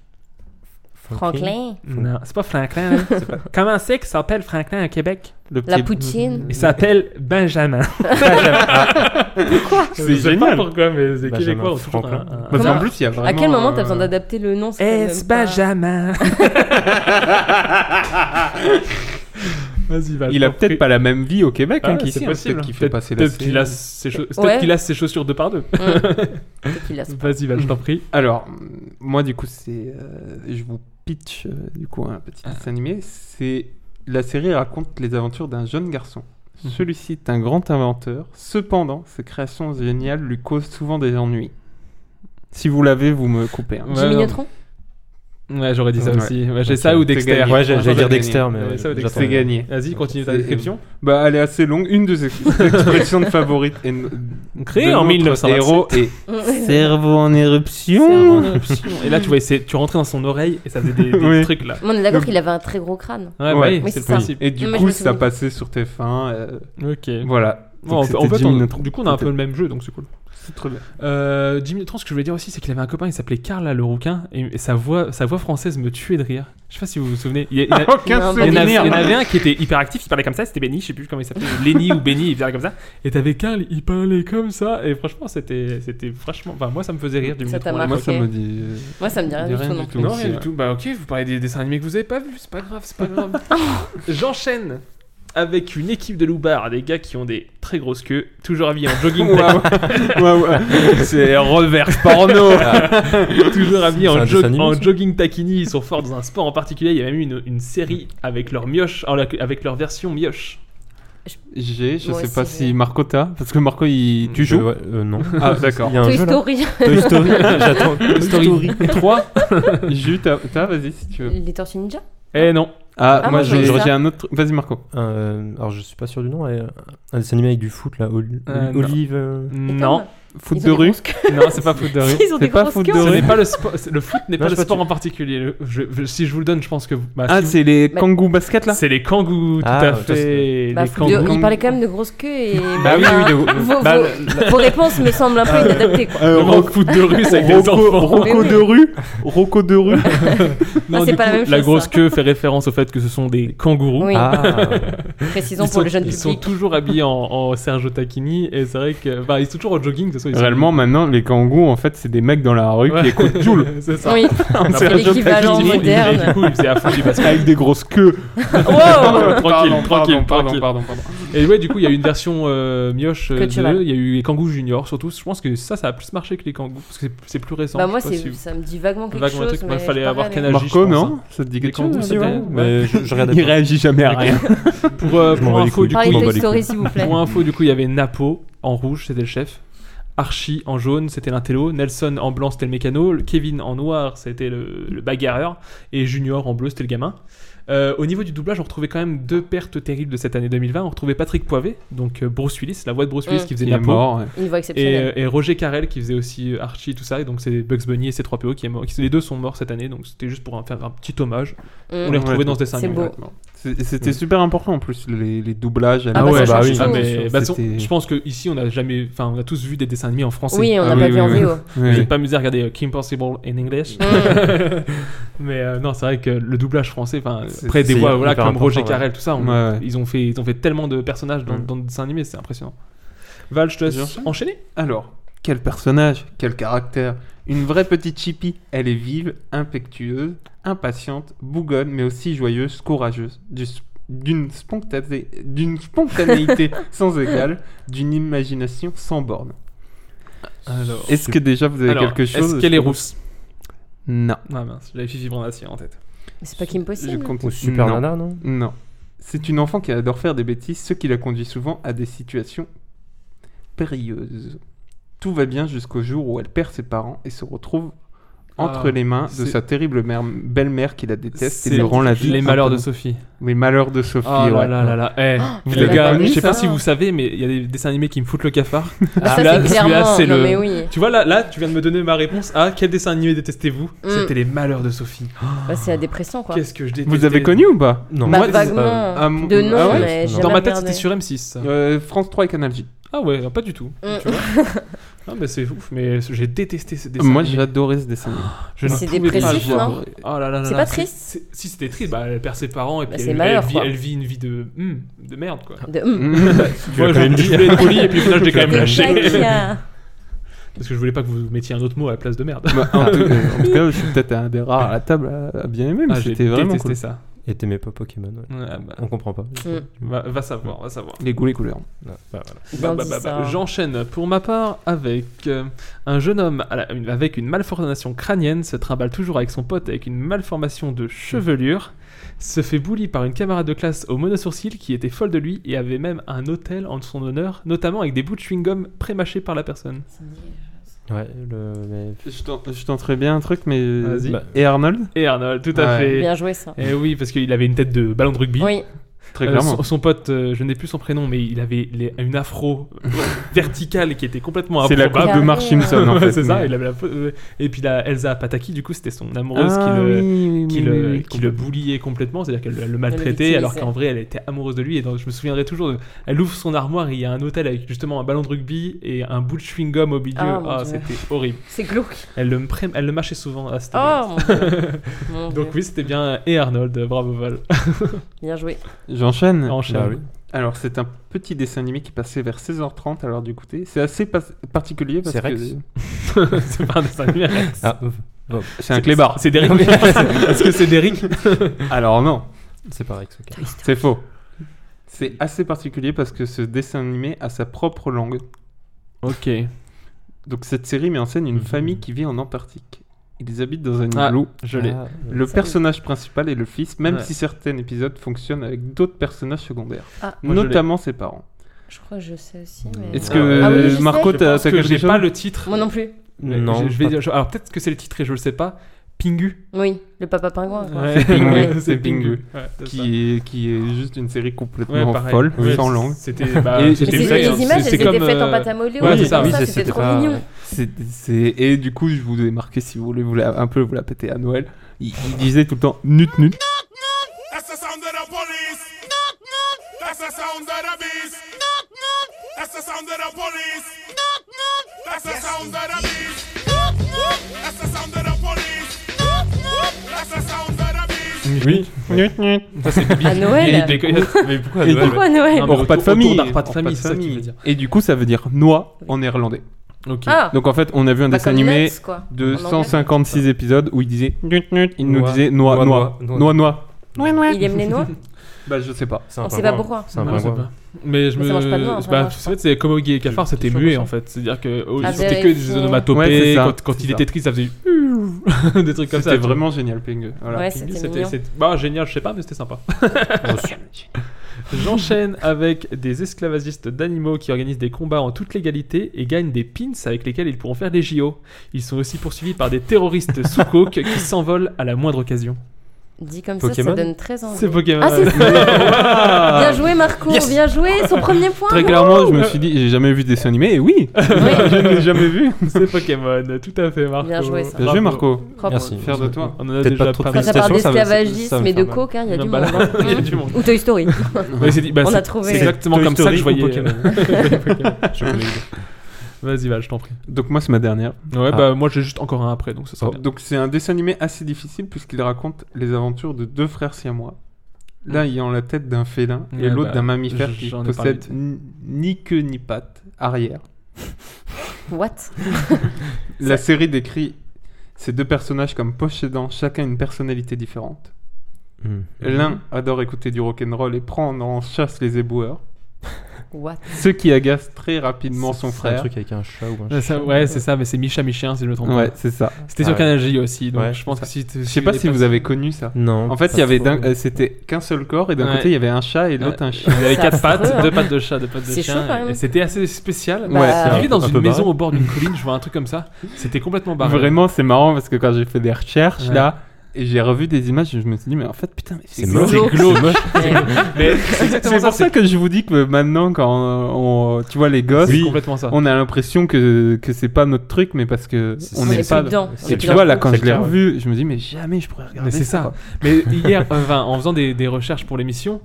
Speaker 9: Franklin.
Speaker 7: Non, c'est pas Franklin. hein. Comment c'est qu'il s'appelle Franklin au Québec
Speaker 8: Le
Speaker 9: La
Speaker 8: petit-
Speaker 9: poutine.
Speaker 7: Il s'appelle Benjamin. Ah.
Speaker 8: C'est
Speaker 7: Je sais pas
Speaker 8: génial.
Speaker 7: pourquoi, mais les
Speaker 5: Benjamin
Speaker 7: Québois ont toujours
Speaker 5: Franklin.
Speaker 7: un- un-
Speaker 8: Parce qu'en
Speaker 9: Comment-
Speaker 8: plus, il y a vraiment.
Speaker 9: À quel moment t'as
Speaker 8: euh,
Speaker 9: besoin d'adapter le nom Eh, c'est quand même
Speaker 7: Est-ce
Speaker 9: pas-
Speaker 7: Benjamin Vas-y, va.
Speaker 8: Il a peut-être pas la même vie au Québec
Speaker 7: Ah,
Speaker 8: hein, qu'ici.
Speaker 7: c'est
Speaker 8: hein.
Speaker 7: possible.
Speaker 8: Peut-être qu'il fait passer la
Speaker 7: Peut-être qu'il a ses chaussures.
Speaker 9: Ouais.
Speaker 7: chaussures de par deux.
Speaker 9: C'est qu'il a ce-
Speaker 7: Vas-y, Val, je t'en prie.
Speaker 8: Alors, hum, moi, du coup, c'est. euh, je vous pitch, euh, du coup, un petit dessin animé. C'est. La série raconte les aventures d'un jeune garçon.
Speaker 7: Mhm.
Speaker 8: Celui-ci est un grand inventeur. Cependant, ses créations géniales lui causent souvent des ennuis. Si vous l'avez, vous me coupez. hein.
Speaker 7: Ouais,
Speaker 9: Jimmy
Speaker 7: non.
Speaker 9: Neutron
Speaker 7: Ouais, j'aurais dit ça
Speaker 8: Ouais.
Speaker 7: aussi. Ouais, j'ai
Speaker 8: Ok.
Speaker 7: ça ou
Speaker 8: T'es
Speaker 7: Dexter.
Speaker 8: gagné.
Speaker 5: Ouais, j'ai- j'allais
Speaker 7: Gagné.
Speaker 5: dire Dexter, mais
Speaker 7: Ouais,
Speaker 5: ouais,
Speaker 7: ça ou
Speaker 5: j'attends.
Speaker 7: Dexter.
Speaker 8: C'est gagné.
Speaker 7: Vas-y, continue ta
Speaker 8: C'est-
Speaker 7: description.
Speaker 8: Bah, elle est assez longue. Une des ex- expressions de favorites est
Speaker 7: Créé en 1927.
Speaker 8: Héros et cerveau en éruption.
Speaker 7: Et là, tu vois, c'est- tu rentrais dans son oreille et ça faisait des, des
Speaker 8: Oui.
Speaker 7: trucs là.
Speaker 9: Mais on est d'accord qu'il avait un très gros crâne.
Speaker 7: Ouais, bah
Speaker 8: Ouais.
Speaker 7: oui,
Speaker 9: Oui,
Speaker 7: c'est le
Speaker 9: c'est ça.
Speaker 7: principe.
Speaker 8: Et du
Speaker 9: Non, mais je
Speaker 8: coup,
Speaker 9: me
Speaker 8: ça
Speaker 9: souviens.
Speaker 8: passait sur TF1. euh,
Speaker 7: Ok.
Speaker 8: Voilà.
Speaker 7: Bon,
Speaker 8: Donc,
Speaker 7: on peut- on
Speaker 8: c'était
Speaker 7: peut
Speaker 8: Jimmy
Speaker 7: attendre.
Speaker 8: Neutron.
Speaker 7: du coup, on a un peu le même jeu, donc c'est cool.
Speaker 8: C'est très bien.
Speaker 7: Euh, Jimmy Neutron, ce que je voulais dire aussi, c'est qu'il avait un copain, il s'appelait Carl, là, le rouquin, et et sa voix, sa voix française me tuait de rire. Je sais pas si vous vous souvenez. Il y a- il y a-
Speaker 8: Aucun
Speaker 9: Non,
Speaker 7: Il y, en
Speaker 9: Benny.
Speaker 7: avait, il y en
Speaker 8: souvenir.
Speaker 7: avait un qui était hyper actif, il parlait comme ça, c'était Benny, je sais plus comment il s'appelait, Lenny ou Benny, il parlait comme ça. Et t'avais Carl, il parlait comme ça, et franchement, c'était, c'était franchement, enfin, moi ça me faisait rire du
Speaker 9: Ça t'a
Speaker 7: Neutron.
Speaker 9: marqué.
Speaker 8: Moi, ça
Speaker 9: Ok.
Speaker 8: me dit. euh,
Speaker 9: Moi, ça me dit rien du tout non plus.
Speaker 7: Non, rien du tout. Bah ok, vous parlez des dessins animés que vous avez pas vus, c'est pas grave, c'est pas grave. J'enchaîne avec une équipe de loupards, des gars qui ont des très grosses queues, toujours habillés en jogging,
Speaker 8: Waouh.
Speaker 7: c'est reverse porno. Toujours habillés en,
Speaker 5: C'est un
Speaker 7: jog-
Speaker 5: dessin animé,
Speaker 7: en
Speaker 5: ça.
Speaker 7: jogging taquini, ils sont forts dans un sport en particulier. Il y a même eu une, une série avec leur mioche, alors, avec leur version mioche.
Speaker 8: J'ai, je
Speaker 9: Moi
Speaker 8: sais
Speaker 9: aussi,
Speaker 8: pas
Speaker 9: j'ai.
Speaker 8: si Marco t'a. Parce que Marco, il...
Speaker 7: Mm,
Speaker 8: tu
Speaker 5: Je-
Speaker 8: joues
Speaker 5: ouais, euh, Non.
Speaker 8: Ah, d'accord.
Speaker 5: Il y a un
Speaker 9: Toy
Speaker 5: jeu là.
Speaker 9: Story,
Speaker 5: Toy Story. J'attends. Toy Story.
Speaker 7: 3
Speaker 8: Jus, t'as, t'as, vas-y si tu veux.
Speaker 9: les Tortues Ninja.
Speaker 7: Eh non.
Speaker 8: Ah, moi
Speaker 9: Ah, moi,
Speaker 8: j'ai,
Speaker 9: j'ai ça.
Speaker 8: j'ai un autre. truc. Vas-y Marco.
Speaker 5: Euh, alors je suis pas sûr du nom. euh, Un dessin animé avec du foot là. Oli-
Speaker 7: Euh, non.
Speaker 5: Olive. euh,
Speaker 7: Non.
Speaker 8: Foot
Speaker 9: Ils
Speaker 8: de
Speaker 9: ont des
Speaker 8: rue.
Speaker 9: grosses queues.
Speaker 7: Non, c'est pas foot de rue.
Speaker 9: Ils ont
Speaker 8: C'est
Speaker 9: des
Speaker 8: pas
Speaker 9: grosses
Speaker 8: foot
Speaker 9: queues.
Speaker 8: de
Speaker 7: Ce
Speaker 8: rue.
Speaker 7: n'est pas le sport. c'est- Le foot n'est pas
Speaker 5: Non,
Speaker 7: le
Speaker 5: je sais pas,
Speaker 7: sport
Speaker 5: tu-
Speaker 7: en particulier. Le- je- je- si je vous le donne, je pense que vous. bah,
Speaker 8: Ah,
Speaker 7: si vous-
Speaker 8: c'est les
Speaker 9: Bah-
Speaker 8: kangous basket là
Speaker 7: c'est les kangous, tout
Speaker 5: Ah,
Speaker 7: à
Speaker 5: ça, c'est-
Speaker 7: fait.
Speaker 9: Bah,
Speaker 7: les
Speaker 9: faut-
Speaker 7: kangous.
Speaker 9: de- il parlait quand même de grosses queues et.
Speaker 8: Bah oui, oui, de-
Speaker 9: Vos,
Speaker 8: bah,
Speaker 9: vos- vos réponses me semblent un peu inadaptées, quoi.
Speaker 8: Euh, Ro-
Speaker 7: Vraiment, foot de rue, c'est avec des
Speaker 8: Rocco,
Speaker 7: enfants.
Speaker 8: Rocco
Speaker 9: Mais oui.
Speaker 8: de rue Rocco de rue
Speaker 7: Non,
Speaker 9: Ah, c'est
Speaker 7: du
Speaker 9: pas la
Speaker 7: coup,
Speaker 9: même
Speaker 7: la
Speaker 9: chose,
Speaker 7: grosse
Speaker 9: ça.
Speaker 7: queue fait référence au fait que ce sont des kangourous.
Speaker 9: Oui,
Speaker 5: Ah.
Speaker 9: précisons
Speaker 7: ils
Speaker 9: pour
Speaker 7: sont,
Speaker 9: le jeune
Speaker 7: ils
Speaker 9: public.
Speaker 7: sont toujours habillés en, en Sergio Tacchini et c'est vrai que bah, ils sont toujours en jogging de toute façon. Ils sont-
Speaker 8: Réellement maintenant les kangous en fait c'est des mecs dans la rue
Speaker 7: Ouais.
Speaker 8: qui écoutent Joule
Speaker 7: c'est ça.
Speaker 9: Oui,
Speaker 7: Après,
Speaker 9: c'est l'équivalent
Speaker 7: Tacchini,
Speaker 9: moderne.
Speaker 7: et Du coup, ils faisaient à fond du basket.
Speaker 8: Ah, avec des grosses queues.
Speaker 9: Bah,
Speaker 8: Pardon,
Speaker 7: Tranquille, tranquille,
Speaker 8: pardon,
Speaker 7: tranquille.
Speaker 8: pardon, pardon,
Speaker 7: Et ouais, du coup, il y a eu une version euh, mioche euh,
Speaker 9: Que
Speaker 7: de
Speaker 9: tu l'as.
Speaker 7: Il y a eu les kangourous juniors surtout. Je pense que ça, ça a plus marché que les kangourous parce que c'est- c'est plus récent.
Speaker 9: Bah,
Speaker 7: Je
Speaker 9: moi,
Speaker 7: sais pas si
Speaker 9: c'est-
Speaker 7: vous-
Speaker 9: ça me dit vaguement quelque
Speaker 7: Vaguement un
Speaker 9: chose.
Speaker 7: truc, moi,
Speaker 9: mais
Speaker 7: fallait
Speaker 9: je
Speaker 7: avoir
Speaker 9: parlais,
Speaker 7: Canal
Speaker 9: mais-
Speaker 7: J. je
Speaker 8: Marco
Speaker 7: pense,
Speaker 8: non Ça te dit
Speaker 7: Les
Speaker 8: quelque chose
Speaker 7: kangous,
Speaker 8: hein,
Speaker 7: c'était-
Speaker 8: ouais.
Speaker 5: Mais je, je regardais
Speaker 8: Il
Speaker 5: pas.
Speaker 8: réagit jamais à rien.
Speaker 7: Pour, euh,
Speaker 5: Je m'en
Speaker 7: pour
Speaker 5: bats les
Speaker 7: info,
Speaker 5: couilles.
Speaker 7: du
Speaker 9: Parlez
Speaker 7: coup,
Speaker 5: m'en
Speaker 9: de
Speaker 5: bat
Speaker 9: Toy
Speaker 5: les
Speaker 9: Story,
Speaker 5: couilles.
Speaker 9: s'il vous plaît.
Speaker 7: Pour info, du coup, il y avait Napo en rouge, c'était le chef. Archie en jaune, c'était l'intello. Nelson en blanc, c'était le mécano. Kevin en noir, c'était le, le bagarreur. Et Junior en bleu, c'était le gamin. Euh, au niveau du doublage, on retrouvait quand même deux pertes terribles de cette année 2020. On retrouvait Patrick Poivet, donc euh, Bruce Willis, la voix de Bruce Willis
Speaker 9: Mm.
Speaker 7: qui faisait
Speaker 8: Il est
Speaker 7: Napo.
Speaker 8: mort. ouais.
Speaker 9: Une voix
Speaker 7: Et, euh,
Speaker 9: exceptionnelle.
Speaker 7: et Roger Carrel qui faisait aussi euh, Archie et tout ça. Et donc c'est Bugs Bunny et C3PO qui est mort. qui- Les deux sont morts cette année, donc c'était juste pour un- faire un petit hommage.
Speaker 9: Mm.
Speaker 7: On les retrouvait dans ce dessin
Speaker 9: C'est
Speaker 7: animé.
Speaker 9: beau.
Speaker 8: C'est- C'était super important en plus les, les doublages. à
Speaker 9: Ah
Speaker 8: la-
Speaker 9: bah,
Speaker 7: ouais,
Speaker 9: ça
Speaker 7: bah
Speaker 9: change
Speaker 7: oui.
Speaker 9: tout.
Speaker 7: mais, bah, son-
Speaker 8: C'était-
Speaker 7: je pense que ici on a jamais, enfin on a tous vu des dessins animés en français.
Speaker 9: Oui, on
Speaker 8: Ah
Speaker 9: n'a
Speaker 8: oui,
Speaker 9: pas
Speaker 8: oui,
Speaker 9: vu en
Speaker 8: oui.
Speaker 9: VO.
Speaker 7: Je
Speaker 8: Ouais.
Speaker 7: pas amusé à regarder euh, Kim Possible in English.
Speaker 9: Mm.
Speaker 7: Mais euh, non, c'est vrai que le doublage français, enfin,
Speaker 8: C'est-
Speaker 7: après des
Speaker 5: c'est
Speaker 7: voix voilà,
Speaker 5: hyper
Speaker 7: comme Roger
Speaker 5: important,
Speaker 7: Carrel, tout ça, on-
Speaker 8: Ouais, ouais.
Speaker 7: Ils, ont fait, ils ont fait tellement de personnages dans,
Speaker 8: Mm.
Speaker 7: dans le dessin animé, c'est impressionnant. Val, je te laisse
Speaker 8: J'enchaîne
Speaker 7: enchaîner
Speaker 8: Alors, quel personnage, quel caractère. Une vraie petite chippie. Elle est vive, impétueuse, impatiente, bougonne, mais aussi joyeuse, courageuse. Du s- d'une spontané- d'une spontanéité sans égale, d'une imagination sans borne.
Speaker 7: Alors,
Speaker 8: Est-ce que déjà vous avez quelque chose
Speaker 7: Est-ce qu'elle est rousse
Speaker 8: Non.
Speaker 7: Ah mince, j'avais Fifi Brandassi en tête.
Speaker 9: Mais c'est pas Kim
Speaker 8: Je
Speaker 9: Possible.
Speaker 8: compte-
Speaker 5: Au Super
Speaker 8: non.
Speaker 5: Nana, non
Speaker 8: Non. C'est une enfant qui adore faire des bêtises, ce qui la conduit souvent à des situations périlleuses. Tout va bien jusqu'au jour où elle perd ses parents et se retrouve entre
Speaker 7: Ah,
Speaker 8: les mains de
Speaker 7: c'est-
Speaker 8: sa terrible mère- belle-mère qui la déteste et
Speaker 7: C'est
Speaker 8: lui rend la vie.
Speaker 7: Les malheurs de
Speaker 8: intenable.
Speaker 7: Sophie.
Speaker 8: Les malheurs de Sophie.
Speaker 7: Oh là
Speaker 8: ouais.
Speaker 7: là là là. Eh,
Speaker 9: vous
Speaker 7: les
Speaker 9: l'avez
Speaker 7: gars,
Speaker 9: Ah, pas
Speaker 7: je
Speaker 9: vu,
Speaker 7: sais pas
Speaker 9: ça
Speaker 7: si vous savez, mais il y a des dessins animés qui me foutent le cafard.
Speaker 9: Bah,
Speaker 7: Celui-là-
Speaker 9: ça, c'est
Speaker 7: celui-là,
Speaker 9: clairement.
Speaker 7: c'est
Speaker 9: Non,
Speaker 7: le-
Speaker 9: mais oui.
Speaker 7: Tu vois, là, là, tu viens de me donner ma réponse à quel dessin animé détestez-vous C'était les malheurs de Sophie.
Speaker 9: Bah, c'est la dépression, Mm. quoi.
Speaker 7: Qu'est-ce que je déteste.
Speaker 8: Vous avez connu ou pas
Speaker 5: Non.
Speaker 9: Bah,
Speaker 7: Moi, c'est-
Speaker 9: vaguement.
Speaker 8: Ah, m-
Speaker 9: De
Speaker 8: ah ouais
Speaker 9: nom, mais
Speaker 5: Dans
Speaker 9: j'ai
Speaker 7: Dans
Speaker 9: jamais
Speaker 7: ma tête,
Speaker 9: regardé.
Speaker 7: c'était sur M6.
Speaker 8: Euh, France 3 et Canal J.
Speaker 7: Ah ouais, pas du tout.
Speaker 9: Mm.
Speaker 7: Tu vois ah bah c'est ouf, mais j'ai détesté ce dessin.
Speaker 8: Moi
Speaker 7: animé.
Speaker 8: j'ai adoré ce dessin. animé.
Speaker 7: je ne
Speaker 9: C'est
Speaker 7: pouvais pas
Speaker 9: dépressif,
Speaker 7: le voir.
Speaker 9: non
Speaker 7: Oh là là là
Speaker 9: C'est
Speaker 7: là,
Speaker 9: pas triste
Speaker 7: c'est- Si c'était triste, bah, elle perd ses parents et
Speaker 9: Bah,
Speaker 7: puis
Speaker 9: c'est
Speaker 7: elle,
Speaker 9: malheur,
Speaker 7: elle vit,
Speaker 9: quoi.
Speaker 7: elle vit une vie de, hum, de merde quoi.
Speaker 9: De- Hum.
Speaker 7: Tu vois, je je voulais être poli et puis au final, je l'ai quand même
Speaker 9: Des
Speaker 7: lâché.
Speaker 9: Jacques.
Speaker 7: Parce que je voulais pas que vous mettiez un autre mot à la place de merde.
Speaker 8: Bah, en, tout, en tout cas, je suis peut-être un des rares à la table à, à bien aimer, mais
Speaker 7: Ah, j'ai
Speaker 8: c'était vraiment
Speaker 7: détesté
Speaker 8: cool.
Speaker 7: ça.
Speaker 5: Et t'aimais pas Pokémon ouais.
Speaker 7: Ouais, bah,
Speaker 5: On comprend pas.
Speaker 9: Hum.
Speaker 7: va, va savoir, va savoir.
Speaker 8: Les goûts, les couleurs.
Speaker 5: Ouais, bah, voilà.
Speaker 9: Bien
Speaker 7: Bah,
Speaker 9: dit
Speaker 7: bah, bah,
Speaker 9: ça.
Speaker 7: J'enchaîne pour ma part avec euh, un jeune homme à la- une- avec une malformation crânienne se trimballe toujours avec son pote avec une malformation de chevelure, se fait bully par une camarade de classe au monosourcil qui était folle de lui et avait même un hôtel en son honneur, notamment avec des bouts de chewing-gum pré-mâchés par la personne.
Speaker 5: Ouais, le, mais-
Speaker 8: Je t'en- je tenterai bien un truc, mais.
Speaker 7: Vas-y.
Speaker 8: Bah, Et Arnold
Speaker 7: Et Arnold, tout
Speaker 8: Ouais.
Speaker 7: à fait.
Speaker 9: Bien joué ça.
Speaker 7: Et oui, parce qu'il avait une tête de ballon de rugby.
Speaker 9: Oui,
Speaker 8: Très
Speaker 7: Euh,
Speaker 8: clairement.
Speaker 7: son, son pote, euh, je n'ai plus son prénom, mais il avait les- une afro verticale qui était complètement
Speaker 8: C'est la
Speaker 7: improbable.
Speaker 8: coupe de Marsh Simpson en
Speaker 7: Ouais,
Speaker 8: fait.
Speaker 7: c'est ça.
Speaker 8: mais-
Speaker 7: il avait la peau- euh, Et puis la Elsa Pataki, du coup, c'était son amoureuse
Speaker 8: Ah,
Speaker 7: qui le,
Speaker 8: oui, oui,
Speaker 7: qui
Speaker 8: oui,
Speaker 7: le,
Speaker 8: oui, oui,
Speaker 7: qui le bouillait complètement, c'est-à-dire qu'elle le- le maltraitait,
Speaker 9: victimisait.
Speaker 7: alors qu'en vrai, elle était amoureuse de lui. Et donc, je me souviendrai toujours, de- elle ouvre son armoire, et il y a un hôtel avec justement un ballon de rugby et un bout de chewing-gum au milieu.
Speaker 9: Ah, mon
Speaker 7: Ah,
Speaker 9: Dieu.
Speaker 7: c'était horrible.
Speaker 9: c'est glauque.
Speaker 7: Elle le, pré- elle le mâchait souvent. Ah, c'était
Speaker 9: Oh mon dieu. Mon
Speaker 7: bien.
Speaker 9: Dieu.
Speaker 7: Donc oui, c'était bien. Et Arnold, bravo Val.
Speaker 9: Bien joué.
Speaker 8: J'enchaîne.
Speaker 7: Enchaîne.
Speaker 8: Bah oui. Alors, c'est un petit dessin animé qui passait vers 16h30 à l'heure du goûter. C'est assez pas- particulier parce
Speaker 5: C'est
Speaker 8: que
Speaker 5: Rex
Speaker 7: c'est pas un dessin animé.
Speaker 5: Ah,
Speaker 8: c'est un clébard.
Speaker 7: C'est Derrick. Est-ce que c'est Derrick
Speaker 8: Alors non,
Speaker 5: c'est pareil. c'est ok.
Speaker 8: c'est faux. C'est assez particulier parce que ce dessin animé a sa propre langue.
Speaker 7: Ok. Mhm.
Speaker 8: Donc cette série met en scène une famille qui vit en Antarctique. Ils habitent dans un igloo.
Speaker 7: Je l'ai.
Speaker 5: Ah,
Speaker 8: Le personnage principal est le fils, même
Speaker 7: Ouais.
Speaker 8: si certains épisodes fonctionnent avec d'autres personnages secondaires,
Speaker 9: Ah.
Speaker 7: Moi, je l'ai.
Speaker 8: notamment ses parents.
Speaker 9: Je crois que je sais aussi. Mais...
Speaker 8: Est-ce
Speaker 5: Ah.
Speaker 8: que
Speaker 9: Ah oui, je sais.
Speaker 8: Marco,
Speaker 9: Je
Speaker 8: t'as
Speaker 7: Parce
Speaker 8: t'as
Speaker 7: que
Speaker 8: quelque
Speaker 7: j'ai
Speaker 8: chose
Speaker 7: pas le titre.
Speaker 9: Moi non plus.
Speaker 7: Mais
Speaker 5: Non.
Speaker 7: je- je vais
Speaker 5: pas-
Speaker 7: dire- je- alors peut-être que c'est le titre et je le sais pas. Pingu.
Speaker 9: Oui, le papa pingouin. quoi.
Speaker 7: Ouais.
Speaker 8: Pingu.
Speaker 7: Ouais,
Speaker 8: C'est
Speaker 7: C'est
Speaker 8: Pingu.
Speaker 7: Pingu. Ouais, c'est ça.
Speaker 8: qui est, qui est juste une série
Speaker 7: Ouais,
Speaker 8: complètement
Speaker 7: pareil.
Speaker 8: folle,
Speaker 7: Ouais,
Speaker 8: sans
Speaker 7: c'est-
Speaker 8: langue.
Speaker 7: C'était. bah,
Speaker 8: Et-
Speaker 7: c'était
Speaker 9: Mais
Speaker 8: C'est
Speaker 9: c'est-
Speaker 7: vrai, hein.
Speaker 9: les images,
Speaker 7: C'est-
Speaker 9: elles
Speaker 7: c'est
Speaker 9: étaient
Speaker 7: comme,
Speaker 9: faites en
Speaker 7: euh,
Speaker 9: pâte à modeler.
Speaker 7: ouais,
Speaker 9: ou
Speaker 7: c'est ça,
Speaker 9: ça,
Speaker 7: oui,
Speaker 9: ça,
Speaker 5: ça,
Speaker 9: c'était
Speaker 5: c'était
Speaker 9: trop
Speaker 5: pas-
Speaker 9: mignon.
Speaker 8: C'est- c'est- Et du coup, je vous ai marqué si vous voulez vous la- un peu vous la péter à Noël. Il, il disait tout le temps nut nut.
Speaker 10: That's the sound of the police. That's the sound of the beast. That's the sound of the police. That's the sound of the beast. That's the sound of the police. That's the sound of the beast.
Speaker 8: Oui.
Speaker 9: À
Speaker 7: Et-
Speaker 9: Noël.
Speaker 7: mais- mais pourquoi
Speaker 8: Et-
Speaker 7: Noël
Speaker 9: Pourquoi à Noël
Speaker 7: Non, mais
Speaker 8: Au repas de
Speaker 7: autour- autour
Speaker 8: famille.
Speaker 7: d'un repas de
Speaker 8: Au
Speaker 7: famille, c'est ça qu'il veut dire.
Speaker 8: Et du coup, ça veut dire noix en néerlandais.
Speaker 7: Ok.
Speaker 9: Ah,
Speaker 8: Donc en fait, on a vu un
Speaker 9: pas
Speaker 8: dessin
Speaker 9: comme
Speaker 8: animé
Speaker 9: Nuts, quoi.
Speaker 8: de
Speaker 9: En anglais.
Speaker 8: 156 épisodes où il disait nut nut. Il nous
Speaker 5: Noix.
Speaker 8: disait noix
Speaker 5: Noix,
Speaker 8: noix
Speaker 5: noix,
Speaker 8: noix noix.
Speaker 9: Il aime les noix
Speaker 8: Bah je sais pas.
Speaker 5: c'est un
Speaker 9: On sait pas
Speaker 5: pingouin.
Speaker 9: pourquoi.
Speaker 5: C'est un
Speaker 7: Non, je sais
Speaker 5: pingouin.
Speaker 7: pas. Mais je
Speaker 9: Mais ça mange pas Ah, de noix,
Speaker 7: me.
Speaker 9: en
Speaker 7: c'est
Speaker 9: fait,
Speaker 7: pas-
Speaker 9: moi,
Speaker 7: En
Speaker 9: je
Speaker 7: fait, c'est comme Oggy et Cafard, c'était
Speaker 9: je
Speaker 7: muet
Speaker 9: comprends.
Speaker 7: en fait. C'est-à-dire que oh,
Speaker 9: À
Speaker 7: ils sortaient que des
Speaker 9: vérifier.
Speaker 8: Ouais, c'est
Speaker 7: onomatopées.
Speaker 8: ça,
Speaker 7: Quand quand
Speaker 8: c'est
Speaker 7: il
Speaker 8: ça.
Speaker 7: était triste, ça faisait des trucs comme ça.
Speaker 8: C'était vraiment génial, Ping. Voilà.
Speaker 9: Ouais,
Speaker 7: Pingu,
Speaker 9: c'était
Speaker 7: c'était
Speaker 9: mignon.
Speaker 7: c'était- bah, génial, je sais pas, mais c'était sympa. J'enchaîne avec des esclavagistes d'animaux qui organisent des combats en toute légalité et gagnent des pins avec lesquels ils pourront faire des JO. Ils sont aussi poursuivis par des terroristes sous coke qui s'envolent à la moindre occasion.
Speaker 9: Dit comme ça, ça
Speaker 5: Pokémon
Speaker 9: donne très envie.
Speaker 7: C'est Pokémon.
Speaker 9: Ah, c'est ça Bien joué, Marco. Bien joué. Son premier point.
Speaker 8: Très clairement, je me suis dit, j'ai jamais vu de dessin animé. Et oui, je ne l'ai jamais vu.
Speaker 7: C'est Pokémon, tout à fait, Marco.
Speaker 9: Bien joué, ça.
Speaker 8: Bien joué, Marco.
Speaker 9: Propre.
Speaker 5: Merci.
Speaker 8: Fier de toi.
Speaker 7: On en a
Speaker 5: Peut-être
Speaker 7: déjà
Speaker 5: pas trop
Speaker 7: pas
Speaker 5: de
Speaker 9: Quand ça parle
Speaker 5: Félicitations, ça va- ça
Speaker 9: d'esclavagisme
Speaker 5: va me
Speaker 9: et de
Speaker 5: faire mal.
Speaker 9: coke, hein, il y a
Speaker 7: Non,
Speaker 9: du
Speaker 7: bah
Speaker 9: monde.
Speaker 7: là, il y a
Speaker 9: hein.
Speaker 7: du monde.
Speaker 9: Ou Toy Story.
Speaker 7: Ouais, c'est dit- bah,
Speaker 9: On
Speaker 7: c'est-
Speaker 9: a trouvé.
Speaker 7: C'est exactement
Speaker 8: Toy
Speaker 7: comme ça que
Speaker 8: Story
Speaker 7: je
Speaker 8: ou
Speaker 7: voyais.
Speaker 8: Pokémon
Speaker 5: Mmh.
Speaker 7: Je connais. Vas-y, Val, je t'en prie.
Speaker 8: Donc moi, c'est ma dernière.
Speaker 7: Ouais, bah moi j'ai juste encore un après, donc ça sera bien.
Speaker 8: Donc c'est un dessin animé assez difficile puisqu'il raconte les aventures de deux frères siamois. L'un ayant la tête d'un félin et
Speaker 7: Ouais,
Speaker 8: l'autre
Speaker 7: bah,
Speaker 8: d'un mammifère
Speaker 7: j-
Speaker 8: qui
Speaker 7: j'en ai parlé
Speaker 8: possède
Speaker 7: vite.
Speaker 8: n- ni queue ni patte arrière.
Speaker 9: What
Speaker 8: La série décrit ces deux personnages comme possédant chacun une personnalité différente.
Speaker 5: Hmm.
Speaker 7: Mhm.
Speaker 8: L'un adore écouter du rock'n'roll et prendre en chasse les éboueurs,
Speaker 9: What
Speaker 8: ce qui agace très rapidement son
Speaker 5: C'est- C'est un
Speaker 8: frère.
Speaker 5: truc avec un chat ou un
Speaker 7: Ouais,
Speaker 5: chien.
Speaker 7: ça- ouais, c'est ça, mais c'est Micha Michin, si je me trompe
Speaker 8: Ouais,
Speaker 7: pas.
Speaker 8: c'est ça.
Speaker 7: C'était sur
Speaker 5: Ah ouais.
Speaker 7: Canal J aussi, donc
Speaker 5: Ouais.
Speaker 7: je pense que si tu-
Speaker 8: Je sais pas
Speaker 7: les
Speaker 8: si vous
Speaker 7: personnes-
Speaker 8: avez connu ça.
Speaker 5: Non.
Speaker 8: En fait,
Speaker 5: pas
Speaker 8: il y avait
Speaker 5: trop.
Speaker 8: d'un- euh, c'était qu'un seul corps et d'un
Speaker 7: Ouais.
Speaker 8: côté il y avait un chat et de l'autre un chien.
Speaker 7: Il avait
Speaker 9: C'est
Speaker 7: quatre
Speaker 9: affreux,
Speaker 7: pattes,
Speaker 9: hein.
Speaker 7: deux pattes de chat, deux pattes de
Speaker 9: C'est chaud, quand
Speaker 7: chien.
Speaker 9: même.
Speaker 7: et C'était assez spécial.
Speaker 9: Bah,
Speaker 5: c'est
Speaker 7: Il
Speaker 5: un-
Speaker 7: vivait dans
Speaker 5: un
Speaker 7: une
Speaker 5: peu
Speaker 7: maison
Speaker 5: barré.
Speaker 7: au bord d'une colline, je vois un truc comme ça. C'était complètement barré.
Speaker 8: Vraiment, c'est marrant parce que quand j'ai fait des recherches
Speaker 7: Ouais.
Speaker 8: là et j'ai revu des images, je me suis dit mais en fait putain, mais c'est
Speaker 5: moche.
Speaker 8: glauque.
Speaker 7: C'est glauque. Mais c'est
Speaker 8: C'est
Speaker 7: exactement ça.
Speaker 8: pour ça que je vous dis que maintenant quand on, on- tu vois les gosses,
Speaker 7: C'est complètement ça.
Speaker 8: on a l'impression que que c'est pas notre truc mais parce que
Speaker 5: C'est-
Speaker 8: on
Speaker 5: c'est-
Speaker 8: n'est
Speaker 9: est
Speaker 5: c'est-
Speaker 8: pas
Speaker 9: plus dedans.
Speaker 5: c'est-
Speaker 8: Et
Speaker 9: C'est
Speaker 8: tu
Speaker 9: plus
Speaker 8: vois
Speaker 9: dans
Speaker 8: là
Speaker 9: le
Speaker 8: quand
Speaker 9: coup.
Speaker 8: je l'ai
Speaker 5: clair, ouais.
Speaker 8: revu, je me dis mais jamais je pourrais regarder
Speaker 7: Mais c'est ça.
Speaker 8: quoi.
Speaker 7: Mais hier, euh, enfin, en faisant des, des recherches pour l'émission,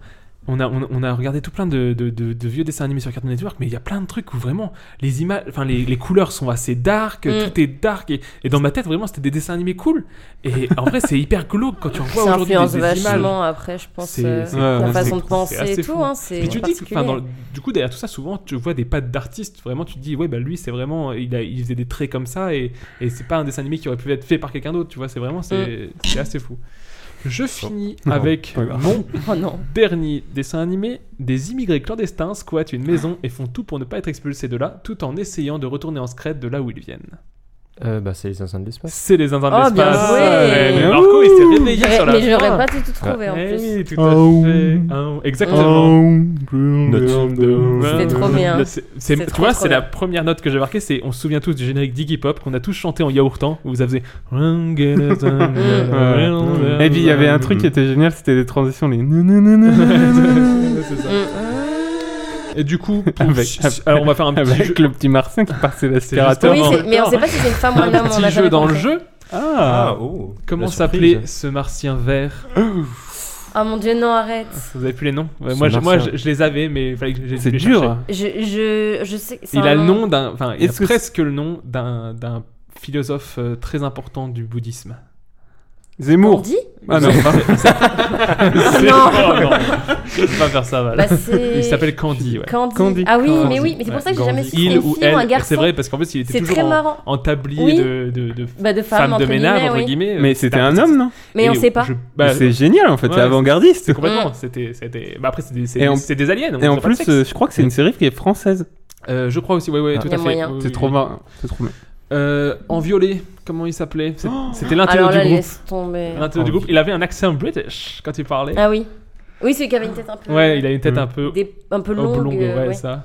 Speaker 7: on a, on, a- on a regardé tout plein de, de- de- de vieux dessins animés sur Cartoon Network, mais il y a plein de trucs où vraiment les images, enfin les, les couleurs sont assez dark,
Speaker 9: Mm.
Speaker 7: tout est dark, et, et dans ma tête vraiment c'était des dessins animés cool. Et en vrai c'est hyper glauque quand tu revois
Speaker 9: Ça
Speaker 7: aujourd'hui
Speaker 9: influence
Speaker 7: des, des images.
Speaker 9: vachement après, je pense.
Speaker 7: C'est-
Speaker 9: euh,
Speaker 7: c'est-
Speaker 8: ouais,
Speaker 9: La
Speaker 8: ouais,
Speaker 9: façon de
Speaker 7: c'est-
Speaker 9: penser
Speaker 7: c'est assez
Speaker 9: et
Speaker 7: fou.
Speaker 9: tout, hein, c'est
Speaker 7: Mais tu dis, que, enfin, dans le-
Speaker 9: particulier.
Speaker 7: du coup derrière tout ça souvent tu vois des pattes d'artistes, vraiment tu te dis ouais bah lui c'est vraiment il, a- il faisait des traits comme ça et, et c'est pas un dessin animé qui aurait pu être fait par quelqu'un d'autre, tu vois c'est vraiment
Speaker 9: Mm.
Speaker 7: c'est c'est assez fou. Je finis
Speaker 8: Non,
Speaker 7: avec
Speaker 8: pas grave.
Speaker 7: mon
Speaker 9: Oh non.
Speaker 7: Dernier dessin animé, des immigrés clandestins squattent une maison et font tout pour ne pas être expulsés de là, tout en essayant de retourner en secret de là où ils viennent.
Speaker 5: Euh, bah, c'est les incendies de l'espace.
Speaker 7: C'est les Indiens de
Speaker 9: Oh, bien
Speaker 7: l'espace.
Speaker 9: joué.
Speaker 7: Ouais,
Speaker 8: Ah
Speaker 7: le Marco, il s'est réveillé
Speaker 9: J'aurais-
Speaker 7: sur la
Speaker 9: mais j'aurais
Speaker 7: fin.
Speaker 9: pas du tout trouvé en
Speaker 7: Ah. Eh
Speaker 9: plus.
Speaker 7: oui, tout à fait. Ah, Exactement.
Speaker 9: C'était trop bien.
Speaker 7: Là, c'est- c'est-
Speaker 9: C'était
Speaker 7: tu
Speaker 9: trop,
Speaker 7: vois,
Speaker 9: trop
Speaker 7: c'est
Speaker 9: bien.
Speaker 7: la première note que j'ai marquée. C'est on se souvient tous du générique d'Iggy Pop qu'on a tous chanté en yaourtant. Où ça faisait.
Speaker 8: Ouais. Et puis il y avait un truc qui était génial, c'était des transitions, les nananana,
Speaker 7: C'est ça.
Speaker 9: Mm.
Speaker 7: Et du coup, pour-
Speaker 8: Avec-
Speaker 7: alors on va faire un petit jeu.
Speaker 8: avec le petit Martien qui passait l'aspirateur.
Speaker 9: Oui,
Speaker 7: Attends,
Speaker 9: c'est- mais on sait pas si c'est une femme ou un
Speaker 7: Un
Speaker 9: homme. on a
Speaker 7: petit
Speaker 9: jamais
Speaker 7: jeu dans Ah, le
Speaker 9: compris.
Speaker 7: jeu.
Speaker 8: Ah,
Speaker 5: oh.
Speaker 7: Comment
Speaker 5: la surprise.
Speaker 7: s'appelait ce martien vert
Speaker 9: Oh mon dieu, non, arrête.
Speaker 7: Vous avez plus les noms Ouais,
Speaker 5: Ce
Speaker 7: Moi, je, moi
Speaker 5: martien.
Speaker 7: je, je les avais, mais il fallait que je les
Speaker 8: c'est
Speaker 7: les
Speaker 8: dur. hein.
Speaker 7: cherchais.
Speaker 9: Je, je, je sais. c'est
Speaker 7: Il
Speaker 9: un
Speaker 7: a le nom d'un. Enfin, il a
Speaker 8: Est-ce que
Speaker 7: presque le nom d'un d'un philosophe euh, très important du bouddhisme.
Speaker 8: Zemmour.
Speaker 9: Gandhi
Speaker 8: Ah non.
Speaker 9: Ah, Non.
Speaker 7: Oh, non. Je peux pas faire ça, voilà.
Speaker 9: Bah, c'est-
Speaker 7: Il s'appelle Candy, ouais.
Speaker 9: Candy.
Speaker 8: Candy.
Speaker 9: Ah oui,
Speaker 8: Candy.
Speaker 9: mais oui, mais c'est pour
Speaker 5: Ouais,
Speaker 9: ça que j'ai jamais
Speaker 5: Gandhi.
Speaker 9: su si c'était
Speaker 7: Il
Speaker 9: une
Speaker 7: ou
Speaker 9: fille
Speaker 7: elle.
Speaker 9: ou un garçon.
Speaker 7: C'est vrai, parce qu'en fait, il était
Speaker 9: C'est
Speaker 7: toujours
Speaker 9: très
Speaker 7: en,
Speaker 9: marrant.
Speaker 7: en tablier
Speaker 9: Oui.
Speaker 7: de, de, de
Speaker 9: Bah, de femme,
Speaker 7: femme de
Speaker 9: entre
Speaker 7: ménage,
Speaker 9: guillemets,
Speaker 7: entre
Speaker 9: oui.
Speaker 7: guillemets. euh,
Speaker 8: Mais c'était un homme, non
Speaker 9: Mais on
Speaker 7: et
Speaker 9: sait pas.
Speaker 7: je- bah,
Speaker 8: Mais C'est génial en fait,
Speaker 7: Ouais,
Speaker 8: c'est avant-gardiste.
Speaker 7: c'est complètement.
Speaker 9: Mm.
Speaker 7: C'était, c'était. Bah après, c'est des, c'est
Speaker 8: Et
Speaker 7: des-
Speaker 8: en-
Speaker 7: c'est des aliens. on
Speaker 8: Et en
Speaker 7: sait pas le
Speaker 8: plus,
Speaker 7: sexe.
Speaker 8: euh, je crois que c'est une série qui est française.
Speaker 7: Euh, je crois aussi. Ouais, ouais,
Speaker 8: Ah.
Speaker 7: tout
Speaker 9: Y a
Speaker 7: à fait.
Speaker 9: moyen.
Speaker 7: Oui,
Speaker 8: C'est
Speaker 7: oui,
Speaker 8: trop
Speaker 7: oui.
Speaker 8: marrant. C'est trop bien.
Speaker 7: Euh, en violet, comment il s'appelait C'est-
Speaker 8: Oh
Speaker 7: C'était l'intello
Speaker 9: Alors
Speaker 7: du
Speaker 9: Ah, là,
Speaker 7: groupe.
Speaker 9: laisse tomber.
Speaker 7: L'intello du groupe. Il avait un accent british quand il parlait.
Speaker 9: Ah oui. Oui, celui qui avait une tête un peu.
Speaker 7: Ouais, il a une tête
Speaker 8: Mm.
Speaker 7: un peu
Speaker 9: des- un peu longue.
Speaker 7: oblongue,
Speaker 9: euh,
Speaker 7: ouais,
Speaker 9: ouais.
Speaker 7: ça.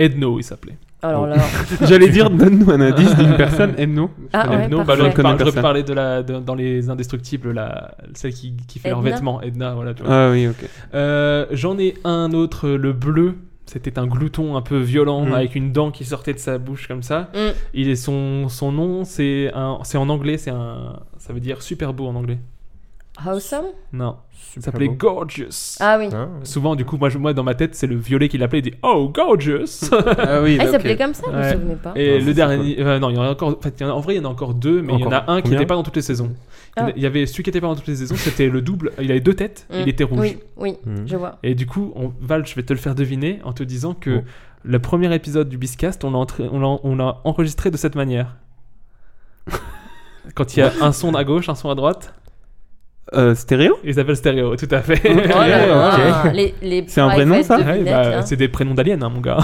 Speaker 7: Edno, il s'appelait.
Speaker 9: Alors là.
Speaker 8: J'allais dire, donne-nous un indice d'une personne, aide-nous.
Speaker 9: Ah ouais,
Speaker 7: Edno, bah,
Speaker 9: parfait.
Speaker 7: je,
Speaker 8: connais
Speaker 7: par- je
Speaker 8: personne.
Speaker 7: parlais de la, de- dans les indestructibles, la, celle qui, qui fait leurs
Speaker 9: Edna.
Speaker 7: vêtements, Edna, voilà. tu vois.
Speaker 8: Ah oui, ok.
Speaker 7: Euh, J'en ai un autre, euh, le bleu. C'était un glouton un peu violent
Speaker 8: Mm.
Speaker 7: avec une dent qui sortait de sa bouche comme ça.
Speaker 9: Mm.
Speaker 7: Il est son, son nom, c'est un- c'est en anglais, c'est un, ça veut dire super beau en anglais.
Speaker 9: Awesome
Speaker 7: Non, il s'appelait Gorgeous.
Speaker 9: Ah oui.
Speaker 5: Ah.
Speaker 7: Souvent, du coup, moi, je- moi dans ma tête, c'est le violet qui l'appelait, il dit Oh, Gorgeous
Speaker 8: Ah oui,
Speaker 9: Ah,
Speaker 8: ok.
Speaker 9: il s'appelait comme ça, je me
Speaker 7: Ouais.
Speaker 9: souvenais pas.
Speaker 7: Et
Speaker 5: Ouais,
Speaker 7: le
Speaker 5: c'est
Speaker 7: dernier, euh, non, il y en a encore. En, fait, il y en, a- en vrai, il y en a encore deux, mais il y en a
Speaker 5: Encore.
Speaker 7: un qui
Speaker 5: Combien
Speaker 7: n'était pas dans toutes les saisons. Il y en a-
Speaker 9: Ah.
Speaker 7: Il y avait celui qui n'était pas dans toutes les saisons, c'était le double. Il avait deux têtes,
Speaker 9: Mm.
Speaker 7: il était rouge.
Speaker 9: Oui, oui,
Speaker 5: Mm.
Speaker 9: je vois.
Speaker 7: Et du coup, on, Val, je vais te le faire deviner en te disant que
Speaker 5: Oh.
Speaker 7: le premier épisode du Biscast, on l'a entré- on l'a on l'a enregistré de cette manière. Quand il y a un son à gauche, un son à droite,
Speaker 8: Euh, stéréo
Speaker 7: ils appellent stéréo, tout à fait. euh,
Speaker 9: Oh là là, les- les
Speaker 8: C'est un
Speaker 9: private hein.
Speaker 8: prénom, ça
Speaker 9: de
Speaker 7: Ouais,
Speaker 9: lunettes,
Speaker 7: bah,
Speaker 9: là.
Speaker 7: c'est des prénoms d'aliens, hein, mon gars.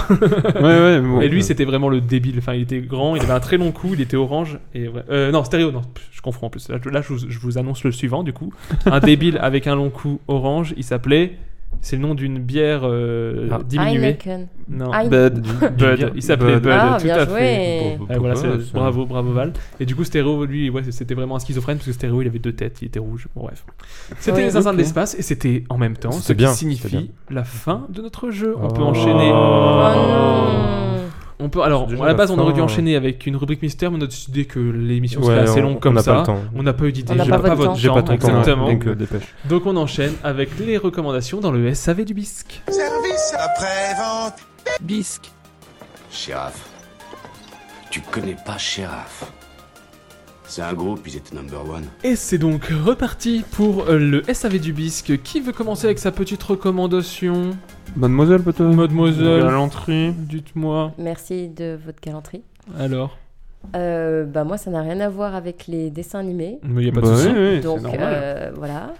Speaker 8: Ouais, ouais, bon.
Speaker 7: Et lui, c'était vraiment le débile. Enfin, il était grand, il avait un très long cou, il était orange. Et ouais. Euh, non, stéréo, non, pff, je confonds en plus. Là, je, là, je vous, je vous annonce le suivant, du coup. Un débile avec un long cou orange, il s'appelait. C'est le nom d'une bière euh,
Speaker 5: Ah.
Speaker 7: diminuée.
Speaker 9: Heineken.
Speaker 7: Non,
Speaker 9: Heineken.
Speaker 8: Bud.
Speaker 7: Bud. Il s'appelait Bud,
Speaker 9: Ah,
Speaker 7: Bah, tout
Speaker 9: bien
Speaker 7: à fait.
Speaker 9: joué.
Speaker 7: Ouais, voilà, c'est- bravo, bravo Val. Et du coup, Stéréo, lui, ouais, c'était vraiment un schizophrène parce que Stéréo, il avait deux têtes, il était rouge. Bon, bref. C'était
Speaker 9: Oui.
Speaker 7: les zinzins
Speaker 8: Ok.
Speaker 7: de l'espace et c'était en même temps
Speaker 5: C'était
Speaker 7: ce
Speaker 5: bien,
Speaker 7: qui
Speaker 5: c'était bien.
Speaker 7: signifie la fin de notre jeu. On peut
Speaker 5: Oh.
Speaker 7: enchaîner.
Speaker 9: Oh
Speaker 5: Oh.
Speaker 9: non.
Speaker 7: On peut, alors,
Speaker 5: C'est déjà
Speaker 7: à la
Speaker 5: la
Speaker 7: base, on aurait dû
Speaker 5: fin. euh,
Speaker 7: enchaîner avec une rubrique mystère, mais on a décidé que l'émission
Speaker 5: Ouais,
Speaker 7: serait assez
Speaker 5: on-
Speaker 7: longue
Speaker 5: on
Speaker 7: comme
Speaker 5: n'a
Speaker 7: ça.
Speaker 5: pas le temps.
Speaker 7: On n'a pas eu d'idée.
Speaker 9: On n'a
Speaker 7: J'ai
Speaker 9: pas votre
Speaker 7: votre
Speaker 9: temps.
Speaker 5: J'ai pas ton temps,
Speaker 7: Exactement.
Speaker 5: donc euh, dépêche.
Speaker 7: Donc, on enchaîne avec les recommandations dans le SAV du bisque.
Speaker 10: Service après-vente.
Speaker 6: bisque,
Speaker 12: Sheriff. Tu connais pas Sheriff. C'est un groupe, ils étaient number one.
Speaker 7: Et c'est donc reparti pour euh, le SAV du bisque. Qui veut commencer avec sa petite recommandation
Speaker 8: Mademoiselle, peut-être
Speaker 7: Mademoiselle,
Speaker 8: Galanterie.
Speaker 7: dites-moi.
Speaker 9: Merci de votre galanterie.
Speaker 7: Alors
Speaker 9: Euh, bah moi, ça n'a rien à voir avec les dessins animés.
Speaker 7: Mais y a pas
Speaker 8: Bah
Speaker 7: de
Speaker 8: oui,
Speaker 7: souci.
Speaker 8: oui, c'est
Speaker 9: Donc
Speaker 8: normal.
Speaker 9: euh, voilà.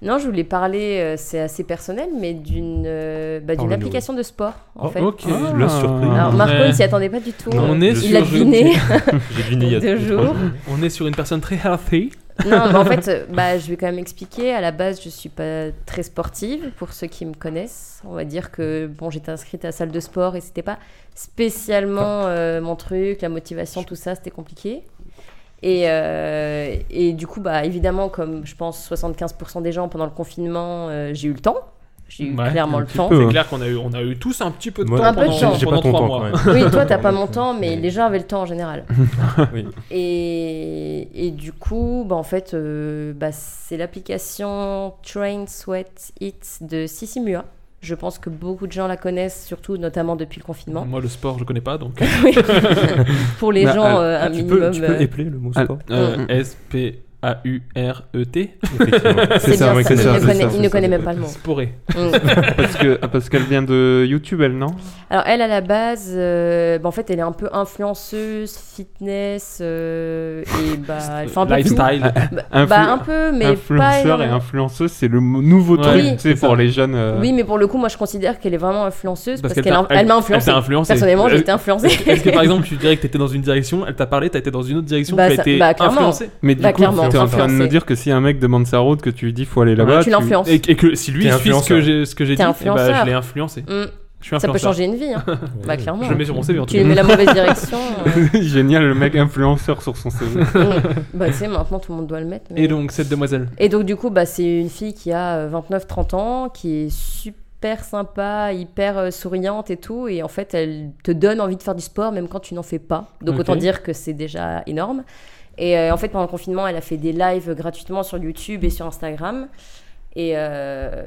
Speaker 9: Non, je voulais parler, euh, c'est assez personnel, mais d'une euh, bah, d'une
Speaker 5: Parle-nous.
Speaker 9: application de sport en
Speaker 5: Oh,
Speaker 9: fait.
Speaker 7: Ok.
Speaker 8: Ah.
Speaker 5: La surprise.
Speaker 9: Alors
Speaker 7: Ouais.
Speaker 9: Marco ne s'y attendait pas du tout.
Speaker 5: Non,
Speaker 7: on
Speaker 9: Euh,
Speaker 7: est
Speaker 5: je
Speaker 9: il a
Speaker 7: sur
Speaker 9: deviné.
Speaker 5: J'ai deviné il y a
Speaker 9: Deux
Speaker 5: trois
Speaker 9: jours.
Speaker 7: On est sur une personne très healthy.
Speaker 9: non, mais en fait, euh, bah, je vais quand même expliquer. À la base, je suis pas très sportive. Pour ceux qui me connaissent, on va dire que bon, j'étais inscrite à la salle de sport et c'était pas spécialement euh, mon truc, la motivation, tout ça, c'était compliqué. Et, euh, et du coup, bah, évidemment, comme je pense 75% des gens pendant le confinement, euh, j'ai eu le temps. J'ai eu
Speaker 7: Ouais,
Speaker 9: clairement
Speaker 7: un
Speaker 9: le
Speaker 7: petit
Speaker 9: temps.
Speaker 8: peu.
Speaker 7: C'est
Speaker 8: Ouais.
Speaker 7: clair qu'on a eu, on a eu tous un petit peu de
Speaker 5: hein. Moi,
Speaker 7: temps
Speaker 9: Un peu de
Speaker 7: pendant,
Speaker 9: temps.
Speaker 5: J'ai
Speaker 7: pendant
Speaker 5: pas ton
Speaker 7: trois
Speaker 5: temps
Speaker 7: mois.
Speaker 5: quand même.
Speaker 9: Oui, toi, t'as pas mon temps, mais les gens avaient le temps en général.
Speaker 5: Oui.
Speaker 9: Et, et du coup, bah, en fait, euh, bah, c'est l'application Train Sweat It de Sissi Mua. Je pense que beaucoup de gens la connaissent, surtout notamment depuis le confinement.
Speaker 5: Mm.
Speaker 7: Moi, le sport, je connais pas, donc euh,
Speaker 9: Pour les
Speaker 8: Bah,
Speaker 9: gens,
Speaker 8: alors,
Speaker 9: euh, un
Speaker 5: ah, Tu peux,
Speaker 9: minimum.
Speaker 5: tu
Speaker 9: euh,
Speaker 5: peux épeler le mot
Speaker 8: Ah,
Speaker 5: sport
Speaker 8: euh,
Speaker 7: S P A-U-R-E-T.
Speaker 5: Effectivement. C'est C'est ça, bien oui, ça, c'est il ça, ne c'est connaît- ça, il c'est ne ça. connaît
Speaker 9: même pas le mot.
Speaker 7: Sporé.
Speaker 9: Mm.
Speaker 8: parce que parce qu'elle vient de YouTube, elle, non
Speaker 9: Alors elle, à la base, euh, bah, en fait, elle est un peu influenceuse, fitness, euh, et bah, elle fait un peu tout.
Speaker 7: Lifestyle.
Speaker 9: Bah,
Speaker 8: Influ-
Speaker 9: bah, un peu, mais pas
Speaker 8: influenceur et
Speaker 9: énormément.
Speaker 8: influenceuse, c'est le mo- nouveau
Speaker 7: Ouais,
Speaker 8: truc,
Speaker 9: Oui.
Speaker 8: tu sais,
Speaker 7: c'est ça.
Speaker 8: pour les jeunes. euh,
Speaker 9: Oui, mais pour le coup, moi, je considère qu'elle est vraiment influenceuse parce,
Speaker 7: qu'elle
Speaker 9: qu'elle
Speaker 7: t'a-
Speaker 9: in- elle m'a influencée.
Speaker 7: t'a influencé.
Speaker 9: Personnellement, j'ai
Speaker 7: Euh,
Speaker 9: été influencée.
Speaker 7: Est-ce que- est-ce que par exemple, tu dirais que t'étais dans une direction, elle t'a parlé, t'as été dans une autre direction,
Speaker 9: Bah,
Speaker 7: tu as
Speaker 9: ça-
Speaker 7: été
Speaker 9: bah, clairement.
Speaker 7: influencé
Speaker 8: Mais du
Speaker 9: Bah,
Speaker 8: coup, t'es
Speaker 9: clairement,
Speaker 8: en train de nous
Speaker 9: influencé.
Speaker 8: dire que si un mec demande sa route, que tu lui dis faut aller là-bas,
Speaker 9: Ouais, tu l'influences.
Speaker 7: Et, et que si lui
Speaker 5: T'es
Speaker 7: suit ce que
Speaker 5: influenceur.
Speaker 7: j'ai ce que j'ai dit,
Speaker 9: T'es
Speaker 7: eh ben,
Speaker 9: influenceur.
Speaker 7: je l'ai influencé.
Speaker 9: Mm.
Speaker 7: Je suis
Speaker 9: Ça peut
Speaker 7: influenceur.
Speaker 9: changer une vie, hein. bah clairement.
Speaker 7: Je le mets sur mon CV en tout
Speaker 9: tu lui
Speaker 7: cas.
Speaker 9: mets la mauvaise direction.
Speaker 8: Génial, le mec influenceur sur son CV.
Speaker 9: euh, mm. Bah tu sais, maintenant tout le monde doit le mettre. mais-
Speaker 7: Et donc cette demoiselle.
Speaker 9: Et donc, du coup, bah, c'est une fille qui a euh, 29-30 ans, qui est super sympa, hyper euh, souriante et tout. Et en fait, elle te donne envie de faire du sport, même quand tu n'en fais pas. Donc,
Speaker 7: Ok.
Speaker 9: autant dire que c'est déjà énorme. Et euh, en fait, pendant le confinement, elle a fait des lives gratuitement sur YouTube et sur Instagram. Et, euh,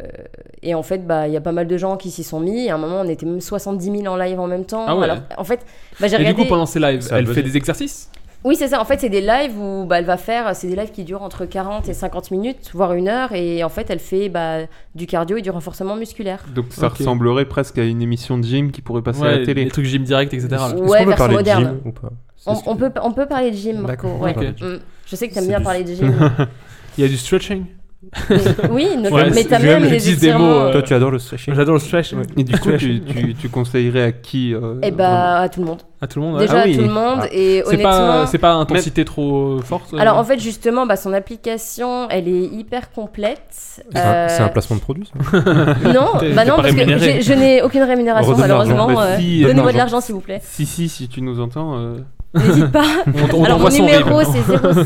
Speaker 9: et en fait, bah, il y a pas mal de gens qui s'y sont mis. Et à un moment, on était même 70 000 en live en même temps.
Speaker 7: Ah ouais.
Speaker 9: Alors, en fait, bah, j'ai
Speaker 7: Et du
Speaker 9: regardé.
Speaker 7: coup, pendant ces lives,
Speaker 5: Ça a
Speaker 7: elle
Speaker 5: buzzé.
Speaker 7: fait des exercices
Speaker 9: Oui, c'est ça. En fait, c'est des lives où bah, elle va faire. C'est des lives qui durent entre 40 et 50 minutes, voire une heure. Et en fait, elle fait bah, du cardio et du renforcement musculaire.
Speaker 8: Donc ça
Speaker 7: Ok.
Speaker 8: ressemblerait presque à une émission de gym qui pourrait passer à la
Speaker 7: Ouais,
Speaker 8: télé.
Speaker 7: les trucs gym direct, etc.
Speaker 9: Ouais,
Speaker 5: Est-ce qu'on peut
Speaker 9: version
Speaker 5: parler de
Speaker 9: moderne.
Speaker 5: gym ou pas
Speaker 9: On, on peut, on peut parler de gym, Marco. ouais.
Speaker 5: D'accord, on peut parler de
Speaker 9: Mm. Je sais que t'aimes
Speaker 5: C'est
Speaker 9: bien
Speaker 5: du-
Speaker 9: parler de gym. hein.
Speaker 7: Il y a du stretching.
Speaker 9: oui, notamment-
Speaker 7: Ouais,
Speaker 9: mais
Speaker 7: c'est-
Speaker 9: t'as
Speaker 7: j'aime
Speaker 9: même
Speaker 7: les
Speaker 9: les
Speaker 7: petits démos,
Speaker 9: étirements.
Speaker 7: euh,
Speaker 5: Toi, tu adores le stretching.
Speaker 7: J'adore le stretch.
Speaker 8: Et du coup, tu, tu, tu conseillerais à qui euh,
Speaker 9: Eh
Speaker 8: vraiment
Speaker 9: bah, à tout le monde.
Speaker 7: À tout le monde. ouais.
Speaker 9: Déjà,
Speaker 8: oui.
Speaker 9: à tout le monde.
Speaker 8: Ah.
Speaker 9: Et
Speaker 7: C'est pas, euh,
Speaker 9: honnêtement.
Speaker 7: c'est pas intensité trop forte.
Speaker 9: Alors, en
Speaker 7: euh,
Speaker 9: fait, justement, bah, son application, elle est hyper complète.
Speaker 5: C'est un- c'est un
Speaker 9: Euh,
Speaker 5: placement de produit, ça.
Speaker 7: T'es-
Speaker 9: Non, bah
Speaker 7: t'es
Speaker 9: non,
Speaker 7: pas
Speaker 9: parce que
Speaker 7: rémunéré.
Speaker 9: j'ai- je n'ai aucune rémunération,
Speaker 5: Redonne l'argent.
Speaker 9: malheureusement.
Speaker 8: Bah,
Speaker 9: euh,
Speaker 8: si,
Speaker 9: Donnez-moi
Speaker 8: l'argent.
Speaker 9: de l'argent, s'il vous plaît.
Speaker 8: Si, si, si tu nous entends. euh,
Speaker 9: N'hésite pas.
Speaker 7: on, on
Speaker 9: Alors, mon
Speaker 7: t'envoie son
Speaker 9: numéro,
Speaker 7: rib.
Speaker 9: c'est 06.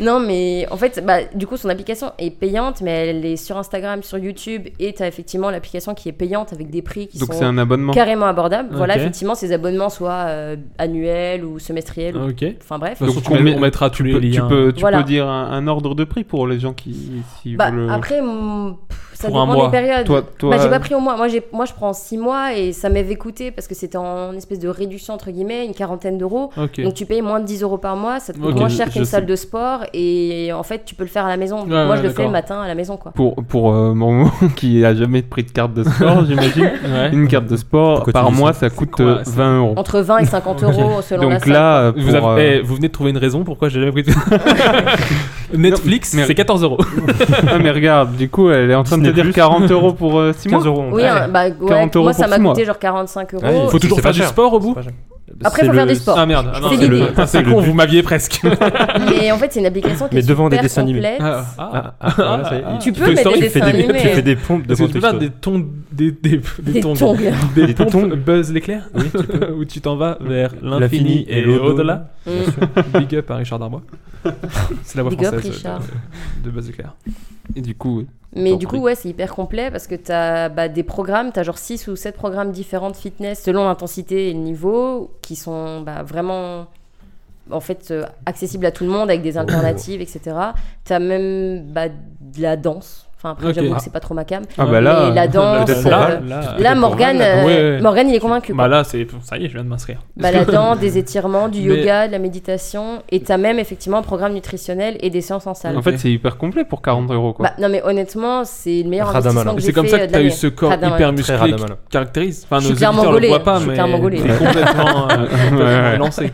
Speaker 9: non, mais en fait, bah, du coup, son application est payante, mais elle est sur Instagram, sur YouTube, et tu as effectivement l'application qui est payante avec des prix qui
Speaker 8: Donc c'est
Speaker 9: sont
Speaker 8: un abonnement.
Speaker 9: carrément abordables. Voilà,
Speaker 7: Ok.
Speaker 9: effectivement, ces abonnements soient euh, annuels ou semestriels, ou-
Speaker 7: Ok.
Speaker 9: enfin bref.
Speaker 7: De toute façon,
Speaker 8: Donc,
Speaker 7: tu mets-
Speaker 8: combien-
Speaker 7: on mettra tous
Speaker 8: Tu
Speaker 7: les
Speaker 8: peux, tu
Speaker 7: liens.
Speaker 8: peux, tu
Speaker 9: Voilà.
Speaker 8: peux dire un, un ordre de prix pour les gens qui si
Speaker 9: Bah,
Speaker 8: veulent-
Speaker 9: Après, mm, pff, ça
Speaker 7: Pour un
Speaker 9: dépend
Speaker 7: mois.
Speaker 9: des périodes.
Speaker 8: Toi, toi, euh,
Speaker 9: Bah, j'ai pas pris au mois. Moi, j'ai, moi, je prends 6 mois et ça m'avait coûté parce que c'était en espèce de réduction, entre guillemets, une quarantaine d'euros.
Speaker 7: Ok.
Speaker 9: Donc tu payes moins de 10 euros par mois, ça te coûte
Speaker 7: Ok,
Speaker 9: moins
Speaker 7: je-
Speaker 9: cher
Speaker 8: je
Speaker 9: qu'une
Speaker 8: sais.
Speaker 9: salle de sport et en fait tu peux le faire à la maison. Moi
Speaker 7: ouais,
Speaker 9: je le fais
Speaker 7: d'accord.
Speaker 9: le matin à la maison quoi.
Speaker 8: pour pour euh, Momo, qui a jamais pris de carte de sport, j'imagine.
Speaker 7: Ouais.
Speaker 8: Une carte de sport
Speaker 5: Pourquoi tu
Speaker 8: par
Speaker 5: dis
Speaker 8: mois, ça coûte
Speaker 7: quoi,
Speaker 8: euh,
Speaker 7: ça
Speaker 8: 20 euros.
Speaker 9: Entre 20 et
Speaker 7: Ok.
Speaker 9: 50 euros selon la
Speaker 8: Donc
Speaker 9: salle.
Speaker 8: là,
Speaker 7: Vous,
Speaker 8: pour,
Speaker 7: avez-
Speaker 8: euh,
Speaker 7: eh, vous venez de trouver une raison pourquoi j'ai jamais pris de- Netflix,
Speaker 8: Non, mais-
Speaker 7: c'est 14 euros.
Speaker 8: Ah, mais regarde, du coup, elle est en train de te
Speaker 5: Disney+.
Speaker 8: dire 40 euros pour 6 mois.
Speaker 5: 15 euros.
Speaker 9: Oui, hein, bah, ouais,
Speaker 8: 40 euros
Speaker 9: moi ça
Speaker 8: pour
Speaker 9: m'a
Speaker 8: six mois.
Speaker 9: coûté genre 45 euros.
Speaker 5: Ouais,
Speaker 7: Faut toujours
Speaker 5: c'est
Speaker 7: faire
Speaker 5: pas
Speaker 7: du
Speaker 5: cher.
Speaker 7: sport au bout.
Speaker 9: Après,
Speaker 5: C'est
Speaker 9: faut faire
Speaker 5: le-
Speaker 9: du sport.
Speaker 7: Ah merde, ah non,
Speaker 9: C'est
Speaker 7: c'est
Speaker 9: l'idée.
Speaker 7: le- ah, c'est
Speaker 5: C'est
Speaker 7: con,
Speaker 5: le-
Speaker 7: vous m'aviez presque.
Speaker 9: Mais en fait c'est une application qui
Speaker 5: Mais
Speaker 9: est
Speaker 5: devant des
Speaker 9: super
Speaker 5: dessins animés.
Speaker 9: complète.
Speaker 7: Ah,
Speaker 5: Ah, ah, voilà, ça y est.
Speaker 9: Tu peux
Speaker 7: Toy
Speaker 9: mettre
Speaker 7: Story
Speaker 9: des
Speaker 5: Tu fais
Speaker 9: dessins
Speaker 5: des- tu
Speaker 9: animés.
Speaker 5: fais des pompes de
Speaker 7: Parce que tu peux faire des tons, des, des, des,
Speaker 9: Des
Speaker 7: tongs-
Speaker 9: tongs.
Speaker 7: des
Speaker 5: Des
Speaker 7: pompes
Speaker 5: tongs.
Speaker 7: Buzz l'éclair,
Speaker 5: Oui, tu peux.
Speaker 7: où tu t'en vas vers l'infini et au-delà.
Speaker 9: Mm.
Speaker 7: Big up à Richard Darbois. C'est la voix
Speaker 9: Big up,
Speaker 7: française euh, de-
Speaker 9: Richard.
Speaker 7: de Buzz l'éclair.
Speaker 8: Et du coup, oui.
Speaker 9: Mais
Speaker 8: T'en
Speaker 9: du coup,
Speaker 8: prie.
Speaker 9: ouais, c'est hyper complet parce que t'as bah, des programmes, t'as genre 6 ou 7 programmes différents de fitness selon l'intensité et le niveau qui sont bah, vraiment en fait euh, accessibles à tout le monde avec des alternatives, etc. T'as même bah, de la danse. Enfin, après,
Speaker 7: Ok.
Speaker 9: j'avoue
Speaker 7: Ah.
Speaker 9: que c'est pas trop ma cam.
Speaker 8: Ah
Speaker 7: Mais
Speaker 8: bah là,
Speaker 9: la danse,
Speaker 8: peut-être pour
Speaker 9: euh,
Speaker 8: elle.
Speaker 7: là,
Speaker 9: Là, Morgan,
Speaker 7: là, ouais, ouais.
Speaker 9: Morgan, il est convaincu. quoi.
Speaker 7: Bah là, c'est ça y est, je viens de m'inscrire.
Speaker 9: Bah, la danse, des étirements, du
Speaker 7: Mais-
Speaker 9: yoga, de la méditation. Et t'as même effectivement un programme nutritionnel et des séances en salle.
Speaker 8: euh, En fait, c'est hyper complet pour 40 euros, quoi.
Speaker 9: Bah, non, mais honnêtement, c'est le meilleur investissement
Speaker 5: Radamalin.
Speaker 9: que
Speaker 7: Mais
Speaker 9: j'ai
Speaker 7: c'est comme ça
Speaker 9: fait,
Speaker 7: que
Speaker 9: euh, de
Speaker 7: t'as eu
Speaker 9: l'année.
Speaker 7: ce corps
Speaker 9: Radamalin.
Speaker 7: hyper
Speaker 5: Très
Speaker 7: musclé qui
Speaker 5: radamalin.
Speaker 7: caractère. Enfin,
Speaker 9: Je suis
Speaker 7: nos
Speaker 9: clairement
Speaker 7: auditeurs le
Speaker 9: gaulée,
Speaker 7: voient pas,
Speaker 9: je suis
Speaker 7: mais
Speaker 9: clairement gaulée.
Speaker 7: il est complètement euh, complètement lancé.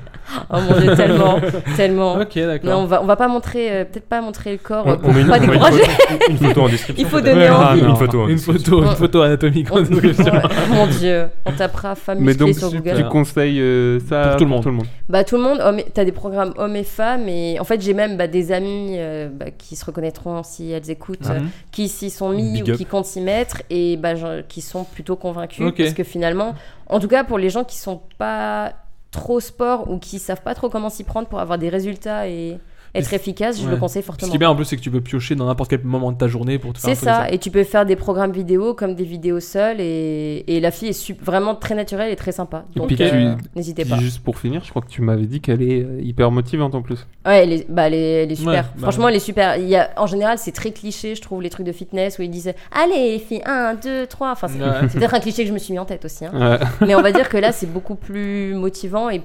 Speaker 9: Oh mon dieu, tellement, tellement.
Speaker 7: Ok,
Speaker 9: Non, on
Speaker 7: d'accord.
Speaker 9: va, on va pas montrer, euh, peut-être pas montrer le corps euh,
Speaker 5: On-
Speaker 9: pour
Speaker 5: on met une-
Speaker 9: pas
Speaker 5: on met une
Speaker 9: décourager.
Speaker 5: Une photo hein. en description.
Speaker 9: Il faut
Speaker 5: peut-être.
Speaker 9: donner
Speaker 8: Ah,
Speaker 5: Une
Speaker 8: non.
Speaker 5: photo. en
Speaker 7: Une
Speaker 5: description.
Speaker 7: photo, une photo anatomique. en
Speaker 9: On-
Speaker 7: description.
Speaker 9: on- mon dieu, on tapera femme
Speaker 8: Mais
Speaker 9: musclée
Speaker 8: donc,
Speaker 9: sur
Speaker 8: tu
Speaker 9: Google.
Speaker 8: conseilles euh, ça
Speaker 7: Pour tout le monde.
Speaker 9: Bah tout le monde, hommes et- t'as des programmes hommes et femmes et en fait j'ai même bah, des amies euh, bah, qui se reconnaîtront si elles écoutent, euh,
Speaker 7: Mhm.
Speaker 9: qui s'y sont mis
Speaker 5: Big
Speaker 9: ou
Speaker 5: up.
Speaker 9: qui comptent s'y mettre et bah, genre, qui sont plutôt convaincus
Speaker 7: Ok.
Speaker 9: parce que finalement, en tout cas pour les gens qui sont pas trop sport ou qui savent pas trop comment s'y prendre pour avoir des résultats et être
Speaker 7: c'est-
Speaker 9: efficace, je
Speaker 7: ouais.
Speaker 9: le conseille
Speaker 7: Ce
Speaker 9: fortement.
Speaker 7: qui est bien en plus, c'est que tu peux piocher dans n'importe quel moment de ta journée pour te faire un
Speaker 9: C'est
Speaker 7: truc comme
Speaker 9: ça, et tu peux faire des programmes vidéo comme des vidéos seules, et, et la fille est sup- vraiment très naturelle et très sympa.
Speaker 8: Et
Speaker 9: Donc
Speaker 8: puis
Speaker 9: euh,
Speaker 8: tu-
Speaker 9: n'hésitez pas.
Speaker 8: Puis Juste pour finir, je crois que tu m'avais dit qu'elle est euh, hyper motivante en plus.
Speaker 9: Ouais, elle est, bah, elle est, elle est super.
Speaker 7: Ouais, bah
Speaker 9: Franchement, elle est super. Il y a, en général, c'est très cliché, je trouve, les trucs de fitness où ils disent Allez, filles, 1, 2, 3. Enfin, c'est
Speaker 7: Ouais.
Speaker 8: Euh,
Speaker 9: c'est peut-être un cliché que je me suis mis en tête aussi. hein.
Speaker 8: Ouais.
Speaker 9: Mais on va dire que là, c'est beaucoup plus motivant et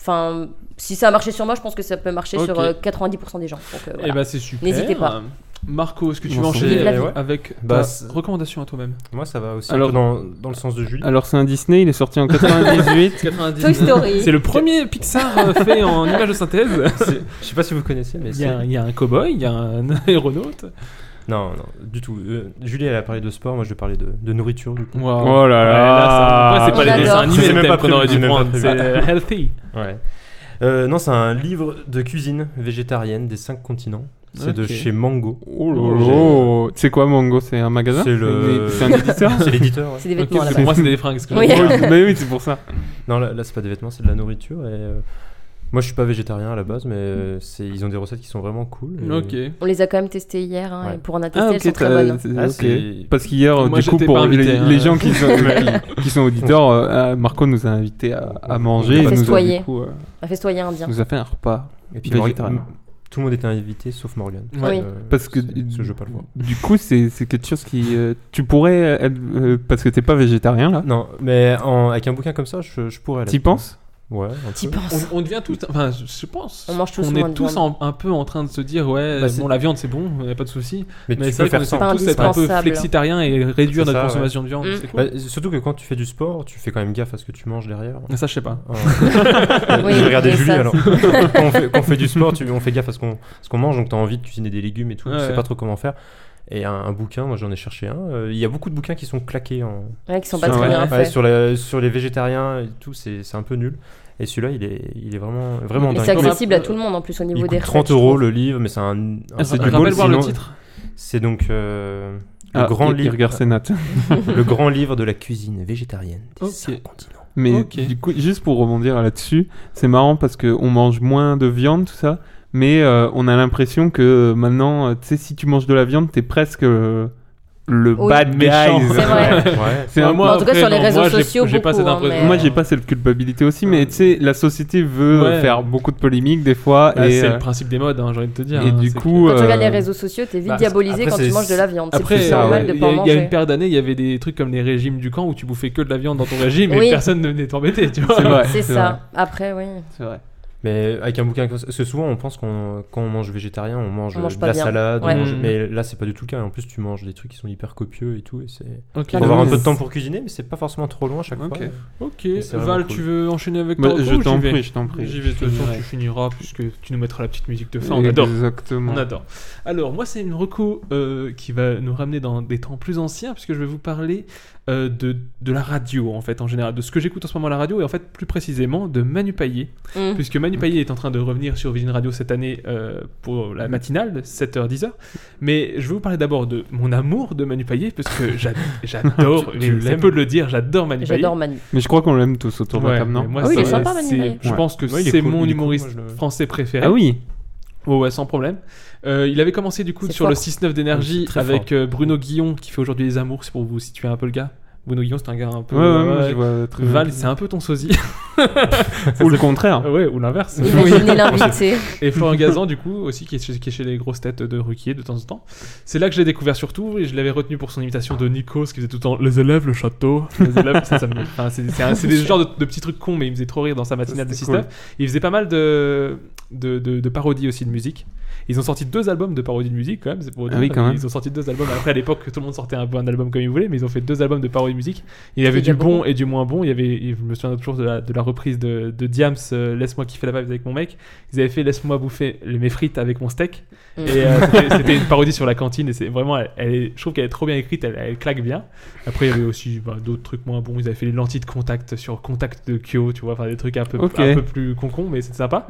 Speaker 9: Enfin, si ça a marché sur moi, je pense que ça peut marcher
Speaker 7: Ok.
Speaker 9: sur euh, 90% des gens. Donc, euh, voilà.
Speaker 7: Eh ben, c'est super.
Speaker 9: N'hésitez pas.
Speaker 7: Marco, est-ce que tu
Speaker 9: On
Speaker 7: veux
Speaker 9: s'en
Speaker 7: enchaîner
Speaker 9: vive la vie.
Speaker 7: avec- avec
Speaker 5: Bah,
Speaker 7: ta recommandation à toi-même
Speaker 5: Moi, ça va aussi
Speaker 7: Alors-
Speaker 5: un peu dans, dans le sens de Julie.
Speaker 8: Alors, c'est un Disney, il est sorti en 98.
Speaker 7: 90.
Speaker 9: Toy Story.
Speaker 7: C'est le premier Pixar euh, fait en image de synthèse.
Speaker 5: C'est- Je sais pas si vous connaissez, mais
Speaker 7: Il y, a,
Speaker 5: c'est.
Speaker 7: il y a un cowboy, il y a un aéronaute.
Speaker 5: Non, non, du tout. Euh, Julie, elle a parlé de sport, moi je vais parler de, de nourriture. Du coup.
Speaker 7: Wow.
Speaker 8: Oh là
Speaker 7: Ouais,
Speaker 8: là.
Speaker 7: là, c'est- après, c'est pas les
Speaker 9: J'adore.
Speaker 7: dessins animés,
Speaker 5: Ah. C'est
Speaker 7: le
Speaker 5: même
Speaker 7: thème
Speaker 5: pas
Speaker 7: qu'on aurait dû
Speaker 5: prévu, c'est
Speaker 7: prendre.
Speaker 5: même
Speaker 7: C'est
Speaker 5: pas
Speaker 7: euh, healthy.
Speaker 5: Ouais. Euh, non, c'est un livre de cuisine végétarienne des cinq continents. C'est de
Speaker 7: Ok.
Speaker 5: chez Mango.
Speaker 8: Oh là là. C'est quoi Mango C'est un magasin
Speaker 5: C'est le-
Speaker 8: C'est un éditeur
Speaker 5: C'est l'éditeur. ouais.
Speaker 9: C'est
Speaker 7: Ok,
Speaker 9: des vêtements
Speaker 7: parce que
Speaker 9: là-bas.
Speaker 7: pour moi, c'est des fringues. ce que je
Speaker 9: Oui.
Speaker 7: veux dire.
Speaker 8: Mais oui, c'est pour ça.
Speaker 5: Non, là, là, c'est pas des vêtements, c'est de la nourriture. Et, euh, moi, je suis pas végétarien à la base, mais euh, c'est- ils ont des recettes qui sont vraiment cool. et-
Speaker 7: Ok.
Speaker 9: On les a quand même testés hier, hein,
Speaker 5: Ouais.
Speaker 9: et pour en attester,
Speaker 8: Ah,
Speaker 9: elles sont
Speaker 8: ok.
Speaker 9: très bonnes.
Speaker 8: t'as-
Speaker 5: Ah,
Speaker 8: ok.
Speaker 5: c'est-
Speaker 8: Parce qu'hier, euh,
Speaker 7: Moi,
Speaker 8: du coup,
Speaker 7: j'étais
Speaker 8: pour
Speaker 7: pas invité,
Speaker 8: les,
Speaker 7: hein.
Speaker 8: les gens qui sont, qui- qui sont auditeurs, euh, euh, Marco nous a invités à, à manger. et nous a, du
Speaker 9: Festoyer.
Speaker 8: coup, euh,
Speaker 9: Un festoyen indien.
Speaker 8: nous a fait un repas.
Speaker 5: Et puis, Morgan- mm,
Speaker 8: Végétarien.
Speaker 5: tout le monde était invité sauf Morgan. Euh,
Speaker 9: Oui.
Speaker 8: Parce que Mm.
Speaker 5: je veux pas le voir.
Speaker 8: Du coup, c'est c'est quelque chose qui. euh, tu pourrais. euh, euh, parce que t'es pas végétarien là.
Speaker 5: Non, mais en- avec un bouquin comme ça, je, je pourrais. aller.
Speaker 8: T'y penses
Speaker 5: Ouais. un
Speaker 9: T'y
Speaker 5: peu.
Speaker 9: penses
Speaker 7: On, on devient tous, enfin, je- je pense,
Speaker 9: On mange tous
Speaker 7: qu'on
Speaker 9: moins
Speaker 7: est
Speaker 9: de
Speaker 7: tous
Speaker 9: viande.
Speaker 7: en- un peu en train de se dire, ouais,
Speaker 5: Bah, c'est-
Speaker 7: bon, la viande c'est bon, y a pas de souci.
Speaker 5: Mais,
Speaker 7: Mais
Speaker 5: tu
Speaker 7: c'est
Speaker 5: peux
Speaker 7: vrai qu'on
Speaker 5: faire ça.
Speaker 9: pas
Speaker 7: est tous être un peu
Speaker 9: indispensable.
Speaker 7: flexitarien et réduire notre
Speaker 5: C'est ça, ouais.
Speaker 7: consommation de viande.
Speaker 9: Mm.
Speaker 7: C'est cool.
Speaker 5: Bah, surtout que quand tu fais du sport, tu fais quand même gaffe à ce que tu manges derrière.
Speaker 7: Mais ça, je sais pas.
Speaker 5: Oh. Je regardais
Speaker 9: mais
Speaker 5: Julie
Speaker 9: ça,
Speaker 5: alors. quand, on fait, quand on fait du sport, tu- on fait gaffe à ce qu'on ce qu'on mange, donc t'as envie de cuisiner des légumes et tout,
Speaker 7: Ouais,
Speaker 5: tu sais
Speaker 7: ouais.
Speaker 5: pas trop comment faire. Et un, un bouquin, moi j'en ai cherché un. euh, Il y a beaucoup de bouquins qui sont claqués en,
Speaker 9: Ouais, qui sont pas
Speaker 5: sur,
Speaker 9: très
Speaker 5: ouais,
Speaker 9: bien
Speaker 5: ouais,
Speaker 9: faits.
Speaker 5: sur, la- sur les végétariens et tout, c'est c'est un peu nul. Et celui-là, il est, il est vraiment, vraiment
Speaker 9: Et
Speaker 5: dingue.
Speaker 9: c'est accessible à tout le monde en plus au
Speaker 5: Il
Speaker 9: niveau des
Speaker 5: coûte
Speaker 9: recettes.
Speaker 5: 30
Speaker 9: je
Speaker 5: euros
Speaker 9: trouve.
Speaker 5: le livre, mais c'est un. un-
Speaker 8: Ah, c'est
Speaker 5: un-
Speaker 8: du
Speaker 5: un-
Speaker 8: bol,
Speaker 7: Rappelle voir le
Speaker 5: sinon-
Speaker 7: titre.
Speaker 5: C'est donc euh, le,
Speaker 8: Ah,
Speaker 5: grand
Speaker 8: il- il
Speaker 5: livre,
Speaker 8: regarde ses notes.
Speaker 5: le grand livre de la cuisine végétarienne des
Speaker 7: Ok.
Speaker 5: cinq continents.
Speaker 8: Mais
Speaker 7: Ok.
Speaker 8: du coup, juste pour rebondir là-dessus, c'est marrant parce qu'on mange moins de viande, tout ça, mais euh, on a l'impression que euh, maintenant, euh, tu sais, si tu manges de la viande, t'es presque euh, le
Speaker 9: Oui.
Speaker 8: bad
Speaker 7: Méchant.
Speaker 8: guy.
Speaker 9: C'est vrai.
Speaker 5: Ouais.
Speaker 8: C'est un-
Speaker 9: moi, en tout cas,
Speaker 7: après,
Speaker 9: sur les
Speaker 7: non,
Speaker 9: réseaux
Speaker 7: moi, j'ai-
Speaker 9: sociaux,
Speaker 7: j'ai pas
Speaker 9: beaucoup,
Speaker 7: cette
Speaker 9: hein,
Speaker 7: impression.
Speaker 9: mais-
Speaker 8: Moi, j'ai pas cette culpabilité aussi, mais tu sais, la société veut euh,
Speaker 7: Ouais.
Speaker 8: faire beaucoup de polémiques des fois.
Speaker 7: Bah,
Speaker 8: et
Speaker 7: c'est
Speaker 8: euh,
Speaker 7: le principe des modes, hein, j'ai envie de te dire.
Speaker 8: et
Speaker 7: hein,
Speaker 8: du
Speaker 7: c'est
Speaker 8: coup,
Speaker 7: que-
Speaker 9: Quand tu regardes les
Speaker 8: euh,
Speaker 9: réseaux sociaux, t'es vite
Speaker 5: bah,
Speaker 9: diabolisé
Speaker 5: après,
Speaker 9: quand tu
Speaker 5: c'est-
Speaker 9: manges de la viande. C'est
Speaker 7: Après,
Speaker 9: plus
Speaker 7: euh,
Speaker 9: normal de
Speaker 7: il y
Speaker 9: pas
Speaker 7: a-
Speaker 9: en
Speaker 7: il y a une
Speaker 9: manger.
Speaker 7: paire d'années, il y avait des trucs comme les régimes du camp où tu bouffais que de la viande dans ton régime et
Speaker 9: Oui.
Speaker 7: personne ne venait t'embêter, tu vois.
Speaker 8: c'est vrai.
Speaker 9: C'est
Speaker 8: vrai,
Speaker 9: ça. Après, oui.
Speaker 8: c'est vrai.
Speaker 5: Mais avec un bouquin comme ça, parce que souvent on pense qu'on quand on mange végétarien, on mange,
Speaker 9: On mange
Speaker 5: de
Speaker 9: pas
Speaker 5: la
Speaker 9: bien.
Speaker 5: salade, on
Speaker 9: Ouais.
Speaker 5: mange-
Speaker 7: Mm.
Speaker 5: mais là c'est pas du tout le cas. Et En plus, tu manges des trucs qui sont hyper copieux et tout. Et c'est
Speaker 7: Ok,
Speaker 5: faut
Speaker 9: Ah,
Speaker 5: avoir un
Speaker 9: oui.
Speaker 5: peu de temps pour cuisiner, mais c'est pas forcément trop loin à chaque
Speaker 8: Ok.
Speaker 5: fois.
Speaker 7: ok.
Speaker 5: c'est vraiment
Speaker 7: Val,
Speaker 5: cool.
Speaker 7: tu veux enchaîner avec
Speaker 8: Bah,
Speaker 7: ton
Speaker 8: je
Speaker 7: recours ou
Speaker 8: t'en
Speaker 7: j'y vais
Speaker 8: prie, je t'en prie.
Speaker 7: J'y vais, de toute façon, tu finiras puisque tu nous mettras la petite musique de fin, on adore.
Speaker 8: Exactement.
Speaker 7: On adore. Alors, moi, c'est une reco euh, qui va nous ramener dans des temps plus anciens, puisque je vais vous parler euh, de, de la radio, en fait, en général, de ce que j'écoute en ce moment à la radio, et en fait, plus précisément, de Manu Payet,
Speaker 9: Mm.
Speaker 7: puisque Manu Payet est en train de revenir sur Virgin Radio cette année euh, pour la matinale, 7h-10h. Mais je vais vous parler d'abord de mon amour de Manu Payet, parce que j'a- j'adore,
Speaker 5: Tu- tu
Speaker 7: mais c'est
Speaker 5: l'aimes.
Speaker 7: peu de le dire, j'adore Manu Payet.
Speaker 9: J'adore Manu.
Speaker 8: Mais je crois qu'on l'aime tous autour de
Speaker 7: Ouais,
Speaker 8: la table, non
Speaker 7: mais moi,
Speaker 9: Ah oui, il est
Speaker 7: c'est-
Speaker 9: sympa, Manu
Speaker 7: c'est-
Speaker 9: Payet.
Speaker 7: Je
Speaker 8: Ouais.
Speaker 7: pense que
Speaker 5: Ouais, il est
Speaker 7: c'est
Speaker 5: cool,
Speaker 7: mon
Speaker 5: il est cool,
Speaker 7: humoriste
Speaker 5: moi, je le-
Speaker 7: français préféré.
Speaker 8: Ah oui.
Speaker 7: Ouais, ouais, sans problème. Euh, il avait commencé du coup
Speaker 9: C'est
Speaker 7: sur
Speaker 9: fort.
Speaker 7: le 6-9 d'énergie
Speaker 5: C'est très
Speaker 7: avec
Speaker 5: fort.
Speaker 7: euh, Bruno Guillon qui fait aujourd'hui les amours, c'est pour vous situer un peu le gars. Bruno Guillon, c'est un gars un peu.
Speaker 8: Ouais, ouais,
Speaker 7: Ouais.
Speaker 8: moi, je vois très bien.
Speaker 7: Val, c'est un peu ton sosie.
Speaker 8: Ou le contraire.
Speaker 5: Ah.
Speaker 7: ouais, ou l'inverse.
Speaker 9: Imaginez l'invité.
Speaker 7: Et Florian Gazan, du coup, aussi, qui est, chez, qui est chez les grosses têtes de Ruquier de temps en temps. C'est là que je l'ai découvert surtout, et je l'avais retenu pour son imitation de Nikos, qui faisait tout le temps les élèves, le château, les élèves. ça, ça me- enfin, c'est c'est un- c'est des genres de, de petits trucs cons, mais il me faisait trop rire dans sa matinale de
Speaker 8: c'était
Speaker 7: 6-9. Il faisait pas mal de, de, de- de parodies aussi de musique. Ils ont sorti deux albums de parodies de musique, quand même, c'est pour
Speaker 8: Ah oui, quand même.
Speaker 7: Ils ont sorti deux albums. Après, à l'époque, tout le monde sortait un peu un album comme il voulait, mais ils ont fait deux albums de parodies de musique. Il y avait
Speaker 9: Déjà
Speaker 7: du bon
Speaker 9: beaucoup.
Speaker 7: et du moins bon. Il y avait, je me souviens toujours de la, de la reprise de, de Diams, euh, Laisse-moi kiffer la vibe avec mon mec. Ils avaient fait Laisse-moi bouffer les- mes frites avec mon steak.
Speaker 9: Mm.
Speaker 7: Et euh, c'était- c'était une parodie sur la cantine. Et c'est vraiment, elle, elle est- je trouve qu'elle est trop bien écrite. Elle, elle claque bien. Après, il y avait aussi bah, d'autres trucs moins bons. Ils avaient fait les lentilles de contact sur Contact de Kyo, tu vois. Enfin, des trucs un peu,
Speaker 8: Ok.
Speaker 7: un peu plus concon, mais c'est sympa.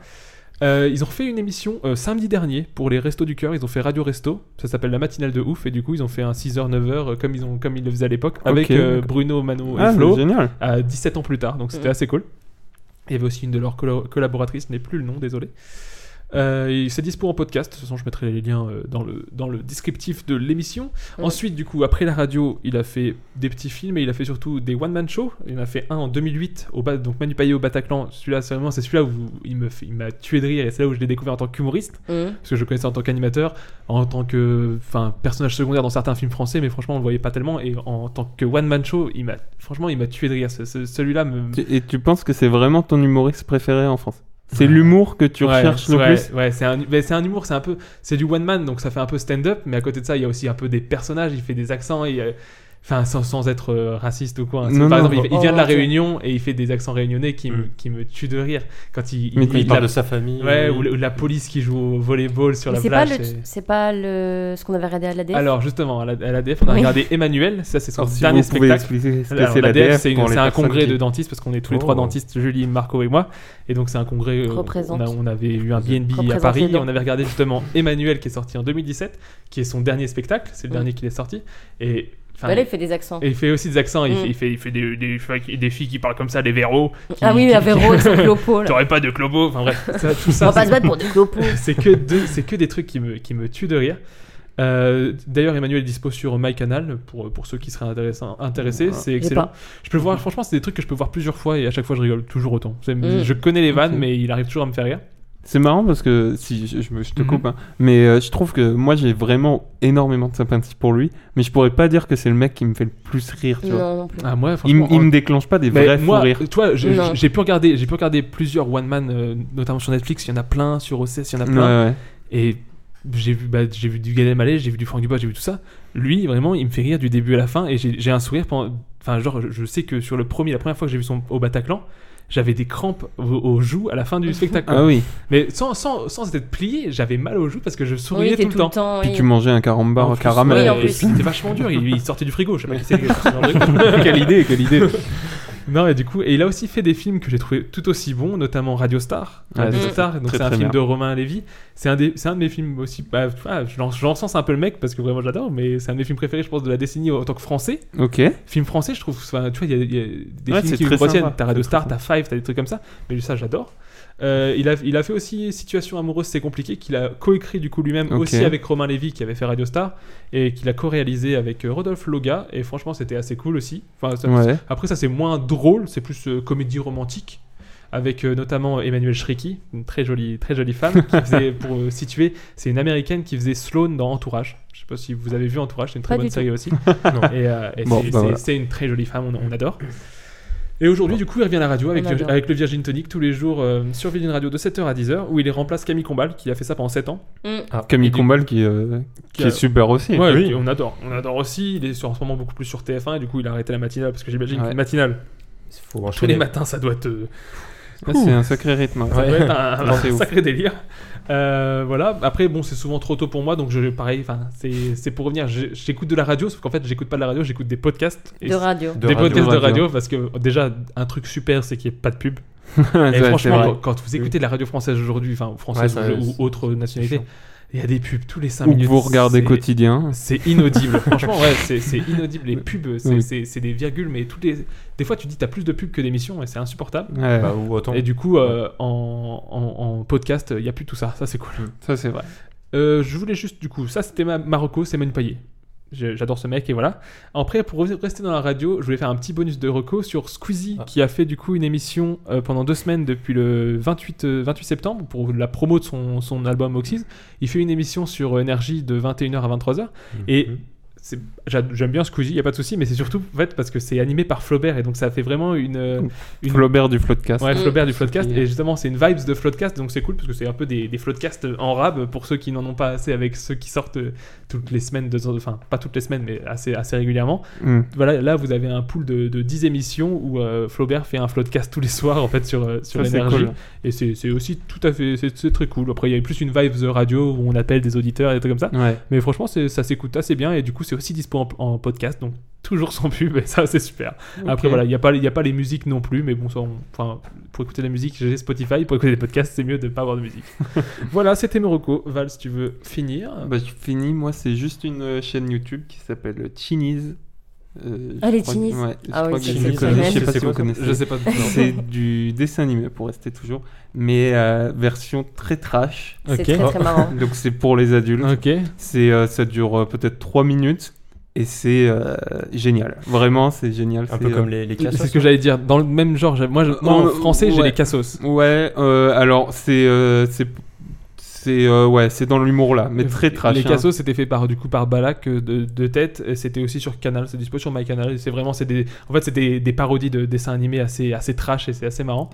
Speaker 7: Euh, ils ont fait une émission euh, samedi dernier pour les Restos du Cœur. Ils ont fait Radio Resto. Ça s'appelle La Matinale de Ouf. Et du coup, ils ont fait un 6h, 9h, euh, comme, ils ont, comme ils le faisaient à l'époque, avec euh, Bruno, Mano et
Speaker 8: Ah,
Speaker 7: Flo
Speaker 8: c'est génial.
Speaker 7: à 17 ans plus tard, donc c'était
Speaker 9: Mhm.
Speaker 7: assez cool. Il y avait aussi une de leurs collo- collaboratrices, je n'ai plus le nom, désolé. Euh, et c'est dispo en podcast. De toute façon, je mettrai les liens euh, dans, le, dans le descriptif de l'émission.
Speaker 5: Ouais.
Speaker 7: Ensuite, du coup, après la radio, il a fait des petits films et il a fait surtout des one-man shows. Il en a fait un en 2008, au Ba- donc Manu Payet au Bataclan. Celui-là, c'est vraiment, c'est celui-là où il me fait- il m'a tué de rire et c'est là où je l'ai découvert en tant qu'humoriste.
Speaker 9: Mhm.
Speaker 7: Parce que je le connaissais en tant qu'animateur, en tant que enfin, personnage secondaire dans certains films français, mais franchement, on le voyait pas tellement. Et en tant que one-man show, il m'a, franchement, il m'a tué de rire. Ce- ce- celui-là me.
Speaker 8: Tu- Et tu penses que c'est vraiment ton humoriste préféré en France C'est l'humour que tu
Speaker 7: Ouais,
Speaker 8: recherches le
Speaker 7: ouais,
Speaker 8: plus
Speaker 7: Ouais, c'est un, mais c'est un humour, c'est un peu, c'est du one man, donc ça fait un peu stand-up, mais à côté de ça, il y a aussi un peu des personnages, il fait des accents, et, euh, enfin sans, sans être euh, raciste ou quoi. hein. C'est-
Speaker 8: Non,
Speaker 7: par
Speaker 8: non,
Speaker 7: exemple, il,
Speaker 8: non.
Speaker 7: il vient de la
Speaker 8: Oh, ok. Mm.
Speaker 7: Réunion et il fait des accents réunionnais qui, me, qui me tuent de rire quand il,
Speaker 5: Mais il parle
Speaker 7: la-
Speaker 5: de sa famille.
Speaker 7: ouais, ou, le- ou la police qui joue au volleyball sur
Speaker 9: Mais
Speaker 7: la
Speaker 9: c'est pas,
Speaker 7: plage.
Speaker 9: le,
Speaker 7: c'est-
Speaker 9: c'est pas le, ce qu'on avait regardé à l'ADF
Speaker 7: alors justement, à la- à l'ADF, on a
Speaker 9: Oui.
Speaker 7: regardé Emmanuel, ça c'est son
Speaker 8: Alors, si
Speaker 7: dernier
Speaker 8: vous pouvez
Speaker 7: spectacle.
Speaker 8: expliquer ce que
Speaker 7: Alors,
Speaker 8: c'est
Speaker 7: l'ADF,
Speaker 8: l'ADF
Speaker 7: c'est une-
Speaker 8: pour les
Speaker 7: c'est un
Speaker 8: personnes
Speaker 7: congrès
Speaker 8: qui-
Speaker 7: de dentistes parce qu'on est tous les
Speaker 8: Oh.
Speaker 7: trois dentistes, Julie, Marco et moi. Et donc c'est un congrès, euh, on,
Speaker 9: Représente.
Speaker 7: a- on avait eu un BNB à
Speaker 9: Représente
Speaker 7: Paris
Speaker 9: les
Speaker 7: et
Speaker 9: dents.
Speaker 7: on avait regardé justement Emmanuel qui est sorti en 2017, qui est son dernier spectacle, c'est le
Speaker 9: Mm.
Speaker 7: dernier qu'il est sorti. Et enfin,
Speaker 9: Bah là, il fait des accents.
Speaker 7: et il fait aussi des accents, il,
Speaker 9: Mm.
Speaker 7: fait, il fait, il fait des, des- des filles qui parlent comme ça, des véros. qui-
Speaker 9: Ah oui,
Speaker 7: qui-
Speaker 9: la véro avec son clopo, là.
Speaker 7: T'aurais pas de clopo, enfin bref, ça, tout ça.
Speaker 9: On va pas
Speaker 7: c'est-
Speaker 9: se battre pour des clopos.
Speaker 7: c'est que deux- c'est que des trucs qui me qui me tuent de rire. Euh, D'ailleurs, Emmanuel est dispo sur MyCanal pour, pour ceux qui seraient intéressants- intéressés. C'est
Speaker 9: Et
Speaker 7: excellent.
Speaker 9: pas.
Speaker 7: Je peux voir, franchement, c'est des trucs que je peux voir plusieurs fois et à chaque fois je rigole toujours autant. C'est-
Speaker 8: Mm.
Speaker 7: Je connais les vannes,
Speaker 8: Ok.
Speaker 7: mais il arrive toujours à me faire rire.
Speaker 8: C'est marrant parce que si je, je me- je te
Speaker 7: Mhm.
Speaker 8: coupe, hein, mais euh, je trouve que moi j'ai vraiment énormément de sympathie pour lui, mais je pourrais pas dire que c'est le mec qui me fait le plus rire, tu vois.
Speaker 7: Non, non plus. Ah, moi,
Speaker 8: il, m-
Speaker 7: franchement,
Speaker 8: il
Speaker 7: en-
Speaker 8: me déclenche pas des
Speaker 7: Mais
Speaker 8: vrais
Speaker 7: moi,
Speaker 8: fous rires.
Speaker 7: Toi, je-
Speaker 8: Non.
Speaker 7: je- j'ai pu regarder, j'ai pu regarder plusieurs one man, euh, notamment sur Netflix. Il y en a plein sur OCS, il y en a plein.
Speaker 8: Ouais, ouais.
Speaker 7: Et j'ai vu, bah, j'ai vu du Gad Elmaleh, j'ai vu du Franck Dubois, j'ai vu tout ça. Lui, vraiment, il me fait rire du début à la fin, et j'ai j'ai un sourire. pendant- Enfin, genre, je- je sais que sur le premier, la première fois que j'ai vu son au Bataclan. J'avais des crampes aux, aux joues à la fin du spectacle.
Speaker 8: Ah oui.
Speaker 7: Mais sans, sans, sans être plié, j'avais mal aux joues parce que je souriais
Speaker 9: Oui, t'es
Speaker 7: tout, le temps.
Speaker 8: Puis tu mangeais un carambar
Speaker 7: En
Speaker 8: au
Speaker 7: plus,
Speaker 8: Bah, caramel.
Speaker 7: ouais, et puis C'était vachement dur, il, il sortait du frigo, je sais pas qui c'est.
Speaker 8: Quelle idée, quelle idée.
Speaker 7: Non, et du coup, et il a aussi fait des films que j'ai trouvé tout aussi bons, notamment Radio Star.
Speaker 8: Ouais,
Speaker 7: Radio
Speaker 8: tout à fait.
Speaker 7: Star, donc
Speaker 8: Très,
Speaker 7: c'est un
Speaker 8: très
Speaker 7: film
Speaker 8: bien.
Speaker 7: de Romain Lévy. C'est un, des- c'est un de mes films aussi. Bah, ah, je l'en- je l'encense un peu le mec parce que vraiment j'adore, mais c'est un de mes films préférés, je pense, de la décennie en tant que français.
Speaker 8: Ok.
Speaker 7: Film français, je trouve. enfin, Tu vois, il y a- il y, a des
Speaker 8: Ouais,
Speaker 7: films
Speaker 8: c'est
Speaker 7: qui
Speaker 8: très
Speaker 7: me retiennent.
Speaker 8: sympa.
Speaker 7: T'as Radio
Speaker 8: C'est
Speaker 7: Star, t'as Five, t'as des trucs comme ça. Mais ça, j'adore. Euh, il, a, il a fait aussi Situation amoureuse, c'est compliqué, qu'il a coécrit du coup lui-même
Speaker 8: Ok.
Speaker 7: aussi avec Romain Lévy qui avait fait Radio Star et qu'il a co-réalisé avec euh, Rodolphe Loga. Et franchement, c'était assez cool aussi. Enfin, ça-
Speaker 8: Ouais.
Speaker 7: Après, ça c'est moins drôle, c'est plus euh, comédie romantique avec euh, notamment Emmanuel Shriki, une très jolie, très jolie femme qui faisait, pour euh, situer, c'est une américaine qui faisait Sloane dans Entourage. Je sais pas si vous avez vu Entourage, c'est une très
Speaker 5: Pas
Speaker 7: bonne
Speaker 5: du
Speaker 7: série
Speaker 5: tout.
Speaker 7: aussi.
Speaker 5: Non.
Speaker 7: Et, euh, et
Speaker 5: Bon,
Speaker 7: c'est-
Speaker 5: bah
Speaker 7: c'est
Speaker 5: voilà.
Speaker 7: c'est une très jolie femme, on, on adore. Et aujourd'hui, du coup, il revient à la radio avec,
Speaker 5: On
Speaker 7: le,
Speaker 5: adore.
Speaker 7: avec le Virgin Tonic tous les jours euh, sur Virgin Radio de 7h à 10h où il remplace Camille Combal qui a fait ça pendant 7 ans.
Speaker 8: Camille
Speaker 7: Et du-
Speaker 8: Combal qui, euh, qui
Speaker 7: a-
Speaker 8: est super
Speaker 5: Eh
Speaker 8: aussi.
Speaker 7: Ouais, qui- on adore. On adore aussi. Il est sur, en ce moment beaucoup plus sur TF1 et du coup, il a arrêté la matinale parce que j'imagine
Speaker 8: Ouais.
Speaker 7: qu'une matinale.
Speaker 5: Faut
Speaker 7: tous
Speaker 5: enchaîner.
Speaker 7: les matins, ça doit te.
Speaker 8: Ah, c'est un sacré rythme.
Speaker 7: Ça
Speaker 8: Ouais.
Speaker 7: doit être un,
Speaker 8: Non,
Speaker 7: un
Speaker 8: c'est ouf.
Speaker 7: sacré délire. Euh, voilà. Après, bon, c'est souvent trop tôt pour moi, donc je, pareil. Enfin, c'est c'est pour revenir. je- J'écoute de la radio, sauf qu'en fait, j'écoute pas de la radio, j'écoute des podcasts.
Speaker 9: De radio.
Speaker 7: Des
Speaker 9: De radio.
Speaker 7: podcasts de
Speaker 9: De radio.
Speaker 7: radio, parce que déjà, un truc super, c'est qu'il n'y ait pas de pub.
Speaker 8: Ouais,
Speaker 7: Et
Speaker 8: c'est
Speaker 7: franchement,
Speaker 8: vrai.
Speaker 7: quand- quand vous écoutez de la radio française aujourd'hui, enfin française
Speaker 8: Ouais, ça,
Speaker 7: ou,
Speaker 8: c'est-
Speaker 7: ou autre nationalité, il y a des pubs tous les 5
Speaker 8: Ou que
Speaker 7: minutes.
Speaker 8: vous regardez
Speaker 7: c'est-
Speaker 8: quotidien.
Speaker 7: C'est inaudible. Franchement, ouais, c'est c'est inaudible. Les pubs, c'est
Speaker 8: Oui.
Speaker 7: c'est- c'est des virgules, mais toutes les... des fois, tu dis t'as plus de pubs que d'émissions et c'est insupportable.
Speaker 8: Ouais. Bah, ou autant.
Speaker 7: Et du coup, euh, en, en- en podcast, il n'y a plus tout ça. Ça, c'est cool.
Speaker 8: Ça, c'est vrai.
Speaker 7: Euh, je voulais juste, du coup, ça c'était ma Marocco, c'est Manu Payet. Je- J'adore ce mec et voilà. Après, pour revenir- rester dans la radio, je voulais faire un petit bonus de reco sur Squeezie qui a fait du coup une émission euh, pendant deux semaines depuis le 28, euh, 28 septembre pour la promo de son, son album Oxys. Il fait une émission sur euh, énergie de 21h à 23h et c'est- j'a- j'aime bien Squeezie, y a pas de souci, mais c'est surtout en fait parce que c'est animé par Flaubert et donc ça fait vraiment une, euh, une-
Speaker 8: Flaubert du Floodcast.
Speaker 7: Ouais,
Speaker 8: Mm.
Speaker 7: Flaubert du Floodcast.
Speaker 8: Qui-
Speaker 7: Et justement, c'est une vibes de Floodcast, donc c'est cool parce que c'est un peu des, des Floodcasts en rab pour ceux qui n'en ont pas assez avec ceux qui sortent euh, toutes les semaines, de, enfin pas toutes les semaines, mais assez, assez régulièrement.
Speaker 8: Mm.
Speaker 7: Voilà, là vous avez un pool de, de 10 émissions où euh, Flaubert fait un Floodcast tous les soirs en fait sur, euh, sur
Speaker 8: Ça, c'est
Speaker 7: l'énergie.
Speaker 8: cool.
Speaker 7: Et c'est c'est aussi tout à fait, c'est c'est très cool. Après, il y a plus une vibes radio où on appelle des auditeurs et des trucs comme ça.
Speaker 8: Ouais.
Speaker 7: Mais franchement, c'est- ça s'écoute assez bien et du coup, c'est aussi dispo en, en podcast. Donc, toujours sans pub et ça, c'est super. Après,
Speaker 8: Ok.
Speaker 7: voilà, il n'y a, pas- il y a pas les musiques non plus, mais bon, ça, on- enfin, pour écouter la musique, j'ai Spotify. Pour écouter les podcasts, c'est mieux de ne pas avoir de musique. voilà, c'était Morocco. Val, si tu veux finir.
Speaker 8: Bah, je finis, moi, c'est juste une euh, chaîne YouTube qui s'appelle Chinese. Euh,
Speaker 9: Ah,
Speaker 8: je
Speaker 9: les
Speaker 8: crois-
Speaker 9: Chinis.
Speaker 8: ouais,
Speaker 9: Ah
Speaker 8: je
Speaker 9: oui,
Speaker 8: crois
Speaker 9: c'est
Speaker 8: que je
Speaker 9: exceptionnel.
Speaker 8: connais, je sais pas
Speaker 7: C'est
Speaker 8: si vous
Speaker 7: quoi comme-
Speaker 8: connaissez.
Speaker 7: je sais pas.
Speaker 8: C'est du dessin animé pour rester toujours, mais euh, version très trash.
Speaker 9: C'est Ok. très, très marrant.
Speaker 8: Donc c'est pour les adultes.
Speaker 7: Ok.
Speaker 8: C'est euh, ça dure euh, peut-être 3 minutes et c'est euh, génial. Vraiment, c'est génial.
Speaker 5: Un
Speaker 8: c'est,
Speaker 5: peu comme
Speaker 8: euh,
Speaker 5: les, les
Speaker 7: C'est
Speaker 5: cassos,
Speaker 7: ce que j'allais dire. Dans le même genre, j'ai- moi, je- moi, en
Speaker 8: Euh,
Speaker 7: français, j'ai
Speaker 8: ouais.
Speaker 7: les cassos.
Speaker 8: Ouais, euh, alors c'est euh, c'est c'est euh, ouais, c'est dans l'humour là, mais très trash.
Speaker 7: Les
Speaker 8: hein.
Speaker 7: cassos, c'était fait par du coup par Balak euh, de, de tête. et C'était aussi sur Canal. C'est dispo sur MyCanal. C'est vraiment, c'est des, en fait, c'est des, des parodies de dessins animés assez, assez trash et c'est assez marrant.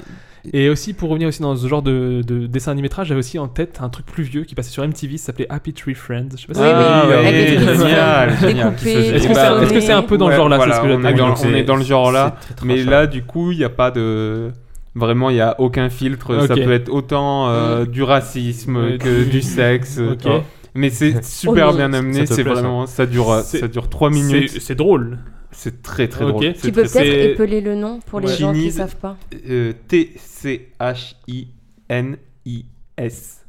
Speaker 7: Et aussi pour revenir aussi dans ce genre de, de dessin animé trash, j'avais aussi en tête un truc plus vieux qui passait sur MTV. Ça s'appelait Happy Tree Friends. Je sais pas si
Speaker 9: Oui,
Speaker 7: vous euh,
Speaker 8: Ah,
Speaker 9: oui,
Speaker 7: voyez,
Speaker 8: ouais,
Speaker 9: avec les
Speaker 8: génial,
Speaker 9: cristaux
Speaker 8: génial.
Speaker 9: découpés,
Speaker 7: Est-ce que c'est un- est-ce que c'est un peu dans le
Speaker 8: Ouais,
Speaker 7: genre là
Speaker 8: voilà,
Speaker 7: C'est ce que
Speaker 8: on, est
Speaker 7: j'attendais.
Speaker 8: dans,
Speaker 5: Donc
Speaker 8: on est
Speaker 5: c'est-
Speaker 8: dans le genre là,
Speaker 5: c'est très
Speaker 8: mais
Speaker 5: trash,
Speaker 8: là du coup il n'y a pas de vraiment il y a aucun filtre. Ça
Speaker 7: Ok.
Speaker 8: peut être autant euh, du racisme
Speaker 7: Ouais,
Speaker 8: que
Speaker 7: du-
Speaker 8: du sexe.
Speaker 7: Ok.
Speaker 8: tu vois. Mais c'est super
Speaker 9: oui.
Speaker 8: bien amené.
Speaker 5: Ça te
Speaker 8: C'est
Speaker 5: plaît, ça
Speaker 8: vraiment ça dure euh,
Speaker 7: C'est-
Speaker 8: ça dure 3
Speaker 7: C'est-
Speaker 8: minutes.
Speaker 7: C'est drôle.
Speaker 8: C'est très très
Speaker 7: Ok.
Speaker 8: drôle.
Speaker 7: Tu
Speaker 8: C'est
Speaker 9: Tu peux
Speaker 8: très-
Speaker 9: peut-être
Speaker 7: c'est-
Speaker 9: épeler le nom pour les
Speaker 8: Ouais.
Speaker 9: gens qui
Speaker 8: Chinis.
Speaker 9: savent pas.
Speaker 8: euh, T C H I N I S.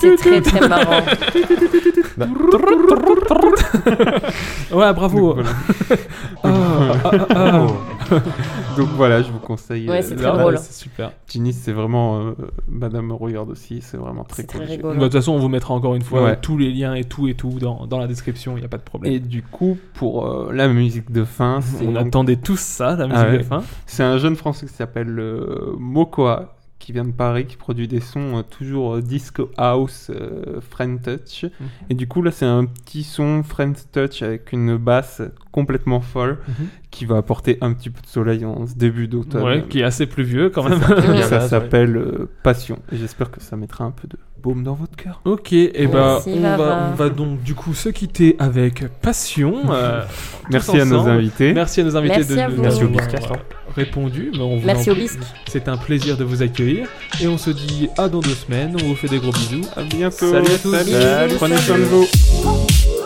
Speaker 9: C'est très très marrant.
Speaker 7: Ouais, bravo.
Speaker 8: Voilà.
Speaker 7: Ah, ah, ah, ah.
Speaker 8: Donc voilà, je vous conseille.
Speaker 9: Ouais,
Speaker 8: euh,
Speaker 9: c'est
Speaker 8: là.
Speaker 9: très drôle.
Speaker 7: C'est super.
Speaker 8: Ginny, c'est vraiment. euh, Madame regarde aussi, c'est vraiment très
Speaker 9: C'est très
Speaker 8: cool.
Speaker 9: rigolo.
Speaker 7: Bah, De toute façon, on vous mettra encore une fois
Speaker 8: Ouais.
Speaker 7: euh, tous les liens et tout et tout dans, dans la description, il n'y a pas de problème.
Speaker 8: Et du coup, pour euh, la musique de fin, c'est
Speaker 7: on
Speaker 8: donc-
Speaker 7: attendait tous ça, la musique
Speaker 8: Ah ouais.
Speaker 7: de fin.
Speaker 8: c'est un jeune français qui s'appelle euh, Mokoa, qui vient de Paris, qui produit des sons euh, toujours euh, disco house, euh, French touch.
Speaker 7: Mhm.
Speaker 8: Et du coup, là, c'est un petit son French touch avec une basse complètement folle
Speaker 7: Mhm.
Speaker 8: qui va apporter un petit peu de soleil en ce début d'automne.
Speaker 7: Ouais, qui est assez pluvieux quand même.
Speaker 8: Et
Speaker 5: Ouais.
Speaker 8: ça s'appelle euh, Passion. Et j'espère que ça mettra un peu de baume dans votre cœur.
Speaker 7: ok, et bah
Speaker 9: Merci,
Speaker 7: on va,
Speaker 9: Barbara.
Speaker 7: on va donc du coup se quitter avec passion. euh, tous
Speaker 8: Merci à nos
Speaker 7: ensemble.
Speaker 8: invités.
Speaker 7: Merci à nos invités
Speaker 9: Merci
Speaker 7: de
Speaker 9: à
Speaker 7: nous
Speaker 9: vous. Merci au
Speaker 7: avoir,
Speaker 5: Biscast, hein.
Speaker 7: euh, répondu. mais on vous
Speaker 9: Merci
Speaker 7: en
Speaker 9: au
Speaker 7: prie.
Speaker 9: bisque.
Speaker 7: C'est un plaisir de vous accueillir. Et on se dit à dans deux semaines. On vous fait des gros bisous.
Speaker 8: À bientôt.
Speaker 7: Salut à tous.
Speaker 8: Salut.
Speaker 9: Bisous,
Speaker 8: Prenez soin
Speaker 9: salut.
Speaker 8: de vous.
Speaker 10: Salut